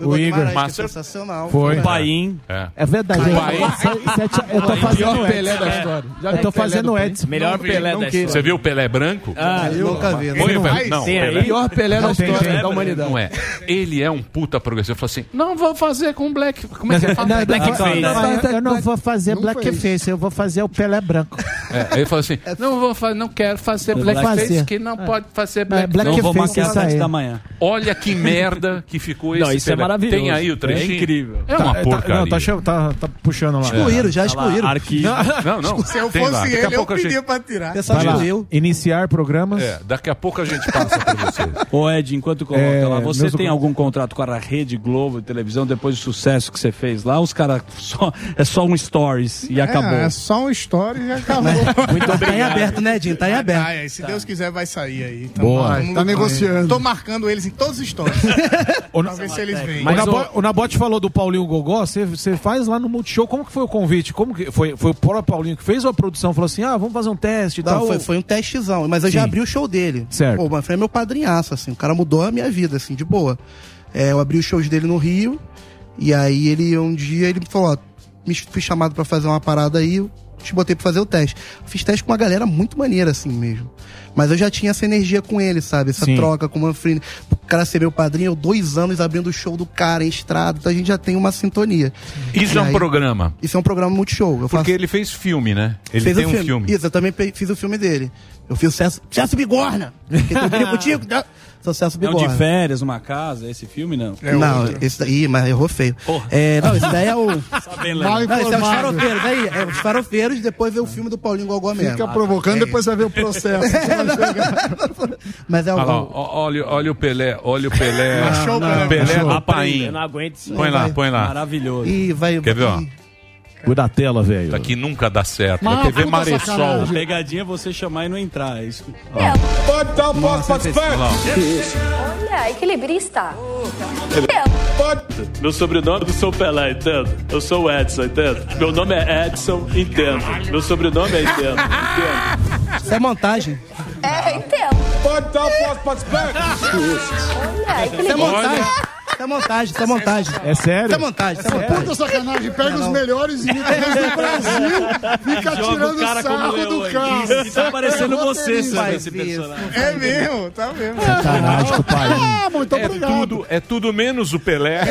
Speaker 1: O Igor. Guimarães, que é
Speaker 2: Master-
Speaker 1: sensacional.
Speaker 2: Foi. Paim. É.
Speaker 10: É verdade.
Speaker 2: Paim.
Speaker 10: eu- se- se-
Speaker 8: é,
Speaker 10: eu tô
Speaker 2: Paim.
Speaker 10: fazendo
Speaker 2: Pior
Speaker 10: Edson.
Speaker 2: Pelé da história.
Speaker 10: É. Eu tô fazendo Edson.
Speaker 16: Melhor Pelé da história.
Speaker 2: Você viu o Pelé branco?
Speaker 16: Ah, eu
Speaker 1: nunca vi.
Speaker 2: Foi,
Speaker 16: Não,
Speaker 2: velho? Não,
Speaker 16: tem
Speaker 2: Pelé.
Speaker 16: aí? Pior Pelé da Não tem, história tem. da
Speaker 2: humanidade. Não é. Ele é um puta progressivo. Eu falo assim,
Speaker 10: Não vou fazer com Black.
Speaker 2: Como é que é? Fala-
Speaker 10: Não,
Speaker 2: Blackface.
Speaker 10: não, não, eu- eu não vou fazer
Speaker 2: Não
Speaker 10: blackface, eu vou fazer o Pelé branco.
Speaker 2: é, ele fala assim, não vou fazer, não quero fazer blackface,
Speaker 10: Fazer.
Speaker 2: que não pode fazer
Speaker 10: É,
Speaker 2: blackface.
Speaker 10: blackface, isso
Speaker 5: É.
Speaker 10: aí.
Speaker 2: Olha que merda que ficou esse
Speaker 8: Não, isso é
Speaker 2: Pelé.
Speaker 8: maravilhoso.
Speaker 2: Tem aí o trechinho?
Speaker 8: É incrível.
Speaker 2: É uma
Speaker 8: Tá- tá-
Speaker 2: porcaria. Tá
Speaker 8: não, tá che- tá- tá puxando lá.
Speaker 1: Excluíram, já excluíram.
Speaker 2: Não, não.
Speaker 1: Se eu
Speaker 2: Tem lá.
Speaker 1: fosse
Speaker 2: Daqui a
Speaker 1: ele, eu
Speaker 2: pouco a
Speaker 1: pedia
Speaker 2: gente-
Speaker 1: pra tirar.
Speaker 8: Vai lá. Iniciar programas.
Speaker 2: É, daqui a pouco a
Speaker 1: Tá
Speaker 2: gente passa pra vocês.
Speaker 6: Ô Ed, enquanto coloca
Speaker 8: É,
Speaker 6: lá, você
Speaker 8: meus
Speaker 6: tem
Speaker 8: documentos.
Speaker 6: algum contrato com a Rede Globo de televisão depois do sucesso que você fez lá? Os caras só é só um stories e acabou.
Speaker 11: É, é só um story e [laughs] acabou.
Speaker 1: Muito Tá em aberto, né, Edinho? Tá em aberto.
Speaker 11: Ah, é, se Deus quiser, vai sair aí. Tá
Speaker 8: Boa.
Speaker 11: Todo
Speaker 8: Tá
Speaker 11: mundo-
Speaker 8: negociando.
Speaker 11: Tô marcando eles em todos os stories. pra ver se eles vêm.
Speaker 8: o, Nabo-
Speaker 2: um.
Speaker 8: o Nabote falou do Paulinho Gogó, você- você faz lá no Multishow, como que foi o convite? Como que foi, foi o próprio Paulinho que fez ou a produção falou assim, ah, vamos fazer um teste e
Speaker 1: Não,
Speaker 8: tal?
Speaker 1: foi, foi um testezão, mas eu já
Speaker 8: Sim.
Speaker 1: abri o show dele.
Speaker 8: Certo.
Speaker 1: Pô, mas foi meu padrinhaço, assim. O cara mudou a minha vida, assim, de boa. É, eu abri os shows dele no Rio, e aí ele, um dia, ele me falou, ó, me ch- fui chamado pra fazer uma parada aí, eu te botei pra fazer o teste. Fiz teste com uma galera muito maneira, assim mesmo. Mas eu já tinha essa energia com ele, sabe? Essa
Speaker 10: Sim.
Speaker 1: troca com o Manfrini. O cara ser meu padrinho, eu dois anos abrindo o show do cara em estrada, então a gente já tem uma sintonia.
Speaker 2: Isso
Speaker 1: E
Speaker 2: é um
Speaker 1: aí-
Speaker 2: programa.
Speaker 1: Isso é um programa multishow. Eu faço
Speaker 2: Porque ele fez filme, né? Ele
Speaker 1: fez
Speaker 2: tem
Speaker 1: o
Speaker 2: um filme.
Speaker 1: Isso, eu também pe- fiz o filme dele. Eu fiz o Cesso, Cesso Bigorna. Que tem um brilho contigo. dá- Sucesso
Speaker 6: Não,
Speaker 1: Bigorna.
Speaker 6: É de férias, uma casa, esse filme não.
Speaker 11: É
Speaker 1: não, esse daí, Ih, mas errou feio. É, não, esse daí é o.
Speaker 2: [laughs]
Speaker 6: Tá bem
Speaker 1: Não,
Speaker 6: lembro.
Speaker 1: esse é os farofeiros, daí. É os farofeiros, depois vê o filme do Paulinho Gogó mesmo. É.
Speaker 14: Fica provocando, depois vai ver o processo.
Speaker 1: [laughs] Mas é o.
Speaker 2: Olha, lá, ó, olha, olha o Pelé, olha o
Speaker 1: [laughs]
Speaker 2: Pelé.
Speaker 1: Achou o Pelé.
Speaker 2: Pelé
Speaker 1: Achou.
Speaker 2: da Paim.
Speaker 1: Eu não aguento isso.
Speaker 2: Põe lá, põe lá.
Speaker 6: Maravilhoso.
Speaker 1: Ih, vai.
Speaker 2: Quer ver, ó?
Speaker 5: Cuida da tela, velho.
Speaker 2: Isso aqui nunca dá certo. É
Speaker 6: Mas
Speaker 2: Na TV
Speaker 6: puta
Speaker 2: Maressol.
Speaker 6: sacanagem. A pegadinha é você chamar e não entrar. É isso.
Speaker 5: Pode dar um
Speaker 6: pouco, pode
Speaker 18: Olha, É, equilibrista.
Speaker 19: Meu sobrenome é do seu Pelé, entendo. Eu sou o Edson, entendo. Meu nome é Edson, entendo. Meu sobrenome é entendo.
Speaker 1: Isso é montagem.
Speaker 18: É, entendo.
Speaker 5: Pode dar um pouco, pode
Speaker 18: Olha,
Speaker 1: Isso é montagem. Isso é montagem, isso é montagem. É sério? Isso é montagem, isso é montagem.
Speaker 14: Puta sacanagem, pega os
Speaker 15: [laughs]
Speaker 14: melhores imitadores do Brasil, fica
Speaker 1: Joga o
Speaker 14: tirando
Speaker 1: cara como
Speaker 14: sarro
Speaker 1: eu
Speaker 14: do
Speaker 1: aí.
Speaker 14: cara. é
Speaker 1: Isso, tá parecendo você,
Speaker 14: Roteirista.
Speaker 1: Sandro,
Speaker 2: esse personagem.
Speaker 14: É mesmo,
Speaker 11: tá mesmo.
Speaker 14: Sacanagem
Speaker 2: com o Paim.
Speaker 14: Ah, muito obrigado.
Speaker 2: Tudo, é tudo menos o Pelé.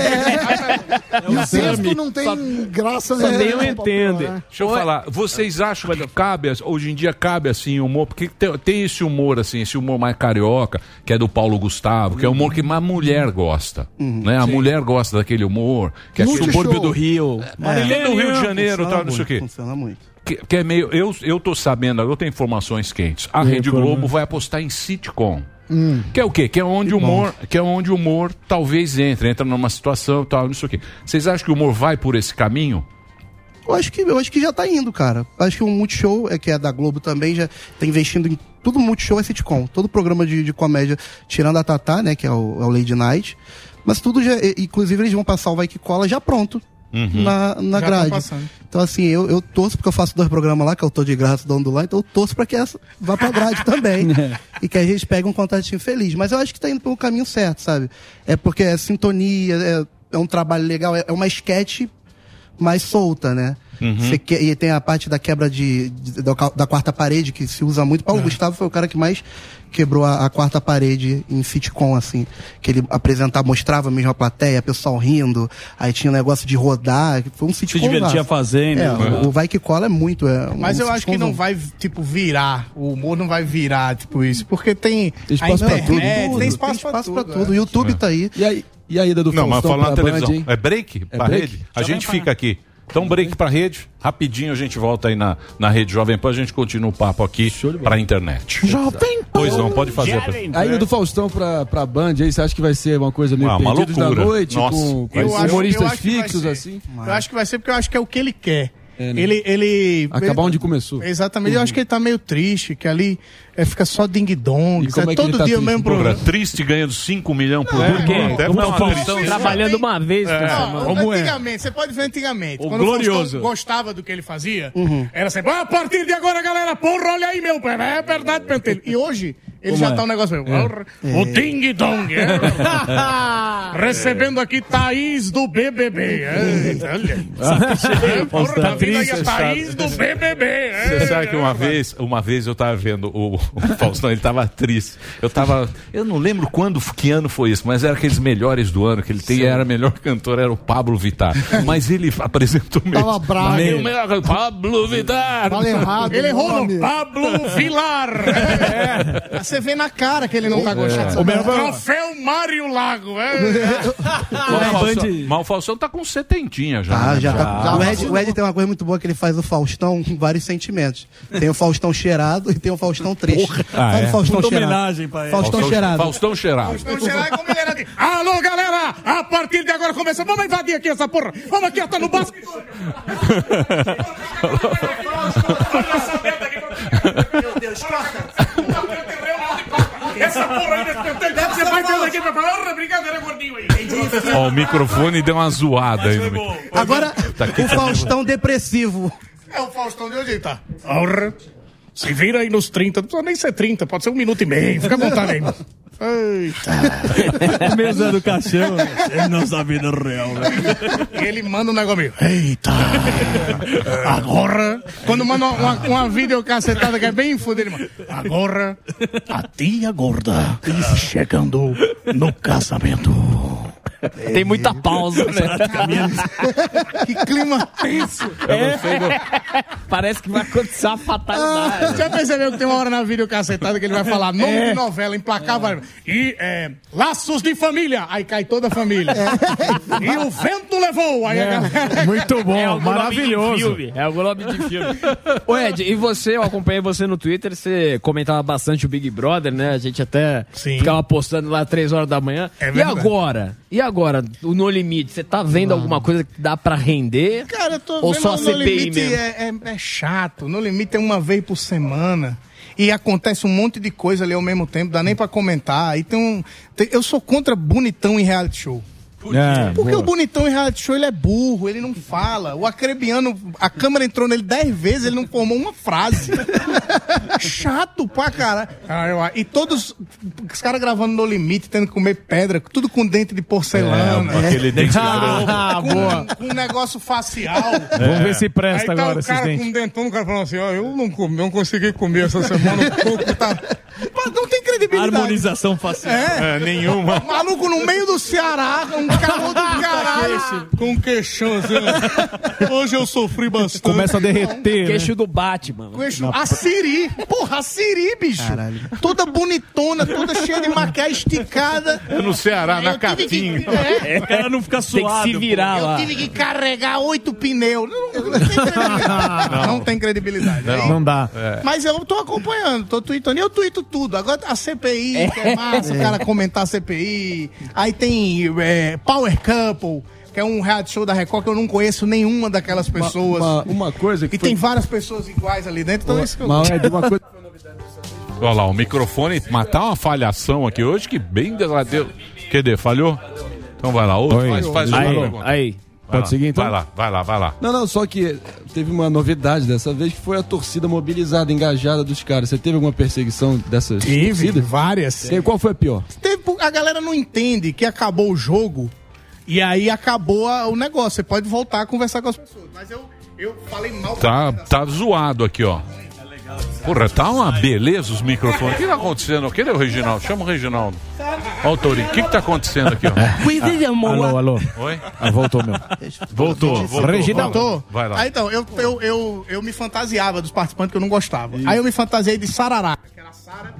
Speaker 14: E o texto não tem graça nenhuma.
Speaker 2: Deixa eu falar, vocês acham que cabe, hoje em dia cabe assim humor, porque tem, tem esse humor assim, esse humor mais carioca, que é do Paulo Gustavo, que é o humor que mais mulher gosta, né? A mulher gosta daquele humor, que é
Speaker 21: Multishow.
Speaker 2: subúrbio do Rio,
Speaker 21: Marilene,
Speaker 2: é. do Rio de Janeiro,
Speaker 21: funciona
Speaker 2: tal, não sei o
Speaker 21: muito,
Speaker 2: quê.
Speaker 1: Funciona muito.
Speaker 2: Que, que é meio, eu, eu tô sabendo, eu tenho informações quentes. A
Speaker 21: É,
Speaker 2: Rede
Speaker 21: pelo
Speaker 2: Globo
Speaker 21: menos.
Speaker 2: vai apostar em sitcom.
Speaker 1: Hum.
Speaker 2: Que é o quê? Que é onde o
Speaker 21: bom.
Speaker 2: humor, que é onde o humor talvez entre, entra numa situação, tal, não sei o quê. Vocês acham que o humor vai por esse caminho?
Speaker 1: Eu acho que, eu acho que já tá indo, cara. Eu acho que o Multishow, é, que é da Globo também, já tá investindo em. Tudo Multishow é sitcom. Todo programa de, de comédia, tirando a Tatá, né? Que é o, é o Lady Night. Mas tudo já. e- Inclusive, eles vão passar o Vai Que Cola já pronto.
Speaker 15: Uhum.
Speaker 1: Na, na
Speaker 11: Já
Speaker 1: grade.
Speaker 11: tá passando.
Speaker 1: Então, assim, eu, eu torço, porque eu faço dois programas lá, que eu tô de graça, dono do lá, então eu torço pra que essa vá pra grade também. e que a gente pegue um contatinho feliz. Mas eu acho que tá indo pelo caminho certo, sabe? É porque é sintonia, é, é um trabalho legal, é, é uma esquete mais solta, né?
Speaker 15: Uhum.
Speaker 6: Hum.
Speaker 1: Você que- e tem a parte da quebra de, de- da, ca- da quarta parede, que se usa muito.
Speaker 6: É.
Speaker 1: Paulo Gustavo foi o cara que mais quebrou a, a quarta parede em sitcom, assim. Que ele apresentava, mostrava mesmo a plateia, pessoal rindo. Aí tinha um negócio de rodar. que Foi um sitcom.
Speaker 6: divertia fazendo. né?
Speaker 1: É, o, o Vai Que Cola é muito. É um
Speaker 15: Mas eu acho que não
Speaker 1: sitcomzão.
Speaker 15: vai, tipo, virar. O humor não vai virar, tipo, isso. Porque tem
Speaker 1: Tem espaço
Speaker 15: a
Speaker 1: pra tudo.
Speaker 15: internet,
Speaker 1: Tudo,
Speaker 15: tem
Speaker 1: tem
Speaker 15: espaço, pra
Speaker 1: espaço
Speaker 15: tudo.
Speaker 1: pra tudo. O YouTube tá aí.
Speaker 13: E aí? E a ida do
Speaker 2: Não, mas
Speaker 13: Faustão
Speaker 2: falando na
Speaker 13: pra
Speaker 2: televisão.
Speaker 13: Band, hein?
Speaker 2: é break?
Speaker 13: É
Speaker 2: pra
Speaker 13: break?
Speaker 2: rede? A gente fica aqui. Então, break pra rede. Rapidinho a gente volta aí na, na rede Jovem Pan. A gente continua o papo aqui pra internet.
Speaker 13: Jovem
Speaker 2: Pois não, pode fazer.
Speaker 13: A ida do Faustão pra, pra Band, aí você acha que vai ser uma coisa meio
Speaker 2: Ah, uma
Speaker 13: perdidos da
Speaker 2: loucura.
Speaker 13: noite,
Speaker 2: Nossa.
Speaker 13: com, com
Speaker 15: Eu acho- eu
Speaker 13: humoristas
Speaker 15: acho que vai
Speaker 13: fixos,
Speaker 15: ser.
Speaker 13: assim?
Speaker 15: Eu acho que vai ser porque eu acho que é o que ele quer.
Speaker 13: né?
Speaker 15: Ele, ele.
Speaker 13: Acabar onde começou.
Speaker 15: Exatamente. Eu acho que ele tá meio triste, que ali é, fica só ding-dong.
Speaker 2: E como
Speaker 15: sabe?
Speaker 2: é que ele
Speaker 15: Todo
Speaker 2: tá
Speaker 15: dia o
Speaker 2: triste?
Speaker 15: mesmo
Speaker 2: Porra,
Speaker 15: problema.
Speaker 2: Triste ganhando 5 milhões por
Speaker 15: É,
Speaker 2: ano.
Speaker 15: como- como
Speaker 2: Deve dar
Speaker 15: o
Speaker 2: uma
Speaker 15: Faustão
Speaker 2: tristeza.
Speaker 15: trabalhando
Speaker 2: uma vez por semana.
Speaker 15: Não,
Speaker 2: Como é?
Speaker 15: antigamente, você pode ver antigamente.
Speaker 2: O
Speaker 15: quando o Faustão
Speaker 2: glorioso.
Speaker 15: gostava do que ele fazia,
Speaker 2: Uhum.
Speaker 15: era sempre, "Ah, a partir de agora, galera, porra, olha aí meu pé, é verdade,
Speaker 2: [laughs]
Speaker 15: pentelho. E hoje, ele
Speaker 11: Como
Speaker 15: já
Speaker 11: é?
Speaker 15: tá um negócio meio, "Porra,
Speaker 11: É.
Speaker 15: o ding dong,
Speaker 2: [laughs]
Speaker 15: é? Recebendo aqui Thaís do BBB, é, olha. É, porra, tá vindo aí a Thaís do BBB, é.
Speaker 2: Você sabe que uma vez, uma vez eu tava vendo o, o Faustão, ele tava triste. Eu tava. Eu não lembro quando, que ano foi isso, mas era aqueles melhores do ano que ele tem, era o melhor cantor, era o
Speaker 1: [laughs]
Speaker 2: Pablo Vittar. Mas ele apresentou mesmo.
Speaker 15: Tava bravo.
Speaker 2: Meu, meu, Pablo Vittar!
Speaker 15: Ele errou
Speaker 2: nome.
Speaker 15: no [laughs] Pablo Vilar. É. Você vê na cara que ele não tá
Speaker 2: É.
Speaker 15: gostando.
Speaker 2: O meu-
Speaker 15: Troféu Mário Lago. É.
Speaker 2: Mas o Faustão- Mas o Faustão tá com setentinha já.
Speaker 1: Tá,
Speaker 2: né?
Speaker 1: já tá. o, Ed, o Ed tem uma coisa muito boa que ele faz o Faustão com vários sentimentos. Tem o Faustão cheirado e tem o Faustão triste.
Speaker 2: Ah,
Speaker 1: Sabe
Speaker 2: é?
Speaker 1: o Faustão
Speaker 2: Puta
Speaker 1: cheirado?
Speaker 2: homenagem pra ele.
Speaker 1: Faustão,
Speaker 2: Faustão-
Speaker 1: cheirado.
Speaker 2: Faustão cheirado. [laughs]
Speaker 15: Alô, galera! A partir de agora começa. Vamos invadir aqui essa porra! Vamos aqui, tá no básico!
Speaker 11: Meu Deus,
Speaker 15: Essa porra aí despertando! Você vai vendo aqui pra falar! Obrigado, era gordinho aí!
Speaker 2: Ó, o microfone deu uma zoada aí. no mi-
Speaker 1: Agora,
Speaker 2: Tá aqui
Speaker 1: o
Speaker 2: também.
Speaker 1: Faustão depressivo.
Speaker 15: É o Faustão de hoje, tá? Porra. Se vira aí nos 30, não precisa nem ser 30, pode ser um minuto e meio, fica à vontade aí. Eita!
Speaker 11: é
Speaker 6: Mesa do caixão. Ele não sabe do real, né? velho.
Speaker 15: E ele manda um negócio meio, eita! Agora! Quando manda uma, uma, uma videocacetada que é bem fudida, ele manda, agora a tia gorda chegando no casamento. Tem muita pausa, [laughs]
Speaker 11: né? que clima tenso.
Speaker 15: É.
Speaker 11: [laughs]
Speaker 15: Parece que vai acontecer uma fatalidade.
Speaker 11: Ah, Já percebeu que tem uma hora na videocacetada que ele vai falar nome
Speaker 15: É.
Speaker 11: de novela, implacável. E é, Laços de Família. Aí cai toda a família.
Speaker 22: É.
Speaker 11: E o vento levou. Aí a galera.
Speaker 27: Muito
Speaker 22: [laughs]
Speaker 27: bom,
Speaker 15: maravilhoso. É algum nome de filme.
Speaker 22: Ô Ed, e você, eu acompanhei você no Twitter, você comentava bastante o Big Brother, né? A gente até ficava postando lá três horas da manhã.
Speaker 11: É
Speaker 22: e
Speaker 11: verdade.
Speaker 22: agora? E agora, o No Limite, você tá vendo alguma coisa que dá pra render?
Speaker 11: Cara, eu tô
Speaker 22: Ou
Speaker 11: vendo
Speaker 22: só a
Speaker 11: no
Speaker 22: CPI
Speaker 11: limite
Speaker 22: mesmo?
Speaker 11: é, é- é chato. No limite é uma vez por semana. E acontece um monte de coisa ali ao mesmo tempo, dá nem pra comentar. E tem um. tem- eu sou contra bonitão em reality show.
Speaker 27: É,
Speaker 11: Porque
Speaker 27: boa.
Speaker 11: o bonitão em reality show ele é burro, ele não fala. O acrebiano, a câmera entrou nele dez vezes, ele não formou uma frase. [laughs] Chato pra caralho. Ah, eu- E todos os caras gravando no limite, tendo que comer pedra, tudo com dente de porcelana.
Speaker 2: É, aquele dente É. de
Speaker 11: ah,
Speaker 2: ouro.
Speaker 11: boa. Com um negócio facial.
Speaker 27: Vamos ver se presta
Speaker 11: Aí tá
Speaker 27: agora
Speaker 11: o
Speaker 27: esses
Speaker 11: cara
Speaker 27: dentes.
Speaker 11: com um dentão, o cara falando assim, ó, eu não, comi, não consegui comer essa semana, o coco tá... Mas não tem credibilidade.
Speaker 15: Harmonização facial.
Speaker 11: É.
Speaker 15: É, nenhuma.
Speaker 11: Maluco no meio do Ceará, um calor do caralho. com um queixão assim, ó. Hoje eu sofri bastante.
Speaker 27: Começa a derreter,
Speaker 11: Queixo
Speaker 15: do Batman.
Speaker 11: com eixo- A Siri! Porra, a Siri, bicho! Toda bonitona, toda cheia de maquiagem esticada.
Speaker 2: É no Ceará, na
Speaker 11: Eu tive que-
Speaker 2: Catinho.
Speaker 11: [laughs] É.
Speaker 2: O cara não fica suado,
Speaker 11: Tem que se virar
Speaker 2: pô.
Speaker 11: lá.
Speaker 2: Eu
Speaker 11: tive que carregar oito pneus. Não, não tem credibilidade.
Speaker 2: Não.
Speaker 11: Não tem credibilidade. Aí-
Speaker 27: Não dá.
Speaker 2: É.
Speaker 11: Mas eu tô acompanhando, tô tweetando. E eu tuito tudo. Agora a CPI, que é massa,
Speaker 27: É.
Speaker 11: o cara comentar a CPI. Aí tem é, Power Couple. Que é um reality show da Record que eu não conheço nenhuma daquelas pessoas.
Speaker 13: Uma, uma coisa que
Speaker 11: E tem várias pessoas iguais ali dentro, então é isso que eu...
Speaker 13: Mas, Ed,
Speaker 11: [laughs]
Speaker 13: uma coisa-
Speaker 2: Olha lá, o microfone matar uma falhação aqui hoje que bem desladeu. Cadê? Falhou? Então vai lá, outro.
Speaker 13: Oi.
Speaker 2: Faz, faz uma
Speaker 13: Aí,
Speaker 2: pergunta.
Speaker 13: aí.
Speaker 2: Vai
Speaker 13: Pode
Speaker 2: lá,
Speaker 13: seguir, então?
Speaker 2: Vai lá, vai lá, vai lá.
Speaker 13: Não, não, só que teve uma novidade dessa vez que foi a torcida mobilizada, engajada dos caras. Você teve alguma perseguição dessas
Speaker 11: Tive,
Speaker 13: torcidas?
Speaker 11: várias.
Speaker 13: E qual foi a pior?
Speaker 11: Teve- a galera não entende que acabou o jogo e aí acabou a- o negócio. Você pode voltar a conversar com as pessoas. Mas eu, eu falei mal.
Speaker 2: Tá, tá zoado aqui, ó. Porra, tá uma beleza os microfones. O que tá acontecendo? Cadê o Reginaldo? Chama o Reginaldo. Ó o Torinho. O que que tá acontecendo aqui, ó?
Speaker 27: Alô, alô.
Speaker 2: Oi?
Speaker 27: Ah, voltou, meu.
Speaker 2: Voltou, voltou.
Speaker 27: Reginaldo.
Speaker 11: Voltou?
Speaker 2: Vai lá.
Speaker 11: Aí, então, eu, eu, eu, eu me fantasiava dos participantes que eu não gostava. Aí eu me fantasiei de Sarará.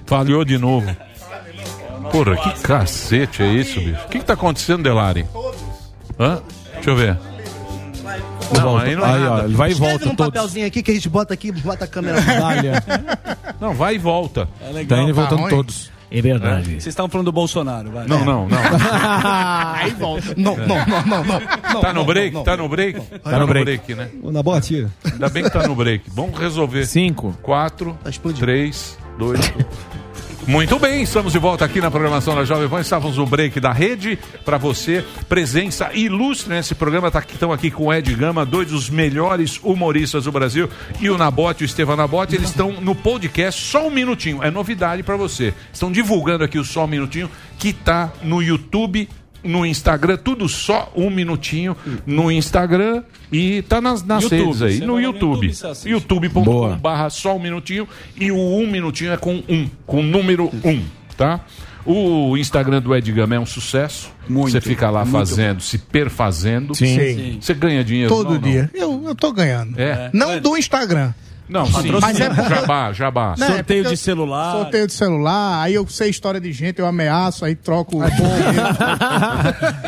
Speaker 2: Falhou de novo. Porra, que cacete é isso, bicho? O que, que tá acontecendo, Delari? Hã? Deixa eu ver. Não, aí não é
Speaker 1: Aí, ó,
Speaker 2: nada.
Speaker 1: ele Escreve num papelzinho aqui que a gente bota aqui, bota a câmera.
Speaker 2: Não, vai e volta.
Speaker 1: Tá indo e Tá voltando ruim? todos.
Speaker 2: É verdade.
Speaker 6: Vocês estavam falando do Bolsonaro, vai.
Speaker 1: [laughs]
Speaker 2: Não, não, [laughs] não.
Speaker 11: Aí volta. Não, não, não, não, não.
Speaker 2: tá no break? tá no break? Tá no break, né?
Speaker 13: Na boa, tira.
Speaker 2: Ainda bem que tá no break. Vamos resolver. Cinco. Quatro. Três. Dois. um. Muito bem, estamos de volta aqui na programação da Jovem Pan. Estávamos no break da rede para você. Presença ilustre nesse programa. Tá, aqui- estão aqui com o Ed Gama, dois dos melhores humoristas do Brasil. E o Nabote, o Estevam Nabote, eles estão no podcast Só um Minutinho. É novidade para você. Estão divulgando aqui o Só um Minutinho, que tá no YouTube. No Instagram, tudo só um minutinho no Instagram e tá nas, nas
Speaker 8: YouTube.
Speaker 2: redes aí.
Speaker 8: Você
Speaker 2: No
Speaker 8: vai no
Speaker 2: YouTube.
Speaker 8: YouTube, você assiste.
Speaker 2: youtube.com barra só um minutinho e o um minutinho é com um, com o número um, tá? O Instagram do Ed Gama é um sucesso. Muito. Você fica lá
Speaker 11: Muito
Speaker 2: fazendo, se perfazendo.
Speaker 11: Sim. Sim.
Speaker 2: Você ganha dinheiro?
Speaker 11: Todo
Speaker 2: Não, não.
Speaker 11: dia. Eu, eu tô ganhando.
Speaker 2: É.
Speaker 11: Não do Instagram.
Speaker 2: Não, sim.
Speaker 11: Mas é porque-
Speaker 2: Jabá, jabá.
Speaker 11: Não, é porque eu- Sorteio de celular, aí eu sei história de gente, eu ameaço, aí troco.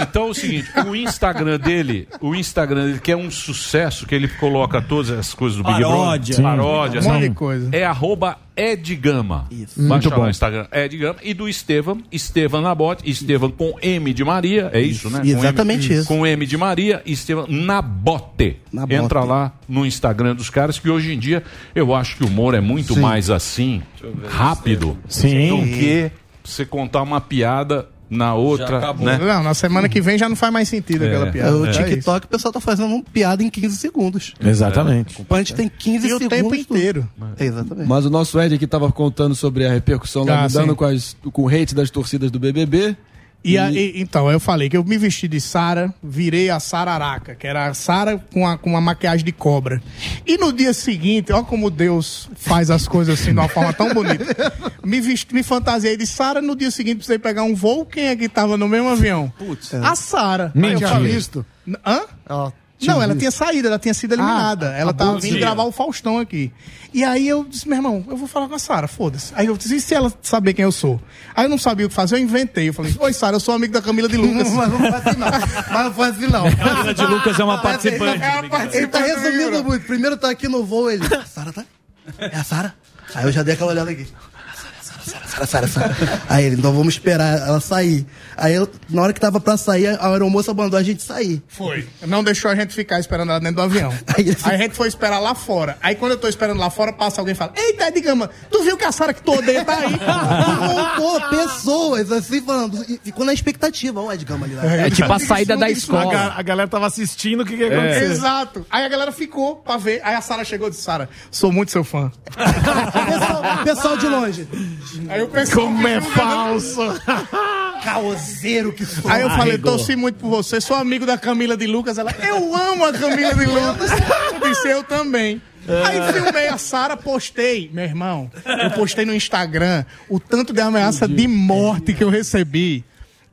Speaker 2: Então é o seguinte, o Instagram dele, o Instagram dele, que é um sucesso, que ele coloca todas as coisas do Big
Speaker 11: Paródia.
Speaker 2: Brother. Paródia.
Speaker 11: Um monte
Speaker 2: assim,
Speaker 11: de coisa.
Speaker 2: É arroba Edgama. Isso.
Speaker 11: Muito
Speaker 2: Baixa lá
Speaker 11: bom.
Speaker 2: o Instagram Edgama. E do Estevam, Estevam Nabote, Estevam com M de Maria, é isso, né? Com M-
Speaker 1: Exatamente isso.
Speaker 2: Com M de Maria, Estevam Nabote. Entra lá no Instagram dos caras, que hoje em dia eu acho que o humor é muito mais assim, rápido,
Speaker 11: Sim.
Speaker 2: do que você contar uma piada na
Speaker 11: tá
Speaker 2: outra, né?
Speaker 11: Não, na semana que vem já não faz mais sentido
Speaker 2: É.
Speaker 11: aquela piada.
Speaker 2: É, o
Speaker 11: É
Speaker 1: TikTok, o pessoal tá fazendo uma piada em 15 segundos.
Speaker 13: Exatamente.
Speaker 1: O Punch tem 15
Speaker 11: E o
Speaker 1: segundos.
Speaker 11: tempo
Speaker 1: inteiro. É, Exatamente.
Speaker 13: Mas o nosso Ed aqui tava contando sobre a repercussão lá,
Speaker 1: Ah,
Speaker 13: lidando
Speaker 1: sim.
Speaker 13: com, as- com o hate das torcidas do BBB.
Speaker 11: E a- e- então, eu falei que eu me vesti de Sara, virei a Sararaca, que era a Sara com, a- com uma maquiagem de cobra. E no dia seguinte, olha como Deus faz as coisas assim de uma forma tão bonita. Me, vesti, me fantasiei de Sara, no dia seguinte precisei pegar um voo, quem é que tava no mesmo avião? Putz. A Sara. Aí eu
Speaker 14: Mentira.
Speaker 11: falei, N- Hã?
Speaker 14: tinha
Speaker 11: não, ela
Speaker 14: visto.
Speaker 11: tinha saído, ela tinha sido eliminada.
Speaker 14: Ah,
Speaker 11: ela
Speaker 14: acabou
Speaker 11: tava
Speaker 14: o
Speaker 11: vindo
Speaker 14: dia.
Speaker 11: gravar o Faustão aqui. E aí eu disse, meu irmão, eu vou falar com a Sara, foda-se. Aí eu disse, e se ela saber quem eu sou? Aí eu não sabia o que fazer, eu inventei. Eu falei, oi, Sara, eu sou amigo da Camila de
Speaker 1: [laughs]
Speaker 11: Lucas. mas não foi assim, não. Mas não foi assim, não.
Speaker 1: Camila de Lucas é uma
Speaker 11: participante.
Speaker 1: Ele tá resumindo muito. Primeiro tá aqui no voo, ele.
Speaker 11: [laughs]
Speaker 1: A Sara tá? É a Sara? Aí eu já dei aquela olhada aqui. Sara, Sara, Sara. Aí ele, então vamos esperar ela sair. Aí eu, na hora que tava pra sair, a aeromoça mandou a gente sair.
Speaker 11: Foi. Não deixou a gente ficar esperando ela dentro do
Speaker 1: [laughs]
Speaker 11: avião. Aí a gente foi esperar lá fora. Aí quando eu tô esperando lá fora, passa alguém e fala: Eita, Ed Gama, tu viu que a Sara que tu odeia tá aí?
Speaker 1: E [laughs] voltou pessoas assim falando. E ficou na expectativa, ó, o Edgama ali lá.
Speaker 8: A, ga- a galera tava assistindo o que, que ia
Speaker 11: É.
Speaker 8: acontecer.
Speaker 11: Exato. Aí a galera ficou pra ver. Aí a Sara chegou e disse: Sara, sou muito seu fã.
Speaker 1: [laughs] pessoal, pessoal de longe.
Speaker 11: Aí o pessoal
Speaker 1: Como é
Speaker 11: fica
Speaker 1: falso.
Speaker 11: Caoseiro que sou. Aí eu falei,
Speaker 1: Arregou.
Speaker 11: torci muito por você, sou amigo da Camila de Lucas. Ela, eu amo a Camila de Lucas. [laughs] Eu disse, eu também. Aí filmei a Sara, postei, meu irmão, eu postei no Instagram o tanto de ameaça de morte que eu recebi.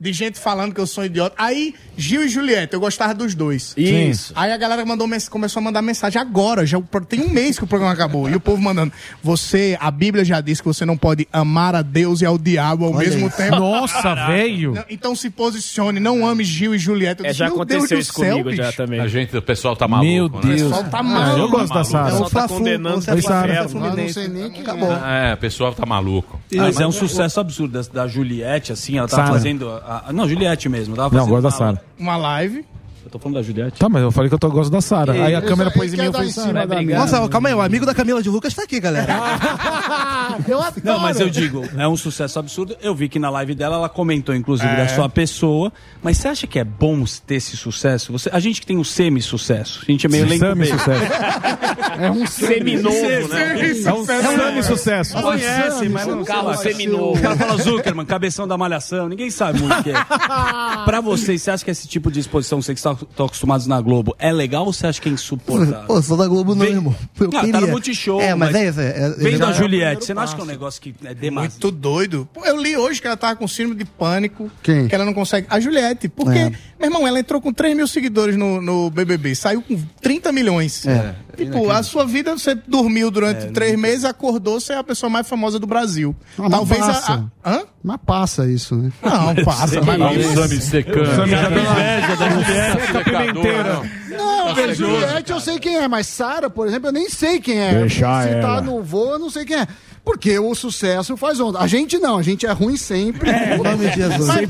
Speaker 11: De gente falando que eu sou idiota. Aí, Gil e Julieta, eu gostava dos dois.
Speaker 8: Isso.
Speaker 11: Aí a galera mandou, mens- começou a mandar mensagem agora. Já, o pro- tem um mês que o programa acabou. E o povo mandando. Você, a Bíblia já disse que você não pode amar a Deus e ao diabo ao
Speaker 8: Olha
Speaker 11: mesmo
Speaker 8: isso.
Speaker 11: tempo.
Speaker 8: Nossa, Caraca. velho.
Speaker 11: Não, Então se posicione, não ame Gil e Julieta. Eu
Speaker 7: É,
Speaker 11: disse,
Speaker 7: já
Speaker 11: meu
Speaker 7: aconteceu
Speaker 11: Deus do
Speaker 7: isso
Speaker 11: céu,
Speaker 7: comigo já
Speaker 11: bicho.
Speaker 7: também.
Speaker 2: A gente, o pessoal tá maluco.
Speaker 7: Meu
Speaker 2: né?
Speaker 7: Deus. O pessoal
Speaker 11: tá maluco.
Speaker 8: eu gosto da
Speaker 2: Maluco.
Speaker 8: Sara.
Speaker 11: É o
Speaker 7: Tá
Speaker 11: Fla-Flu,
Speaker 7: condenando
Speaker 11: você é
Speaker 7: o
Speaker 11: Fla-Flu,
Speaker 7: inferno.
Speaker 11: Não sei nem que
Speaker 6: tá
Speaker 11: acabou.
Speaker 2: É, o pessoal tá maluco.
Speaker 6: Ah, mas é um sucesso absurdo da, da Juliette, assim, ela tava
Speaker 2: Sara.
Speaker 6: fazendo. a- a- não, Juliette mesmo. Tava
Speaker 8: Não,
Speaker 6: fazendo
Speaker 8: gosto da
Speaker 6: uma-
Speaker 8: Sara.
Speaker 11: Uma live.
Speaker 6: Eu tô falando da Juliette.
Speaker 8: Tá, mas eu falei que eu tô, gosto da Sara. Aí a
Speaker 6: Ele
Speaker 8: câmera
Speaker 6: só-
Speaker 8: pôs em
Speaker 6: ele
Speaker 8: mim
Speaker 6: quer
Speaker 8: eu fui
Speaker 6: dar
Speaker 8: em
Speaker 6: em
Speaker 8: cima
Speaker 6: cima,
Speaker 8: da
Speaker 6: vai
Speaker 8: minha.
Speaker 6: brigar.
Speaker 1: Nossa, calma aí, o amigo da Camila de Lucas tá aqui, galera.
Speaker 10: [laughs] Eu adoro.
Speaker 6: Não, mas eu digo, é um sucesso absurdo. Eu vi que na live dela ela comentou, inclusive,
Speaker 10: É.
Speaker 6: da sua pessoa. Mas você acha que é bom ter esse sucesso? Você, a gente que tem um semi-sucesso. A gente é meio
Speaker 8: Sim,
Speaker 6: lento.
Speaker 8: semi-sucesso.
Speaker 6: É um
Speaker 8: Seminovo, né? É um
Speaker 6: semi-sucesso.
Speaker 8: semi-sucesso.
Speaker 6: Conhece, mas não
Speaker 7: Carro seminovo.
Speaker 6: O cara fala Zuckerman, cabeção da malhação, ninguém sabe muito o que é. Pra vocês, você acha que esse tipo de exposição, vocês que estão acostumados na Globo, é legal ou você acha que é insuportável?
Speaker 1: Pô, sou da Globo não, irmão. Eu
Speaker 6: Ah, tá
Speaker 1: queria.
Speaker 6: no Multishow.
Speaker 1: É, mas, é isso. É, é-
Speaker 6: Vem da
Speaker 1: é-
Speaker 6: Juliette. Você não acha que é um negócio que é demais?
Speaker 11: Muito doido. Pô, Eu li hoje que ela tava com síndrome de pânico.
Speaker 1: Quem?
Speaker 11: Que ela não consegue. A Juliette. Porque,
Speaker 1: É.
Speaker 11: meu irmão, ela entrou com 3 mil seguidores no, no BBB. Saiu com 30 milhões.
Speaker 1: É.
Speaker 11: Tipo, a sua vida, você dormiu durante três meses, acordou, você é a pessoa mais famosa do Brasil.
Speaker 1: Ah,
Speaker 14: Não,
Speaker 11: Talvez
Speaker 14: mas
Speaker 11: a,
Speaker 14: passa.
Speaker 11: a. Hã?
Speaker 14: Mas passa isso, né?
Speaker 11: Não,
Speaker 1: [laughs]
Speaker 11: passa, mas
Speaker 14: vai
Speaker 15: tá um
Speaker 14: lá.
Speaker 11: mesmo assim. é
Speaker 15: né?
Speaker 14: Não,
Speaker 11: Tá
Speaker 14: velho, Juliette eu sei quem é, mas Sara, por exemplo, eu nem sei quem é.
Speaker 4: Deixa
Speaker 14: Se
Speaker 4: ela.
Speaker 14: tá no voo, eu não sei quem é. Porque o sucesso faz onda. A gente não, a gente é ruim sempre. É,
Speaker 11: Mas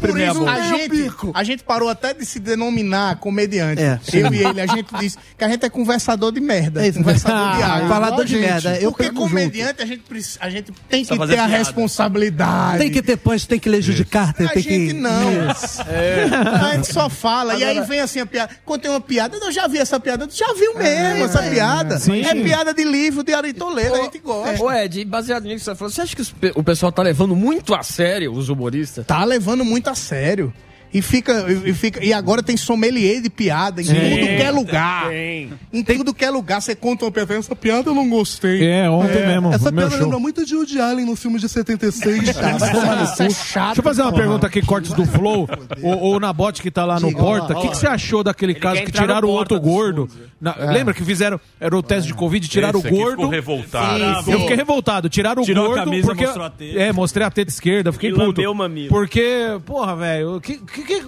Speaker 11: por isso, a
Speaker 1: é
Speaker 11: gente, a gente parou até de se denominar comediante.
Speaker 14: É, sim.
Speaker 11: eu e ele, a gente disse que a gente é conversador de merda.
Speaker 1: É isso.
Speaker 11: Conversador
Speaker 1: [laughs]
Speaker 11: de
Speaker 1: Ah,
Speaker 11: água.
Speaker 1: falador
Speaker 11: Igual
Speaker 1: de
Speaker 11: a gente.
Speaker 1: merda, eu
Speaker 11: Porque
Speaker 1: pego
Speaker 11: comediante, a gente, precisa- a gente tem
Speaker 1: Só
Speaker 11: que ter
Speaker 1: fazer
Speaker 11: a
Speaker 1: piada. né?
Speaker 11: responsabilidade.
Speaker 1: Tem que ter punch, tem que ler Judicarter,
Speaker 11: A
Speaker 1: tem
Speaker 11: gente
Speaker 1: que.
Speaker 11: não. É.
Speaker 1: Isso. É. Tá,
Speaker 11: A gente só fala. e aí
Speaker 1: Agora-
Speaker 11: vem assim a piada. Quando tem uma piada, eu já vi essa piada. Tu já viu mesmo essa piada?
Speaker 22: Sim.
Speaker 11: É piada de livro de Ari Toledo, a gente gosta.
Speaker 22: Ô, Ed, baseado nisso que você falou, você acha que os pe- o pessoal tá levando muito a sério os humoristas?
Speaker 11: Tá levando muito a sério. E fica, e e fica. E agora tem sommelier de piada em
Speaker 22: Sim.
Speaker 11: tudo que é lugar.
Speaker 7: Tem.
Speaker 11: Em tudo que é lugar. Você conta uma piada, essa piada eu não gostei.
Speaker 8: É, ontem mesmo,
Speaker 11: Essa
Speaker 8: no meu
Speaker 11: piada
Speaker 8: show.
Speaker 11: lembra
Speaker 1: muito de Woody Allen no filme de 76.
Speaker 8: Ah,
Speaker 11: é
Speaker 8: vai tomar no cu. Deixa eu fazer uma pergunta aqui, cortes do Flow. O, o Nabote que tá lá no
Speaker 1: Diga. Olha
Speaker 8: Porta,
Speaker 1: lá,
Speaker 8: o que,
Speaker 1: olha
Speaker 8: que você achou daquele caso
Speaker 1: quer
Speaker 8: que
Speaker 1: entrar no
Speaker 8: tiraram o
Speaker 1: Porta
Speaker 8: outro gordo? Na-
Speaker 1: É.
Speaker 8: Lembra que fizeram, era o teste de Covid, tiraram
Speaker 2: Esse
Speaker 8: o
Speaker 2: aqui
Speaker 8: gordo.
Speaker 2: ficou revoltado.
Speaker 8: Sim,
Speaker 2: Sim.
Speaker 8: Eu fiquei revoltado, tiraram o
Speaker 2: Tirou a
Speaker 8: gordo.
Speaker 2: camisa,
Speaker 8: porque,
Speaker 2: mostrou a teta.
Speaker 8: É, mostrei a teta esquerda, fiquei
Speaker 2: E
Speaker 8: puto.
Speaker 2: lambeu o mamilo.
Speaker 8: Porque, porra, velho, que, que- que-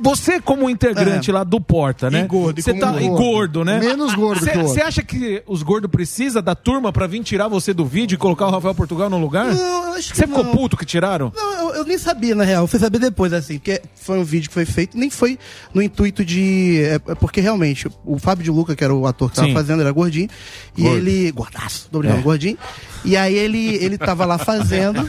Speaker 8: você como integrante lá do Porta, né?
Speaker 11: É. E gordo, e
Speaker 8: Você
Speaker 11: como
Speaker 8: tá e
Speaker 11: gordo.
Speaker 8: gordo, né?
Speaker 11: Menos gordo
Speaker 8: Você-
Speaker 11: que o outro.
Speaker 8: Você acha que os gordos precisam da turma pra vir tirar você do vídeo e colocar o Rafael Portugal no lugar?
Speaker 1: Não, eu acho que
Speaker 8: Você ficou
Speaker 1: não.
Speaker 8: puto que tiraram?
Speaker 1: Não, eu, eu nem sabia, na real. Eu fui saber depois, assim, porque foi um vídeo que foi feito, nem foi no intuito de. é, é porque realmente, o Fábio de Luca, que era o ator que tava
Speaker 9: Sim.
Speaker 1: fazendo, era gordinho. E
Speaker 9: Gordo.
Speaker 1: ele. Gordaço, tô brincando,
Speaker 9: É.
Speaker 1: gordinho. E aí ele, ele tava lá fazendo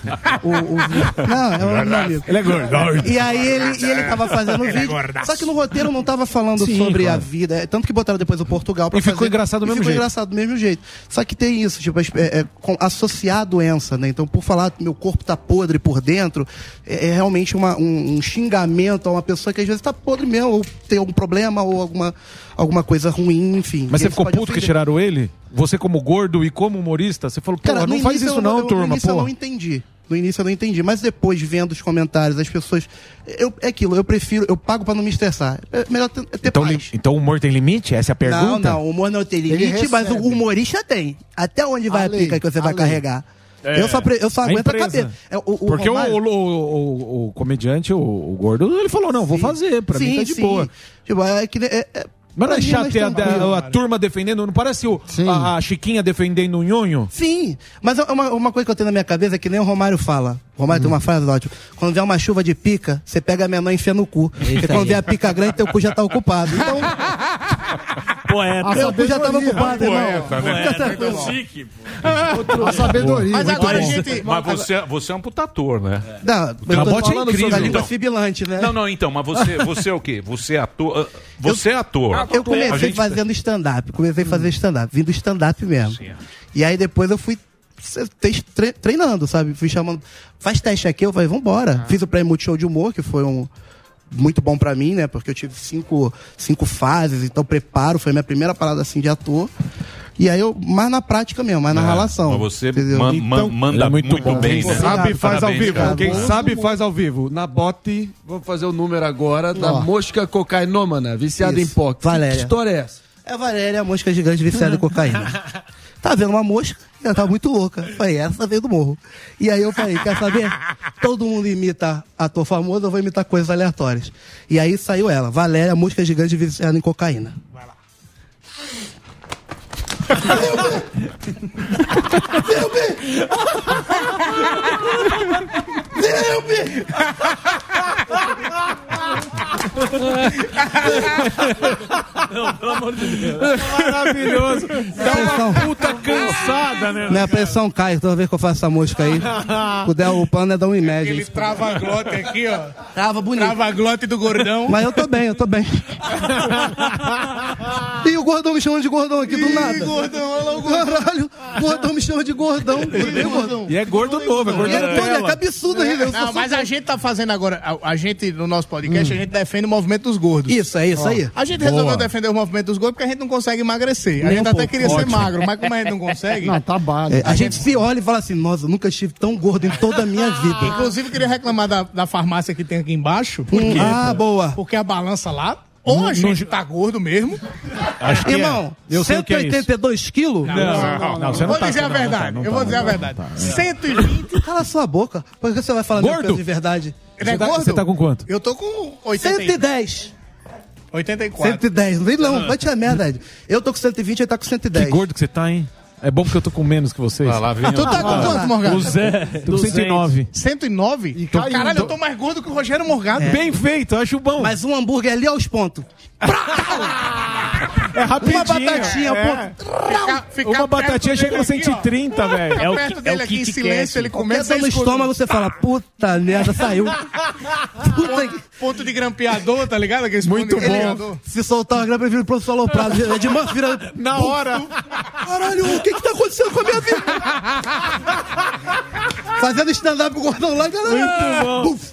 Speaker 1: o. o- não, é o meu amigo.
Speaker 9: Ele é gordo.
Speaker 1: E aí ele, e ele tava fazendo o
Speaker 15: Ele é
Speaker 1: vídeo.
Speaker 15: gordaço.
Speaker 1: Só que no roteiro não tava falando
Speaker 15: Sim,
Speaker 1: sobre
Speaker 15: claro.
Speaker 1: a vida. é, Tanto que botaram depois o Portugal pra
Speaker 15: E ficou
Speaker 1: fazer.
Speaker 15: engraçado do
Speaker 1: E
Speaker 15: mesmo
Speaker 1: ficou
Speaker 15: jeito.
Speaker 1: engraçado do mesmo jeito. Só que tem isso, tipo, as- é, é, com- associar a doença, né? Então, por falar que meu corpo tá podre por dentro, é, é realmente uma- um, um xingamento a uma pessoa que às vezes tá podre mesmo, ou tem algum problema, ou alguma, alguma coisa ruim, enfim.
Speaker 8: Mas
Speaker 1: E
Speaker 8: você
Speaker 1: isso
Speaker 8: ficou
Speaker 1: pode
Speaker 8: puto que
Speaker 1: ofender.
Speaker 8: tiraram ele? Você como gordo e como humorista, você falou, porra,
Speaker 1: Cara,
Speaker 8: não
Speaker 1: no
Speaker 8: faz
Speaker 1: início
Speaker 8: isso
Speaker 1: eu
Speaker 8: não,
Speaker 1: eu- No
Speaker 8: turma,
Speaker 1: início eu
Speaker 8: porra.
Speaker 1: não entendi. No início eu não entendi. Mas depois, vendo os comentários, as pessoas. Eu, é aquilo, eu prefiro, eu pago pra não me estressar. É melhor ter, ter
Speaker 8: Então,
Speaker 1: paz.
Speaker 8: li- então o humor tem limite? Essa é a
Speaker 1: Não,
Speaker 8: pergunta?
Speaker 1: não, o humor não tem
Speaker 8: Ele
Speaker 1: limite, mas o
Speaker 8: recebe.
Speaker 1: humorista tem. Até onde vai a pica que você vai carregar?
Speaker 8: É.
Speaker 1: Eu só, pre- eu só
Speaker 8: A
Speaker 1: aguento a,
Speaker 8: empresa.
Speaker 1: cabeça. É, o- o
Speaker 8: Porque o,
Speaker 1: Romário-
Speaker 8: o, o- o comediante, o, o gordo, ele falou, não, vou fazer, pra mim
Speaker 1: Sim,
Speaker 8: tá de
Speaker 1: sim.
Speaker 8: boa.
Speaker 1: Tipo, é que, é, é,
Speaker 8: Mas não
Speaker 1: pra
Speaker 8: é
Speaker 1: mim
Speaker 8: chato
Speaker 1: nós
Speaker 8: ter a,
Speaker 1: estamos bem,
Speaker 8: a, a
Speaker 1: cara.
Speaker 8: turma defendendo, não parece o, a, a Chiquinha defendendo o Nhonho?
Speaker 1: Sim, mas é uma, uma coisa que eu tenho na minha cabeça é que nem o Romário fala. O Romário tem uma frase ótima. Quando vier uma chuva de pica, você pega a menor e enfia no cu. Porque quando
Speaker 15: aí.
Speaker 1: vier a pica grande, teu cu já tá
Speaker 8: [laughs]
Speaker 1: ocupado. Então,
Speaker 8: É,
Speaker 15: Poeta.
Speaker 1: meu cu já tava
Speaker 15: Sabedoria.
Speaker 1: ocupado, irmão.
Speaker 15: Poeta, né?
Speaker 1: Fica tranquilo.
Speaker 15: A sabedoria. Mas
Speaker 2: Muito
Speaker 15: agora,
Speaker 2: bom.
Speaker 15: gente.
Speaker 2: Mas você, você é um putador, né?
Speaker 1: Não, eu
Speaker 2: Não,
Speaker 1: tô
Speaker 2: bote
Speaker 1: falando
Speaker 2: incrível,
Speaker 1: sobre a língua
Speaker 2: então.
Speaker 1: sibilante, né?
Speaker 2: Não, não, então, mas você, você é o quê? Você é ator. ah, Você é ator.
Speaker 1: Eu
Speaker 2: A
Speaker 1: comecei
Speaker 2: gente-
Speaker 1: fazendo stand-up. Comecei a fazer stand-up. Vim do stand-up mesmo. E aí depois eu fui se- te- tre- treinando, sabe? Fui chamando. Faz teste aqui, eu falei, vambora.
Speaker 2: Ah.
Speaker 1: Fiz o prêmio Multishow de Humor, que foi um. Muito bom pra mim, né? Porque eu tive cinco, cinco fases, então preparo, foi minha primeira parada assim de ator. E aí eu, mais na prática mesmo, mais na
Speaker 2: É.
Speaker 1: relação.
Speaker 2: Mas você man- man- manda
Speaker 13: Ele é
Speaker 2: muito, bem,
Speaker 13: Quem
Speaker 2: né?
Speaker 13: sabe faz ao
Speaker 2: Parabéns,
Speaker 13: vivo.
Speaker 2: cara.
Speaker 13: Quem
Speaker 2: Vamos-
Speaker 13: sabe faz ao vivo. Na bote, vamos fazer o número agora da
Speaker 1: Ó.
Speaker 13: mosca cocainômana, viciada
Speaker 1: Isso.
Speaker 13: em pó.
Speaker 1: Valéria.
Speaker 13: Que história é essa?
Speaker 1: É a Valéria, a mosca gigante viciada em cocaína.
Speaker 13: [laughs]
Speaker 1: Tá vendo uma mosca, ela tá muito louca. Eu Falei, essa veio do morro. E aí eu falei, quer saber? Todo mundo imita ator famoso, eu vou imitar coisas aleatórias. E aí saiu ela, Valéria, a mosca gigante viciada em cocaína.
Speaker 15: Não, pelo amor de Deus.
Speaker 8: Maravilhoso. Dá uma puta cansada, né? [laughs]
Speaker 1: Minha pressão cai toda vez que eu faço essa mosca
Speaker 15: [laughs]
Speaker 1: aí. Se puder o pano é dar um imédio.
Speaker 11: Ele trava a glote aqui, ó.
Speaker 1: Trava bonito.
Speaker 11: Trava a glote do gordão.
Speaker 1: Mas eu [laughs] tô bem, eu tô bem. E o gordão me chama de gordão aqui do nada.
Speaker 11: gordão, olha lá o
Speaker 1: gordão. Caralho, o gordão me chama de gordão. Gordão, gordão.
Speaker 8: E é gordo novo, é gordo
Speaker 1: Ele é todo, é
Speaker 8: Nutella.
Speaker 1: cabeçudo ainda. eu sou
Speaker 11: Não, mas a gente tá fazendo agora, a, a gente, no nosso podcast, a gente defende o movimento dos gordos.
Speaker 1: Hum. Isso, é isso
Speaker 11: Ó,
Speaker 1: aí.
Speaker 11: A gente
Speaker 1: Boa.
Speaker 11: resolveu defender o movimento dos gordos porque a gente não consegue emagrecer. a
Speaker 1: Nem
Speaker 11: gente
Speaker 1: um
Speaker 11: até
Speaker 1: pouco.
Speaker 11: queria ser
Speaker 1: Ótimo.
Speaker 11: magro, mas como a gente
Speaker 1: [laughs]
Speaker 11: não consegue...
Speaker 28: Não, tá básico.
Speaker 1: É, a gente se olha e fala assim, nossa, eu nunca estive tão gordo em toda a minha vida.
Speaker 11: Inclusive, Ah, eu queria reclamar da, da farmácia que tem aqui embaixo.
Speaker 1: Hum,
Speaker 11: quê?
Speaker 1: ah, boa.
Speaker 11: Porque a balança lá, ou a gente tá gordo mesmo.
Speaker 1: Acho que Irmão, é. Eu sei o que é isso. 182 quilos?
Speaker 11: Não,
Speaker 1: Não,
Speaker 11: não,
Speaker 1: não,
Speaker 11: não,
Speaker 1: não,
Speaker 11: Vou
Speaker 1: você não tá,
Speaker 11: dizer a
Speaker 1: não tá,
Speaker 11: verdade.
Speaker 1: não
Speaker 11: eu
Speaker 1: tá,
Speaker 11: vou dizer a
Speaker 1: não tá,
Speaker 11: verdade.
Speaker 1: não tá.
Speaker 11: 120.
Speaker 1: Cala sua boca. Por que você vai falar meu
Speaker 11: Gordo?
Speaker 1: peso de verdade?
Speaker 11: Ele é Você tá- gordo? você tá com
Speaker 8: quanto?
Speaker 11: Eu tô com 80.
Speaker 1: 110.
Speaker 11: 84.
Speaker 1: 110, não tem não, vai tirar merda. Ed. É Eu tô com 120, ele tá com 110.
Speaker 8: Que gordo que você tá, hein? É bom que eu tô com menos que vocês.
Speaker 11: Ah, lá vem
Speaker 1: então
Speaker 11: Tu tá com
Speaker 8: Ah,
Speaker 11: quanto, Morgado?
Speaker 8: O Zé. Tô com 109.
Speaker 11: 109? Então,
Speaker 8: caindo.
Speaker 11: caralho, eu tô mais gordo que o Rogério Morgado.
Speaker 8: É. Bem feito, acho bom.
Speaker 1: Mas um hambúrguer ali aos pontos.
Speaker 8: É rapidinho.
Speaker 1: Uma batatinha,
Speaker 8: é.
Speaker 1: ponto.
Speaker 8: Uma batatinha chega a 130, velho.
Speaker 11: É o perto dele aqui em silêncio, ele
Speaker 1: Começa
Speaker 11: começa a
Speaker 1: no estômago, você fala, puta merda, saiu.
Speaker 11: Ponto, ponto de grampeador, tá ligado? Aqueles pontos de grampeador.
Speaker 1: Se soltar uma grama, vira pro soprado. É de mão, vira.
Speaker 11: [laughs] Na hora.
Speaker 1: Caralho, o que que tá acontecendo com a minha vida? Fazendo stand-up com o gordão lá, galera.
Speaker 11: Muito bom.
Speaker 1: Buf.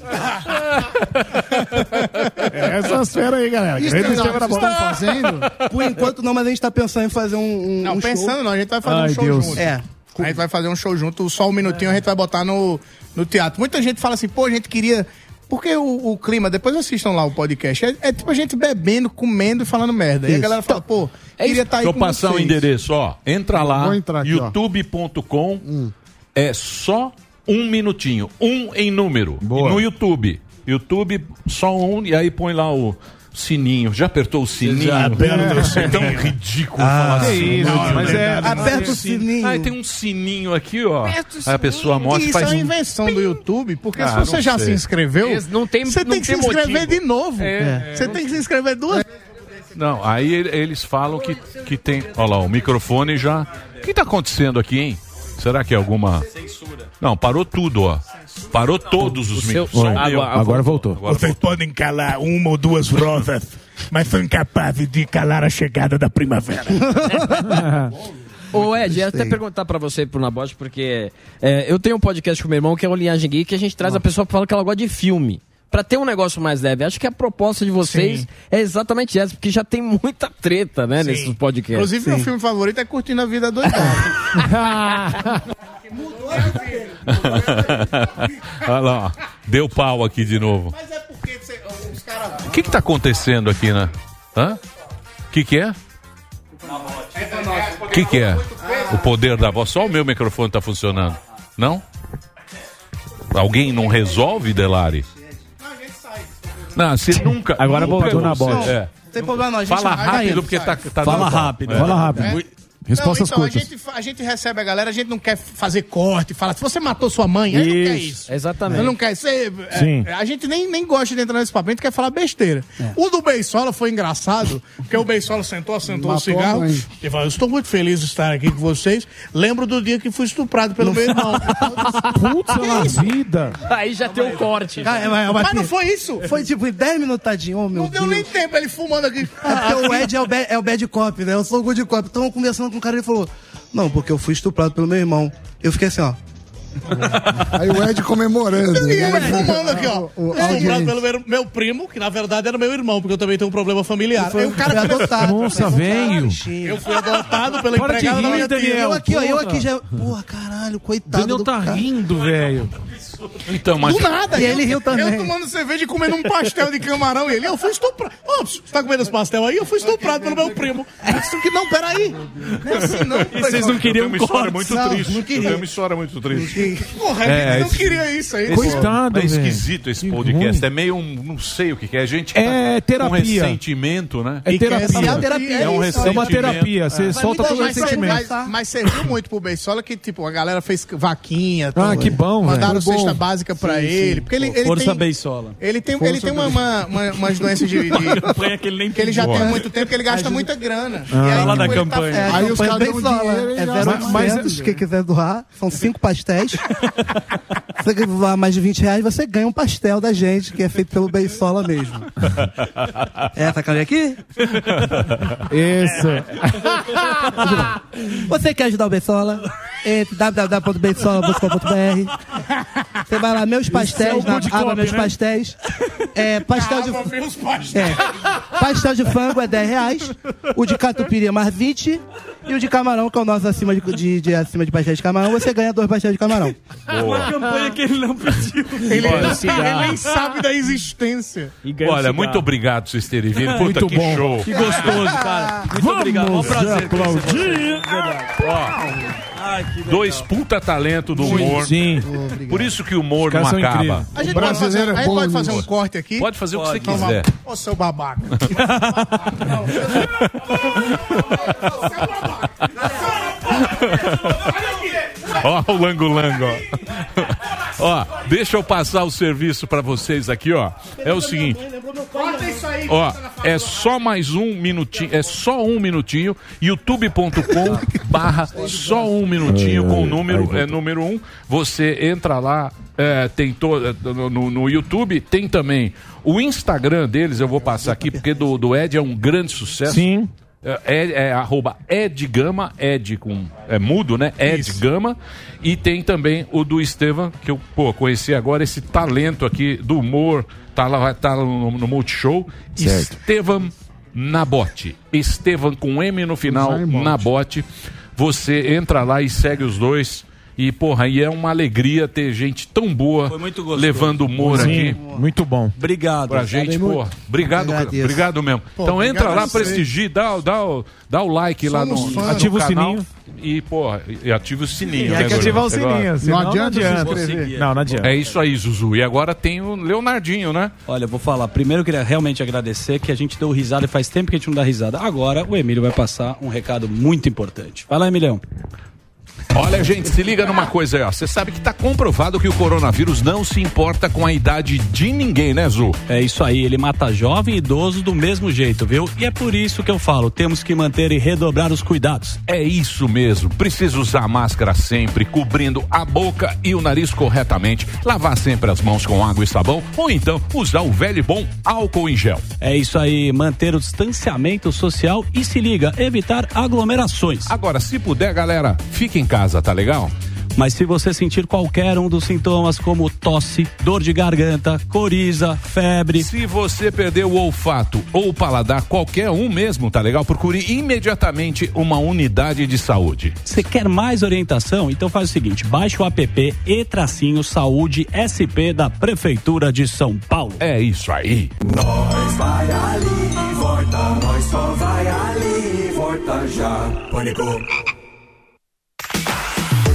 Speaker 29: É, essas feras aí, galera.
Speaker 1: Isso
Speaker 29: Grande
Speaker 1: é
Speaker 29: esquema da
Speaker 1: nada, vocês
Speaker 29: bola.
Speaker 1: estão fazendo? Por enquanto não, mas a gente tá pensando em fazer um, um
Speaker 11: Não,
Speaker 1: um
Speaker 11: pensando
Speaker 1: show.
Speaker 11: não, a gente vai fazer
Speaker 1: Ai,
Speaker 11: um show
Speaker 1: Deus.
Speaker 11: junto.
Speaker 1: É.
Speaker 11: A gente vai fazer um show junto, só um minutinho a gente vai botar no, no teatro. Muita gente fala assim, pô, a gente queria. Porque o, o clima, depois assistam lá o podcast, é, é tipo a gente bebendo, comendo e falando merda. E a
Speaker 2: Isso.
Speaker 11: galera fala, pô, queria estar tá aí.
Speaker 2: Deixa eu
Speaker 11: com
Speaker 2: passar o
Speaker 11: vocês.
Speaker 2: um endereço, ó. Entra lá,
Speaker 11: Vou entrar aqui, ó. Hum.
Speaker 2: youtube.com. É só um minutinho. Um em número. No YouTube. YouTube, só um, e aí põe lá o sininho. Já apertou o sininho?
Speaker 30: Já aperta o
Speaker 2: É
Speaker 30: sininho.
Speaker 2: tão ridículo
Speaker 30: Ah,
Speaker 2: falar
Speaker 30: que
Speaker 2: assim.
Speaker 30: isso,
Speaker 2: Não,
Speaker 30: mas é-
Speaker 11: Aperta o
Speaker 2: sininho. Aí tem um sininho aqui, ó.
Speaker 11: Aperta o
Speaker 2: Aí a pessoa mostra e
Speaker 11: Isso é
Speaker 2: faz
Speaker 11: uma
Speaker 2: um
Speaker 11: invenção do YouTube, porque
Speaker 2: Ah,
Speaker 11: se você
Speaker 2: não
Speaker 11: já
Speaker 2: sei.
Speaker 11: se inscreveu,
Speaker 2: Esse não tem-
Speaker 11: você
Speaker 2: não
Speaker 11: tem que se
Speaker 2: tem
Speaker 11: inscrever de
Speaker 2: motivo.
Speaker 11: novo.
Speaker 2: É,
Speaker 11: Você tem que se inscrever duas vezes.
Speaker 2: Não, aí ele- eles falam que, que tem. Olha lá, o microfone já. O que tá acontecendo aqui, hein? Será que é alguma. Censura. Não, parou tudo, ó. Parou todos os
Speaker 8: seu-
Speaker 2: micros. Só o
Speaker 8: Agora-
Speaker 2: meu.
Speaker 8: agora voltou.
Speaker 2: Agora
Speaker 31: Vocês podem calar uma ou duas rosas, mas são incapazes de calar a chegada da
Speaker 8: [laughs]
Speaker 31: primavera.
Speaker 22: Ô Ed, eu ia até perguntar pra você e pro Nabote, porque é, eu tenho um podcast com meu irmão que é o Linhagem Geek, que a gente traz a pessoa que fala que ela gosta de filme. Pra ter um negócio mais leve. Acho que a proposta de vocês
Speaker 11: Sim.
Speaker 22: é exatamente essa, porque já tem muita treta, né, nesses podcasts.
Speaker 11: Inclusive,
Speaker 8: assim.
Speaker 11: meu [laughs] filme favorito é Curtindo a Vida
Speaker 8: [laughs]
Speaker 11: Doidada.
Speaker 2: [laughs] Olha lá, ó. Deu pau aqui de novo. Mas é porque os caras. O que que tá acontecendo aqui, né? Hã? O que que é? O que que é? O poder da voz. Só o meu microfone tá funcionando. Não? Alguém não resolve, Delari? Não, você nunca.
Speaker 1: Agora
Speaker 2: nunca
Speaker 1: voltou na bola.
Speaker 2: É.
Speaker 1: Não tem problema não, a gente
Speaker 2: Fala
Speaker 1: vai
Speaker 2: rápido,
Speaker 1: indo,
Speaker 2: porque tá,
Speaker 1: sai.
Speaker 2: tá
Speaker 1: Fala
Speaker 2: dando pau.
Speaker 1: rápido,
Speaker 2: É.
Speaker 1: fala rápido.
Speaker 2: É.
Speaker 11: Respostas não, então, A gente, a gente recebe a galera, a gente não quer fazer corte, fala, se você matou sua mãe, aí não quer
Speaker 22: Isso,
Speaker 11: isso.
Speaker 22: exatamente.
Speaker 11: Eu não quer isso. É, é,
Speaker 22: Sim.
Speaker 11: a gente nem, nem gosta de entrar nesse papo, a gente quer falar besteira. O do Beisola foi engraçado, porque o Beisola sentou, assentou o
Speaker 31: Matou
Speaker 11: cigarro
Speaker 31: a mãe.
Speaker 11: e falou, estou muito feliz de estar aqui com vocês. Lembro do dia que fui estuprado pelo meu irmão.
Speaker 1: Putz,
Speaker 11: na
Speaker 1: vida.
Speaker 11: Aí já tem o corte.
Speaker 1: Cara, é mas-
Speaker 11: Ah, é, Mas não foi isso.
Speaker 1: Foi tipo em 10 minutadinhos, oh, meu
Speaker 11: Não deu nem tempo, ele fumando aqui.
Speaker 1: É porque o Ed é o, bad, é o bad cop, né? Eu sou o good cop. Então, eu conversando com o cara, ele falou: Não, porque eu fui estuprado pelo meu irmão. Eu fiquei assim, ó.
Speaker 11: Aí
Speaker 1: o Ed Tá comemorando. né?
Speaker 11: E ele fumando aqui, ó. Assombrado
Speaker 1: audiência.
Speaker 11: pelo meu, meu primo, que na verdade era meu irmão, porque eu também tenho um problema familiar.
Speaker 1: Foi-
Speaker 11: Aí o cara
Speaker 1: foi adotado.
Speaker 11: Nossa,
Speaker 1: velho.
Speaker 11: Eu fui adotado pela
Speaker 1: Para de
Speaker 11: empregada da
Speaker 1: rir,
Speaker 11: minha tia.
Speaker 1: Daniel, Eu aqui, ó, eu porra. aqui já- Porra, caralho, coitado.
Speaker 11: Daniel
Speaker 1: do
Speaker 11: tá
Speaker 1: cara.
Speaker 11: rindo, velho.
Speaker 2: Então, mas.
Speaker 11: Do nada, é
Speaker 1: E
Speaker 11: eu-
Speaker 1: ele riu também.
Speaker 11: Eu tomando cerveja e comendo um pastel de camarão. E ele, eu fui estuprado. Ô, você tá comendo esse pastel aí? Eu fui estuprado pelo meu primo. Eu disse que não, peraí. Não é assim, não.
Speaker 32: E vocês não queriam
Speaker 11: Eu tenho uma
Speaker 32: cortes.
Speaker 11: história muito
Speaker 32: Não,
Speaker 11: triste.
Speaker 32: não
Speaker 11: Eu tenho
Speaker 32: queria.
Speaker 11: uma
Speaker 32: história muito
Speaker 11: triste. Porra,
Speaker 2: É,
Speaker 11: eu não
Speaker 2: esse-
Speaker 11: queria isso aí.
Speaker 2: Esse- É esquisito esse podcast. É meio um. Não sei o que, que é. A gente.
Speaker 11: É
Speaker 2: Um
Speaker 11: terapia.
Speaker 2: ressentimento, né?
Speaker 11: E é quer essa isso.
Speaker 2: É um
Speaker 11: Ah.
Speaker 2: ressentimento.
Speaker 11: Mas muita gente- Mas, mas serviu muito pro Beisola que, tipo, a galera fez vaquinha.
Speaker 15: Ah, que bom, velho.
Speaker 11: Mandaram
Speaker 15: Foi bom.
Speaker 11: cesta básica pra
Speaker 15: Sim,
Speaker 11: ele.
Speaker 15: sim.
Speaker 11: Porque ele, ele
Speaker 15: Força
Speaker 11: tem,
Speaker 15: Beisola.
Speaker 11: Ele tem, um- ele
Speaker 15: Força
Speaker 11: tem uma, uma,
Speaker 15: Beisola.
Speaker 11: uma, umas doenças de... de-
Speaker 15: campanha que ele nem
Speaker 11: que ele já
Speaker 15: pediu.
Speaker 11: tem há muito tempo, que ele gasta muita grana.
Speaker 15: Ah. Fala da
Speaker 11: ele tá-
Speaker 15: campanha.
Speaker 11: é,
Speaker 1: Aí os caras
Speaker 11: dão
Speaker 1: Sola.
Speaker 11: dinheiro e
Speaker 1: É né?
Speaker 11: já-
Speaker 1: 0,800, quem quiser doar, são cinco [laughs] pastéis. Se você doar mais de 20 reais, você ganha um pastel da gente, que é feito pelo Beisola mesmo. É, sacanagem aqui?
Speaker 15: Isso.
Speaker 1: [laughs] Você quer ajudar o Beisola? Entre www.beisola.com.br Você vai lá, meus
Speaker 11: é o
Speaker 1: pastéis, na
Speaker 11: good
Speaker 1: aba
Speaker 11: cop,
Speaker 1: meus
Speaker 11: né?
Speaker 1: pastéis. É, pastel de...
Speaker 11: Meus pastéis.
Speaker 1: É. Pastel de fango é 10 reais. O de catupiry é mais 20. E o de camarão, que é o nosso acima de, de- de- acima de pastel de camarão, você ganha dois pastéis de camarão.
Speaker 11: Uma campanha que ele não pediu. Ele,
Speaker 2: Olha,
Speaker 11: ele nem sabe da existência.
Speaker 2: Olha, muito obrigado por vocês terem vindo.
Speaker 11: [laughs]
Speaker 2: Puta
Speaker 11: Muito
Speaker 2: que
Speaker 11: bom.
Speaker 2: show.
Speaker 11: Que gostoso, cara.
Speaker 2: Muito
Speaker 11: Vamos
Speaker 2: obrigado. Mó prazer
Speaker 11: aplaudir.
Speaker 2: Dois puta talento do humor.
Speaker 11: Sim.
Speaker 2: Por isso que o humor não
Speaker 11: caras são
Speaker 2: acaba.
Speaker 11: A gente pode fazer, a gente pode fazer um corte aqui?
Speaker 2: Pode fazer o que você
Speaker 11: Então,
Speaker 2: quiser.
Speaker 11: vamos. Ô, seu babaca.
Speaker 2: Ó, o Lango Lango, ó. Ó, deixa eu passar o serviço pra vocês aqui, ó. É o seguinte.
Speaker 11: Corta isso aí.
Speaker 2: Ó, é só mais um minutinho, é só um minutinho, youtube.com barra só um minutinho com o número, é número um, você entra lá, é, tem to, no, no- no YouTube, tem também o Instagram deles, eu vou passar aqui, porque do, do Ed é um grande sucesso. Sim. É, é, é arroba Ed Gama, Ed com, é mudo, né? Ed Gama. E tem também o do Estevam, que eu pô, conheci agora, esse talento aqui do humor, tá lá, vai tá no, no Multishow.
Speaker 32: Certo.
Speaker 2: Estevam Nabote. Estevam com M no final, Nabote. Você entra lá e segue os dois. E, porra, e é uma alegria ter gente tão boa
Speaker 8: muito gostoso.
Speaker 2: levando humor
Speaker 8: Sim,
Speaker 2: aqui.
Speaker 15: Muito bom.
Speaker 2: Obrigado. Pra gente, pô. Obrigado, cara.
Speaker 8: Agradeço.
Speaker 2: Obrigado mesmo.
Speaker 8: Pô,
Speaker 2: então entra
Speaker 8: obrigado a
Speaker 2: lá,
Speaker 8: você.
Speaker 2: prestigie, dá, o- dá, o- dá o like lá no,
Speaker 8: Somos fãs.
Speaker 2: no
Speaker 8: Ativa o
Speaker 2: canal
Speaker 8: sininho.
Speaker 2: E, porra, e ativa o sininho.
Speaker 15: E tem que
Speaker 2: né,
Speaker 15: ativar o
Speaker 2: Bruno? Agora-
Speaker 15: sininho, senão Não adianta não se adianta. inscrever. Não, não adianta.
Speaker 2: É isso aí, Zuzu. E agora tem o Leonardinho, né?
Speaker 6: Olha, eu vou falar. Primeiro, eu queria realmente agradecer que a gente deu risada e faz tempo que a gente não dá risada. Agora, o Emílio vai passar um recado muito importante. Vai lá, Emilhão.
Speaker 2: Olha, gente, se liga numa coisa aí, ó. Você sabe que tá comprovado que o coronavírus não se importa com a idade de ninguém, né, Zu?
Speaker 6: É isso aí, ele mata jovem e idoso do mesmo jeito, viu? E é por isso que eu falo, temos que manter e redobrar os cuidados.
Speaker 2: É isso mesmo. Precisa usar máscara sempre, cobrindo a boca e o nariz corretamente, lavar sempre as mãos com água e sabão ou então usar o velho e bom álcool em gel.
Speaker 6: É isso aí, manter o distanciamento social e se liga, evitar aglomerações.
Speaker 2: Agora, se puder, galera, fique em casa, tá legal?
Speaker 6: Mas se você sentir qualquer um dos sintomas, como tosse, dor de garganta, coriza, febre.
Speaker 2: Se você perdeu o olfato ou o paladar, qualquer um mesmo, tá legal? Procure imediatamente uma unidade de saúde.
Speaker 6: Você quer mais orientação? Então faz o seguinte: baixe o app e tracinho saúde SP da Prefeitura de São Paulo.
Speaker 2: É isso aí.
Speaker 33: Nós vai ali, volta, nós só vai ali, volta já. Pânico.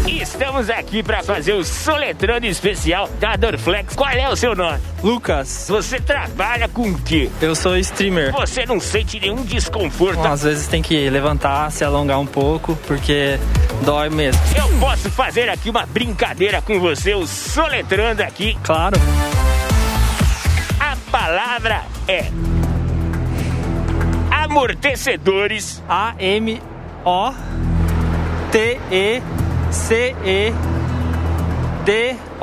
Speaker 7: Estamos aqui para fazer o soletrando especial da Dorflex. Qual é o seu nome?
Speaker 34: Lucas.
Speaker 7: Você trabalha com o quê?
Speaker 34: Eu sou streamer.
Speaker 7: Você não sente nenhum desconforto?
Speaker 34: Às vezes tem que levantar, se alongar um pouco, porque dói mesmo.
Speaker 7: Eu posso fazer aqui uma brincadeira com você, o soletrando aqui?
Speaker 34: Claro.
Speaker 7: A palavra é amortecedores.
Speaker 34: A M O T E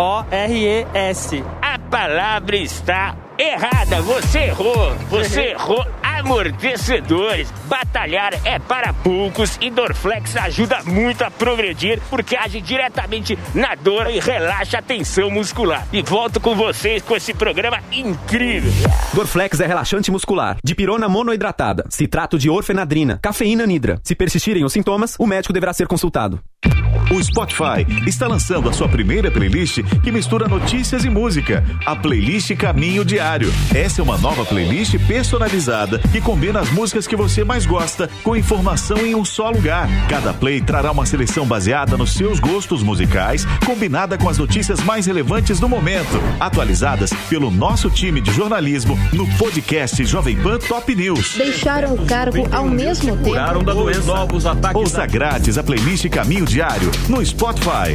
Speaker 34: C-E-D-O-R-E-S.
Speaker 7: A palavra está errada. Você errou. Você
Speaker 15: Uhum.
Speaker 7: errou. Amortecedores. Batalhar é para poucos e Dorflex ajuda muito a progredir porque age diretamente na dor e relaxa a tensão muscular. E volto com vocês com esse programa incrível.
Speaker 35: Dorflex é relaxante muscular, de pirona monoidratada, citrato de orfenadrina, cafeína nidra. Se persistirem os sintomas, o médico deverá ser consultado.
Speaker 27: O Spotify está lançando a sua primeira playlist que mistura notícias e música, a playlist Caminho Diário. Essa é uma nova playlist personalizada que combina as músicas que você mais gosta com informação em um só lugar. Cada play trará uma seleção baseada nos seus gostos musicais, combinada com as notícias mais relevantes do momento, atualizadas pelo nosso time de jornalismo no podcast Jovem Pan Top News.
Speaker 18: Deixaram o cargo ao mesmo tempo. Curaram
Speaker 27: da doença. Novos ataques Ouça grátis a playlist Caminho Diário no Spotify.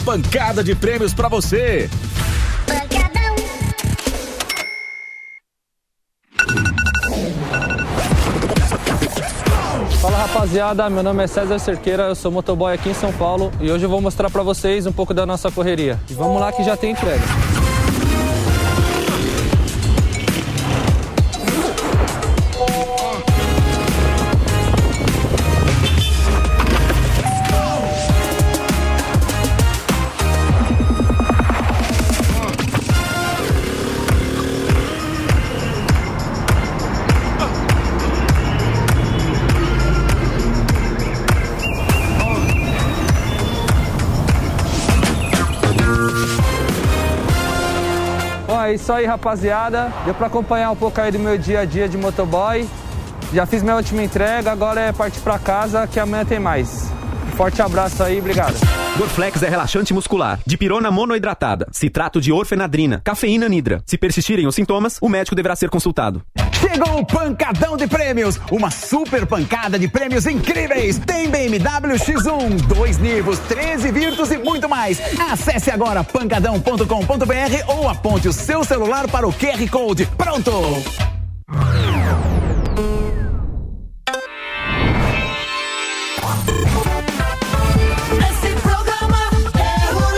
Speaker 27: pancada de prêmios para você. Pancadão.
Speaker 36: Fala rapaziada, meu nome é César Cerqueira, eu sou motoboy aqui em São Paulo e hoje eu vou mostrar para vocês um pouco da nossa correria. E vamos lá que já tem entrega. é isso aí, rapaziada. Deu para acompanhar um pouco aí do meu dia a dia de motoboy. Já fiz minha última entrega, agora é partir para casa que amanhã tem mais. Um forte abraço aí, obrigado.
Speaker 35: Dorflex é relaxante muscular, de pirona monoidratada, citrato de orfenadrina, cafeína nidra. Se persistirem os sintomas, o médico deverá ser consultado.
Speaker 15: Chegou o Pancadão de Prêmios, uma super pancada de prêmios incríveis. Tem BMW X1, dois Nivos, 13 Virtus e muito mais. Acesse agora pancadão.com.br ou aponte o seu celular para o QR Code. Pronto!
Speaker 8: É.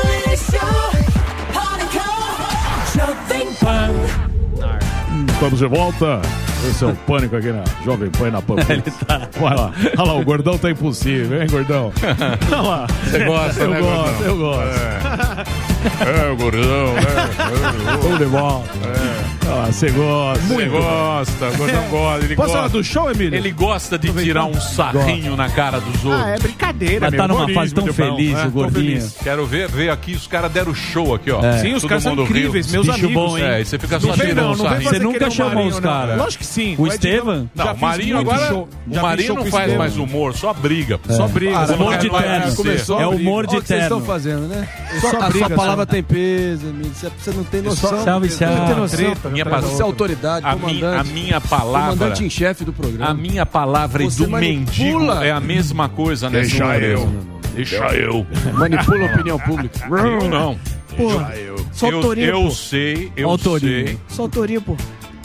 Speaker 8: Hum, Estamos de volta. Esse é o pânico aqui na Jovem Pan na Pan.
Speaker 6: Ele tá.
Speaker 8: Olha lá. Olha lá, o gordão tá impossível, hein, gordão? Olha lá.
Speaker 37: Você gosta,
Speaker 8: eu
Speaker 37: né,
Speaker 8: gosto,
Speaker 37: gordão?
Speaker 8: Eu gosto,
Speaker 37: É, o gordão, né?
Speaker 8: [laughs] Tudo de volta.
Speaker 37: É.
Speaker 8: Ah, Você gosta.
Speaker 2: Você gosta, agora não gosta. Ele
Speaker 8: É. Posso
Speaker 2: gosta.
Speaker 8: falar do show, Emílio?
Speaker 2: Ele gosta de tirar um sarrinho na cara dos outros.
Speaker 8: Ah, é
Speaker 15: brincadeira,
Speaker 8: Mas tá numa fase tão feliz,
Speaker 2: né?
Speaker 8: o gordinho.
Speaker 2: Quero ver, ver aqui, os caras deram show aqui, ó.
Speaker 8: É. Sim, os
Speaker 2: Todo
Speaker 8: caras são
Speaker 2: mundo
Speaker 8: incríveis,
Speaker 2: riu.
Speaker 8: meus amigos.
Speaker 2: É, e você fica
Speaker 8: Não
Speaker 2: só
Speaker 8: vem
Speaker 2: tirando
Speaker 8: não,
Speaker 2: um
Speaker 8: não vem
Speaker 2: sarrinho.
Speaker 8: você nunca chamou os caras.
Speaker 5: Lógico que sim.
Speaker 6: O Estevam?
Speaker 2: Não, o Marinho agora. O Marinho não faz mais humor, só briga.
Speaker 13: É.
Speaker 2: pô.
Speaker 5: Só briga.
Speaker 2: Ah, você não
Speaker 5: Humor de
Speaker 2: quer mais
Speaker 5: terno.
Speaker 2: ser.
Speaker 5: Começou a É briga. humor de
Speaker 13: Olha o que vocês
Speaker 5: terno.
Speaker 13: estão fazendo, né?
Speaker 5: Só
Speaker 13: Só- a
Speaker 5: briga,
Speaker 13: sua
Speaker 5: só.
Speaker 13: palavra tem peso, Emílio. Você- Você não tem noção.
Speaker 5: Só- salve,
Speaker 13: Você não
Speaker 5: salve.
Speaker 13: tem noção.
Speaker 5: Treta,
Speaker 13: Minha
Speaker 2: Minha
Speaker 13: palavra. Você é
Speaker 2: palavra-
Speaker 13: autoridade,
Speaker 2: a
Speaker 13: comandante.
Speaker 2: minha, a minha palavra.
Speaker 13: Comandante em chefe do programa.
Speaker 2: A minha palavra
Speaker 13: Você
Speaker 2: e do mendigo
Speaker 13: manipula.
Speaker 2: é a mesma coisa, né?
Speaker 13: Deixa
Speaker 2: senhor?
Speaker 13: eu.
Speaker 2: Deixa eu.
Speaker 13: Manipula a opinião pública.
Speaker 2: Eu não.
Speaker 13: Porra,
Speaker 2: eu,
Speaker 13: só
Speaker 2: eu,
Speaker 13: autoria,
Speaker 2: eu
Speaker 13: pô.
Speaker 2: sei, eu
Speaker 13: Autoria.
Speaker 2: sei.
Speaker 13: Só autoria, pô.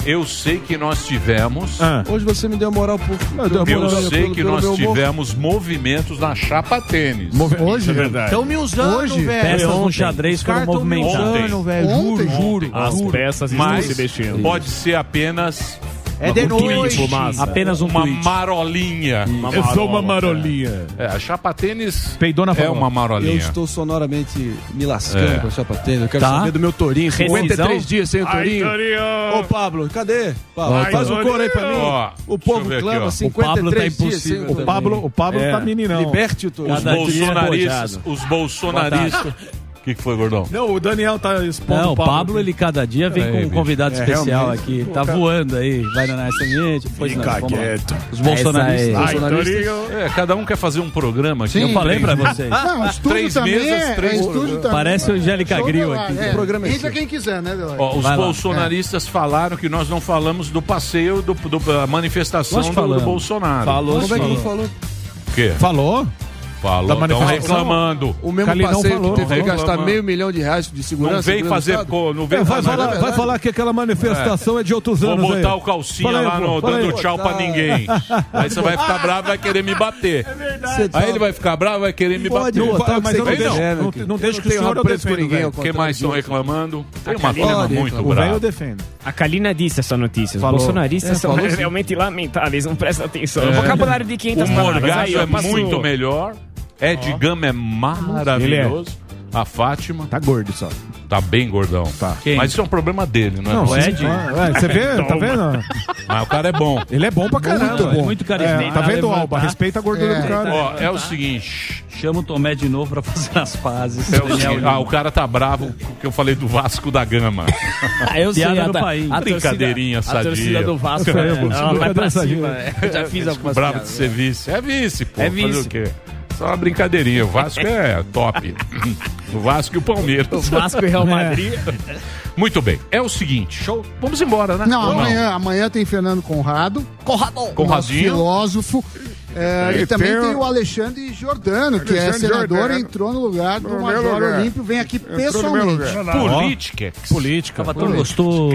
Speaker 2: Eu sei que nós tivemos.
Speaker 13: Hoje você me deu moral por.
Speaker 2: Eu sei que nós tivemos movimentos na chapa tênis.
Speaker 13: Hoje?
Speaker 2: Isso é verdade.
Speaker 13: Tão me usando, Hoje? velho.
Speaker 6: Peças no xadrez foram
Speaker 13: Os caras tão me
Speaker 2: movimentadas.
Speaker 13: usando,
Speaker 2: Ontem.
Speaker 13: velho,
Speaker 2: Ontem,
Speaker 13: juro,
Speaker 2: ontem.
Speaker 13: juro, juro.
Speaker 2: Mas
Speaker 13: estão se mexendo.
Speaker 2: Pode ser apenas.
Speaker 13: É de
Speaker 2: um tweet.
Speaker 13: noite. Fumaça. Apenas um
Speaker 2: uma
Speaker 13: tweet.
Speaker 2: marolinha. Uma
Speaker 8: Eu sou uma
Speaker 2: marola,
Speaker 8: marolinha.
Speaker 2: É, a chapa tênis é uma marolinha.
Speaker 13: Eu estou sonoramente me lascando
Speaker 2: É.
Speaker 13: com a chapa tênis. Eu quero
Speaker 2: Tá.
Speaker 13: saber do meu tourinho.
Speaker 2: Rescisão?
Speaker 13: 53 dias sem o
Speaker 2: Ai,
Speaker 13: tourinho.
Speaker 2: Torinho!
Speaker 13: Ô, Pablo, cadê? Pablo,
Speaker 8: Ai,
Speaker 13: faz um coro aí pra mim.
Speaker 8: Ó,
Speaker 13: o
Speaker 8: deixa eu
Speaker 13: povo
Speaker 8: ver aqui,
Speaker 13: clama
Speaker 8: ó.
Speaker 13: 53
Speaker 8: O Pablo tá
Speaker 13: dias sem
Speaker 8: impossível
Speaker 13: tourinho.
Speaker 8: também. O Pablo
Speaker 13: É.
Speaker 8: tá meninão.
Speaker 13: Liberte o tourinho.
Speaker 6: é
Speaker 8: é
Speaker 2: Os bolsonaristas. Os bolsonaristas. O que, que foi, gordão?
Speaker 5: Não, o Daniel tá expondo
Speaker 6: Não, o Pablo, ele cada dia vem
Speaker 2: É,
Speaker 6: com um
Speaker 2: bicho.
Speaker 6: convidado
Speaker 2: É,
Speaker 6: especial
Speaker 2: realmente.
Speaker 6: aqui.
Speaker 2: Pô,
Speaker 6: Tá
Speaker 2: cara.
Speaker 6: voando aí, vai na nessa ambiente. Pois não, vamos lá. Os bolsonaristas.
Speaker 13: Ah, então
Speaker 2: É, cada um quer fazer um programa aqui.
Speaker 6: Sim. Eu falei pra vocês.
Speaker 14: Ah, Não, estudo
Speaker 2: Ah, três
Speaker 14: também
Speaker 2: mesas,
Speaker 14: é-
Speaker 2: três
Speaker 14: é estudo também.
Speaker 6: Parece o Angélica Grill aqui.
Speaker 14: É,
Speaker 13: programa é
Speaker 14: entra quem quiser, né, Delay?
Speaker 2: Ó, os bolsonaristas
Speaker 6: É.
Speaker 2: falaram que nós não falamos do passeio, do, do- da manifestação
Speaker 13: Nós
Speaker 2: do,
Speaker 13: falamos.
Speaker 2: do Bolsonaro.
Speaker 13: Falou, Como é que não falou?
Speaker 2: O quê?
Speaker 13: Falou?
Speaker 2: Falou.
Speaker 13: Da
Speaker 2: Estão
Speaker 13: manifestação?
Speaker 2: reclamando.
Speaker 13: Tá O mesmo
Speaker 2: Calinão
Speaker 13: passeio
Speaker 2: falou.
Speaker 13: que teve que
Speaker 2: Tão
Speaker 13: gastar
Speaker 2: reclamando.
Speaker 13: meio milhão de reais de segurança.
Speaker 2: Não vem
Speaker 13: do
Speaker 2: fazer
Speaker 13: Estado?
Speaker 2: co- não vem
Speaker 8: É, vai,
Speaker 2: fazer-
Speaker 8: falar, vai falar que aquela manifestação é, de outros
Speaker 2: Vou
Speaker 8: anos.
Speaker 2: botar
Speaker 8: aí.
Speaker 2: o calcinha
Speaker 8: Fala aí,
Speaker 2: lá
Speaker 8: pô,
Speaker 2: no,
Speaker 8: fala aí.
Speaker 2: dando tchau pra
Speaker 8: [laughs]
Speaker 2: ninguém. Aí você vai ficar bravo e vai querer me bater.
Speaker 8: É
Speaker 2: Aí ele vai ficar bravo e vai querer me
Speaker 8: tá Pode
Speaker 2: bater.
Speaker 8: botar,
Speaker 2: Vai,
Speaker 8: mas eu não
Speaker 2: Vem
Speaker 8: deixo-
Speaker 2: não.
Speaker 8: não- não deixo que o
Speaker 2: tenho
Speaker 8: senhor eu
Speaker 2: rabo preso
Speaker 8: defendo,
Speaker 2: com ninguém,
Speaker 8: velho.
Speaker 2: O que mais estão reclamando? Tem uma
Speaker 8: Pode,
Speaker 2: turma muito
Speaker 8: reclama. O velho
Speaker 2: brava.
Speaker 8: defende.
Speaker 7: A Kalina disse essa notícia. Os
Speaker 8: Falou.
Speaker 7: bolsonaristas
Speaker 8: É,
Speaker 7: são
Speaker 8: falou sim.
Speaker 7: realmente lamentáveis, não presta atenção.
Speaker 2: É.
Speaker 7: O vocabulário de 500
Speaker 2: O
Speaker 7: palavras.
Speaker 2: Morgado
Speaker 7: Aí, ó,
Speaker 2: é
Speaker 7: passou.
Speaker 2: muito melhor. Ed Gama é maravilhoso. A Fátima. Tá gordo só. Tá bem gordão. Mas isso é um problema dele, não é?
Speaker 8: Não,
Speaker 2: nosso.
Speaker 8: sim, claro. É, você vê? Tá
Speaker 2: Toma.
Speaker 8: vendo?
Speaker 2: Mas o cara é bom.
Speaker 8: Ele é bom pra caramba.
Speaker 2: Muito bom.
Speaker 8: É, tá vendo, Alba? Respeita a gordura do cara.
Speaker 2: Ó, é o seguinte.
Speaker 6: Chama o Tomé de novo pra fazer as pazes.
Speaker 2: É o
Speaker 6: Daniel
Speaker 2: seguinte,
Speaker 6: Lima.
Speaker 2: ah, o cara tá bravo porque eu falei do Vasco da Gama.
Speaker 7: Ah, eu sei,
Speaker 2: Piada
Speaker 7: a,
Speaker 2: do
Speaker 7: ta-
Speaker 2: país.
Speaker 7: a
Speaker 2: Brincadeirinha
Speaker 7: torcida, a
Speaker 2: sadia.
Speaker 7: torcida do Vasco [laughs] é,
Speaker 2: Caramba,
Speaker 7: ela vai pra
Speaker 2: brincadeira
Speaker 7: cima.
Speaker 2: sadia.
Speaker 7: Eu já fiz
Speaker 2: Fico
Speaker 7: algumas
Speaker 2: bravo de
Speaker 7: piadas.
Speaker 2: ser vice. É vice, pô.
Speaker 7: É
Speaker 2: Fazer
Speaker 7: vice.
Speaker 2: o quê? Só uma brincadeirinha. O Vasco é top. O Vasco e o Palmeiras.
Speaker 7: O Vasco e o Real Madrid.
Speaker 2: [laughs] É. Muito bem. É o seguinte. Show. Vamos embora, né?
Speaker 14: Não,
Speaker 2: Ou
Speaker 14: amanhã, amanhã tem Fernando Conrado. Conrado! Nosso
Speaker 2: Conradinho.
Speaker 14: filósofo. É,
Speaker 2: É,
Speaker 14: e também
Speaker 2: tem o-
Speaker 14: tem o Alexandre Giordano, que é
Speaker 2: Alexandre
Speaker 14: senador
Speaker 2: Giordano.
Speaker 14: e entrou no lugar do
Speaker 2: No meu
Speaker 14: Major
Speaker 2: lugar.
Speaker 14: Olímpio, vem aqui
Speaker 2: no meu
Speaker 14: pessoalmente.
Speaker 2: lugar. Política.
Speaker 8: Política.
Speaker 14: Tava tão gostoso.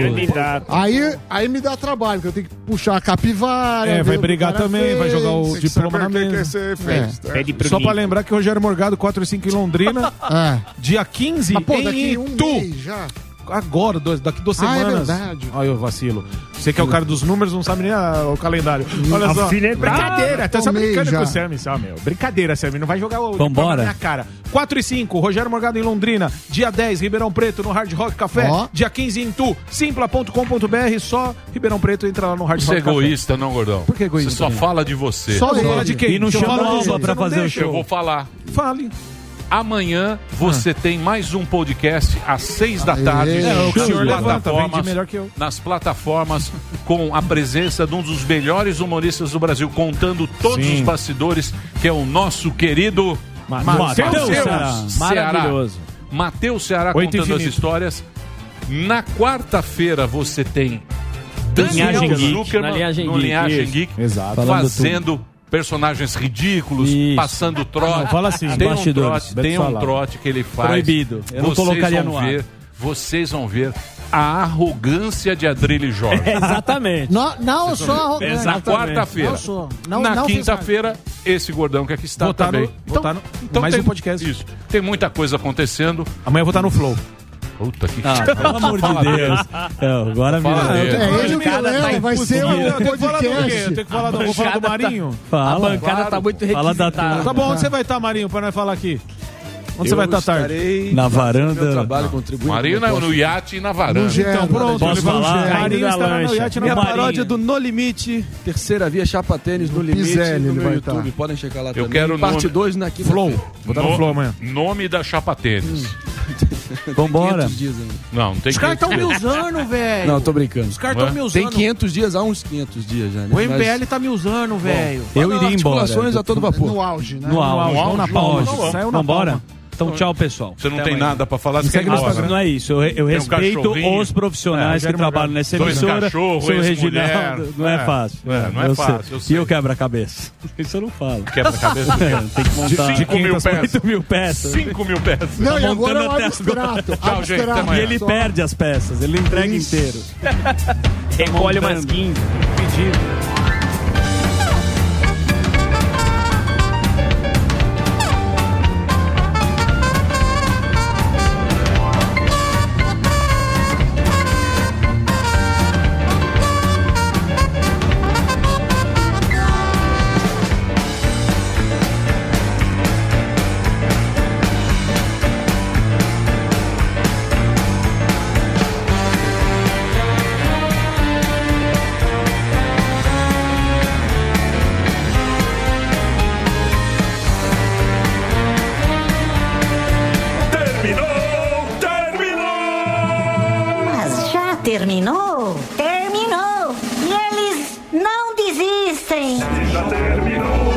Speaker 14: Aí, aí me dá trabalho, que eu tenho que puxar a capivara.
Speaker 8: É,
Speaker 14: ver
Speaker 8: vai
Speaker 14: o que
Speaker 8: brigar
Speaker 14: o cara
Speaker 8: também, vai
Speaker 14: fez.
Speaker 8: jogar o diploma na mesa.
Speaker 2: tá?
Speaker 8: É. Só pra lembrar que Rogério Morgado, 4 e 5 em Londrina,
Speaker 13: Ah.
Speaker 8: dia 15
Speaker 14: Mas, pô,
Speaker 8: em
Speaker 14: daqui um
Speaker 8: Itu.
Speaker 14: mês já.
Speaker 8: Agora, dois- daqui duas
Speaker 14: Ah, é
Speaker 8: semanas.
Speaker 14: verdade.
Speaker 8: Olha o vacilo. Você que é o cara dos números, não sabe nem a- o calendário. Olha
Speaker 14: A
Speaker 8: só.
Speaker 14: filha é brava.
Speaker 8: Brincadeira, tá só
Speaker 14: Tomei
Speaker 8: brincando
Speaker 14: já.
Speaker 8: com o Sammy, só, meu. Brincadeira, Sammy. Não vai jogar o
Speaker 6: Vambora.
Speaker 8: diploma na minha cara. 4 e 5, Rogério Morgado em Londrina. Dia 10, Ribeirão Preto, no Hard Rock Café.
Speaker 2: Ó.
Speaker 8: Dia 15 em Tu, simpla.com.br. Só Ribeirão Preto entra lá no Hard
Speaker 2: Você é
Speaker 8: Rock Café.
Speaker 2: egoísta, não, gordão? Por
Speaker 8: que egoísta,
Speaker 2: Você só
Speaker 8: Toninho?
Speaker 2: fala de você.
Speaker 8: Só Você fala de quem? E não
Speaker 2: Você
Speaker 8: chama
Speaker 2: fala
Speaker 8: o
Speaker 2: de
Speaker 8: Alba
Speaker 2: você.
Speaker 8: pra
Speaker 2: Você
Speaker 8: fazer
Speaker 2: não
Speaker 8: o
Speaker 2: deixa.
Speaker 8: show.
Speaker 2: Eu vou falar.
Speaker 8: Fale.
Speaker 2: Amanhã você tem mais um podcast às seis da
Speaker 8: Hum. Aê.
Speaker 2: tarde
Speaker 8: É, o que o senhor levanta,
Speaker 2: plataformas,
Speaker 8: vende melhor que eu.
Speaker 2: nas plataformas com a presença de um dos melhores humoristas do Brasil, contando todos
Speaker 8: Sim.
Speaker 2: os bastidores, que é o nosso querido
Speaker 8: Mateus
Speaker 2: Ceará.
Speaker 8: Ceará.
Speaker 2: Maravilhoso. Matheus Ceará
Speaker 8: Oito
Speaker 2: contando as
Speaker 8: infinito.
Speaker 2: histórias. Na quarta-feira você tem Daniel
Speaker 8: Linhagem Geek,
Speaker 2: Zuckerman
Speaker 8: na Linhagem
Speaker 2: no
Speaker 8: Geek,
Speaker 2: Linhagem
Speaker 8: isso.
Speaker 2: Geek,
Speaker 8: Exato. Falando
Speaker 2: fazendo personagens ridículos, passando trote.
Speaker 8: Não, fala assim,
Speaker 2: tem um
Speaker 8: bastidores,
Speaker 2: trote,
Speaker 8: Beto
Speaker 2: tem um
Speaker 8: falava.
Speaker 2: trote que ele faz.
Speaker 8: Proibido. Eu não
Speaker 2: vocês
Speaker 8: colocaria
Speaker 2: vão
Speaker 8: no ar.
Speaker 2: ver, Vocês vão ver a arrogância de Adrilho Jorge.
Speaker 8: É
Speaker 7: exatamente.
Speaker 14: Não, não sou arrogante.
Speaker 2: Na quarta-feira.
Speaker 14: Não sou. Não,
Speaker 2: Na
Speaker 14: não fiz nada.
Speaker 2: quinta-feira, esse gordão que aqui está
Speaker 8: Votar
Speaker 2: também.
Speaker 8: no- votar no- mais um
Speaker 2: podcast. Isso. Tem muita coisa acontecendo.
Speaker 8: Amanhã eu vou estar no Flow.
Speaker 2: Puta que
Speaker 6: Ah,
Speaker 2: [laughs]
Speaker 6: pelo amor de
Speaker 2: Fala
Speaker 6: Deus.
Speaker 8: É,
Speaker 6: Não, agora
Speaker 2: Fala dele.
Speaker 6: virou.
Speaker 2: É ele o
Speaker 6: Bancada
Speaker 2: Vilela,
Speaker 6: tá
Speaker 2: vai ser
Speaker 6: impossível.
Speaker 8: Eu tenho que falar do quê? Eu tenho que falar do, vou falar
Speaker 7: bancada
Speaker 8: do
Speaker 7: tá-
Speaker 8: Marinho?
Speaker 7: Fala. A bancada tá muito
Speaker 8: Fala da
Speaker 7: requisitada.
Speaker 8: Tá bom, onde você vai estar, Marinho, pra nós falar aqui? Onde você vai estar à tarde?
Speaker 2: Na
Speaker 8: varanda.
Speaker 2: meu trabalho,
Speaker 8: contribuindo.
Speaker 2: Marina no iate e na
Speaker 13: É.
Speaker 2: varanda.
Speaker 8: Então, pronto.
Speaker 2: Posso
Speaker 8: ele vai-
Speaker 2: falar?
Speaker 8: Marinho
Speaker 2: Ainda da
Speaker 8: estará no
Speaker 2: lancha.
Speaker 8: iate na
Speaker 2: Minha
Speaker 8: Bahia.
Speaker 13: Paródia
Speaker 2: paródia
Speaker 13: do No Limite, terceira via Chapa Tênis no Limite,
Speaker 2: Piselli,
Speaker 13: no
Speaker 2: ele
Speaker 13: meu
Speaker 2: vai
Speaker 13: YouTube.
Speaker 2: tá.
Speaker 13: Podem checar lá
Speaker 2: Eu
Speaker 13: também.
Speaker 2: quero o
Speaker 13: Parte
Speaker 2: nome.
Speaker 13: 2 na quinta Flow.
Speaker 8: Vou dar no flow amanhã.
Speaker 2: Nome da chapa tênis.
Speaker 8: Hum.
Speaker 13: Vambora.
Speaker 2: Não, não tem
Speaker 13: Os caras
Speaker 2: que-
Speaker 13: tão
Speaker 2: [laughs]
Speaker 13: me
Speaker 38: usando, velho.
Speaker 13: Não, tô brincando.
Speaker 38: Os caras tão
Speaker 13: Ué?
Speaker 38: me usando.
Speaker 13: Tem 500 dias, há uns 500 dias já, né?
Speaker 38: O MBL tá me usando, velho.
Speaker 13: eu iria embora. Articulações a todo vapor.
Speaker 39: No auge, né?
Speaker 13: No auge,
Speaker 6: Vamos na pausa. Vambora? Então tchau, pessoal.
Speaker 2: Você não
Speaker 6: Até
Speaker 2: tem
Speaker 6: amanhã.
Speaker 2: nada pra falar, você quer ir
Speaker 6: Ah,
Speaker 2: embora, né?
Speaker 6: Não é isso. Eu, re- eu
Speaker 2: Tem um
Speaker 6: respeito
Speaker 2: cachorrinho.
Speaker 6: os profissionais
Speaker 2: É,
Speaker 6: que
Speaker 2: Jair Morgado.
Speaker 6: trabalham nessa
Speaker 2: Dois
Speaker 6: emissora.
Speaker 2: cachorro,
Speaker 6: Seu
Speaker 2: ex-mulher.
Speaker 6: Reginaldo. Não é,
Speaker 2: É,
Speaker 6: fácil.
Speaker 2: é, não é
Speaker 6: eu
Speaker 2: fácil,
Speaker 6: sei.
Speaker 2: eu sei.
Speaker 6: E o quebra-cabeça? Isso eu não falo. [laughs]
Speaker 2: Quebra-cabeça?
Speaker 6: É, Tem que montar.
Speaker 2: 5 mil
Speaker 6: 500,
Speaker 2: peças.
Speaker 6: 8 mil peças.
Speaker 2: 5 mil peças.
Speaker 6: Tá montando até
Speaker 2: Tchau,
Speaker 6: agora.
Speaker 2: gente. Até
Speaker 6: E
Speaker 2: amanhã.
Speaker 6: ele perde as peças. Ele entrega inteiro.
Speaker 7: [laughs] Recolhe
Speaker 6: Tá
Speaker 7: umas
Speaker 6: montando.
Speaker 7: 15.
Speaker 6: Pedido.
Speaker 5: Terminou! Terminou!
Speaker 15: Mas já terminou? Terminou! E eles não desistem!
Speaker 5: Já terminou!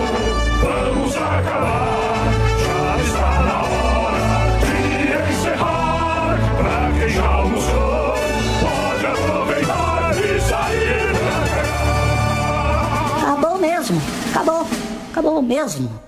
Speaker 5: Vamos acabar! Já está na hora de encerrar! Pra quem já almoçou, pode aproveitar e sair pra cá!
Speaker 15: Acabou mesmo! Acabou! Acabou mesmo!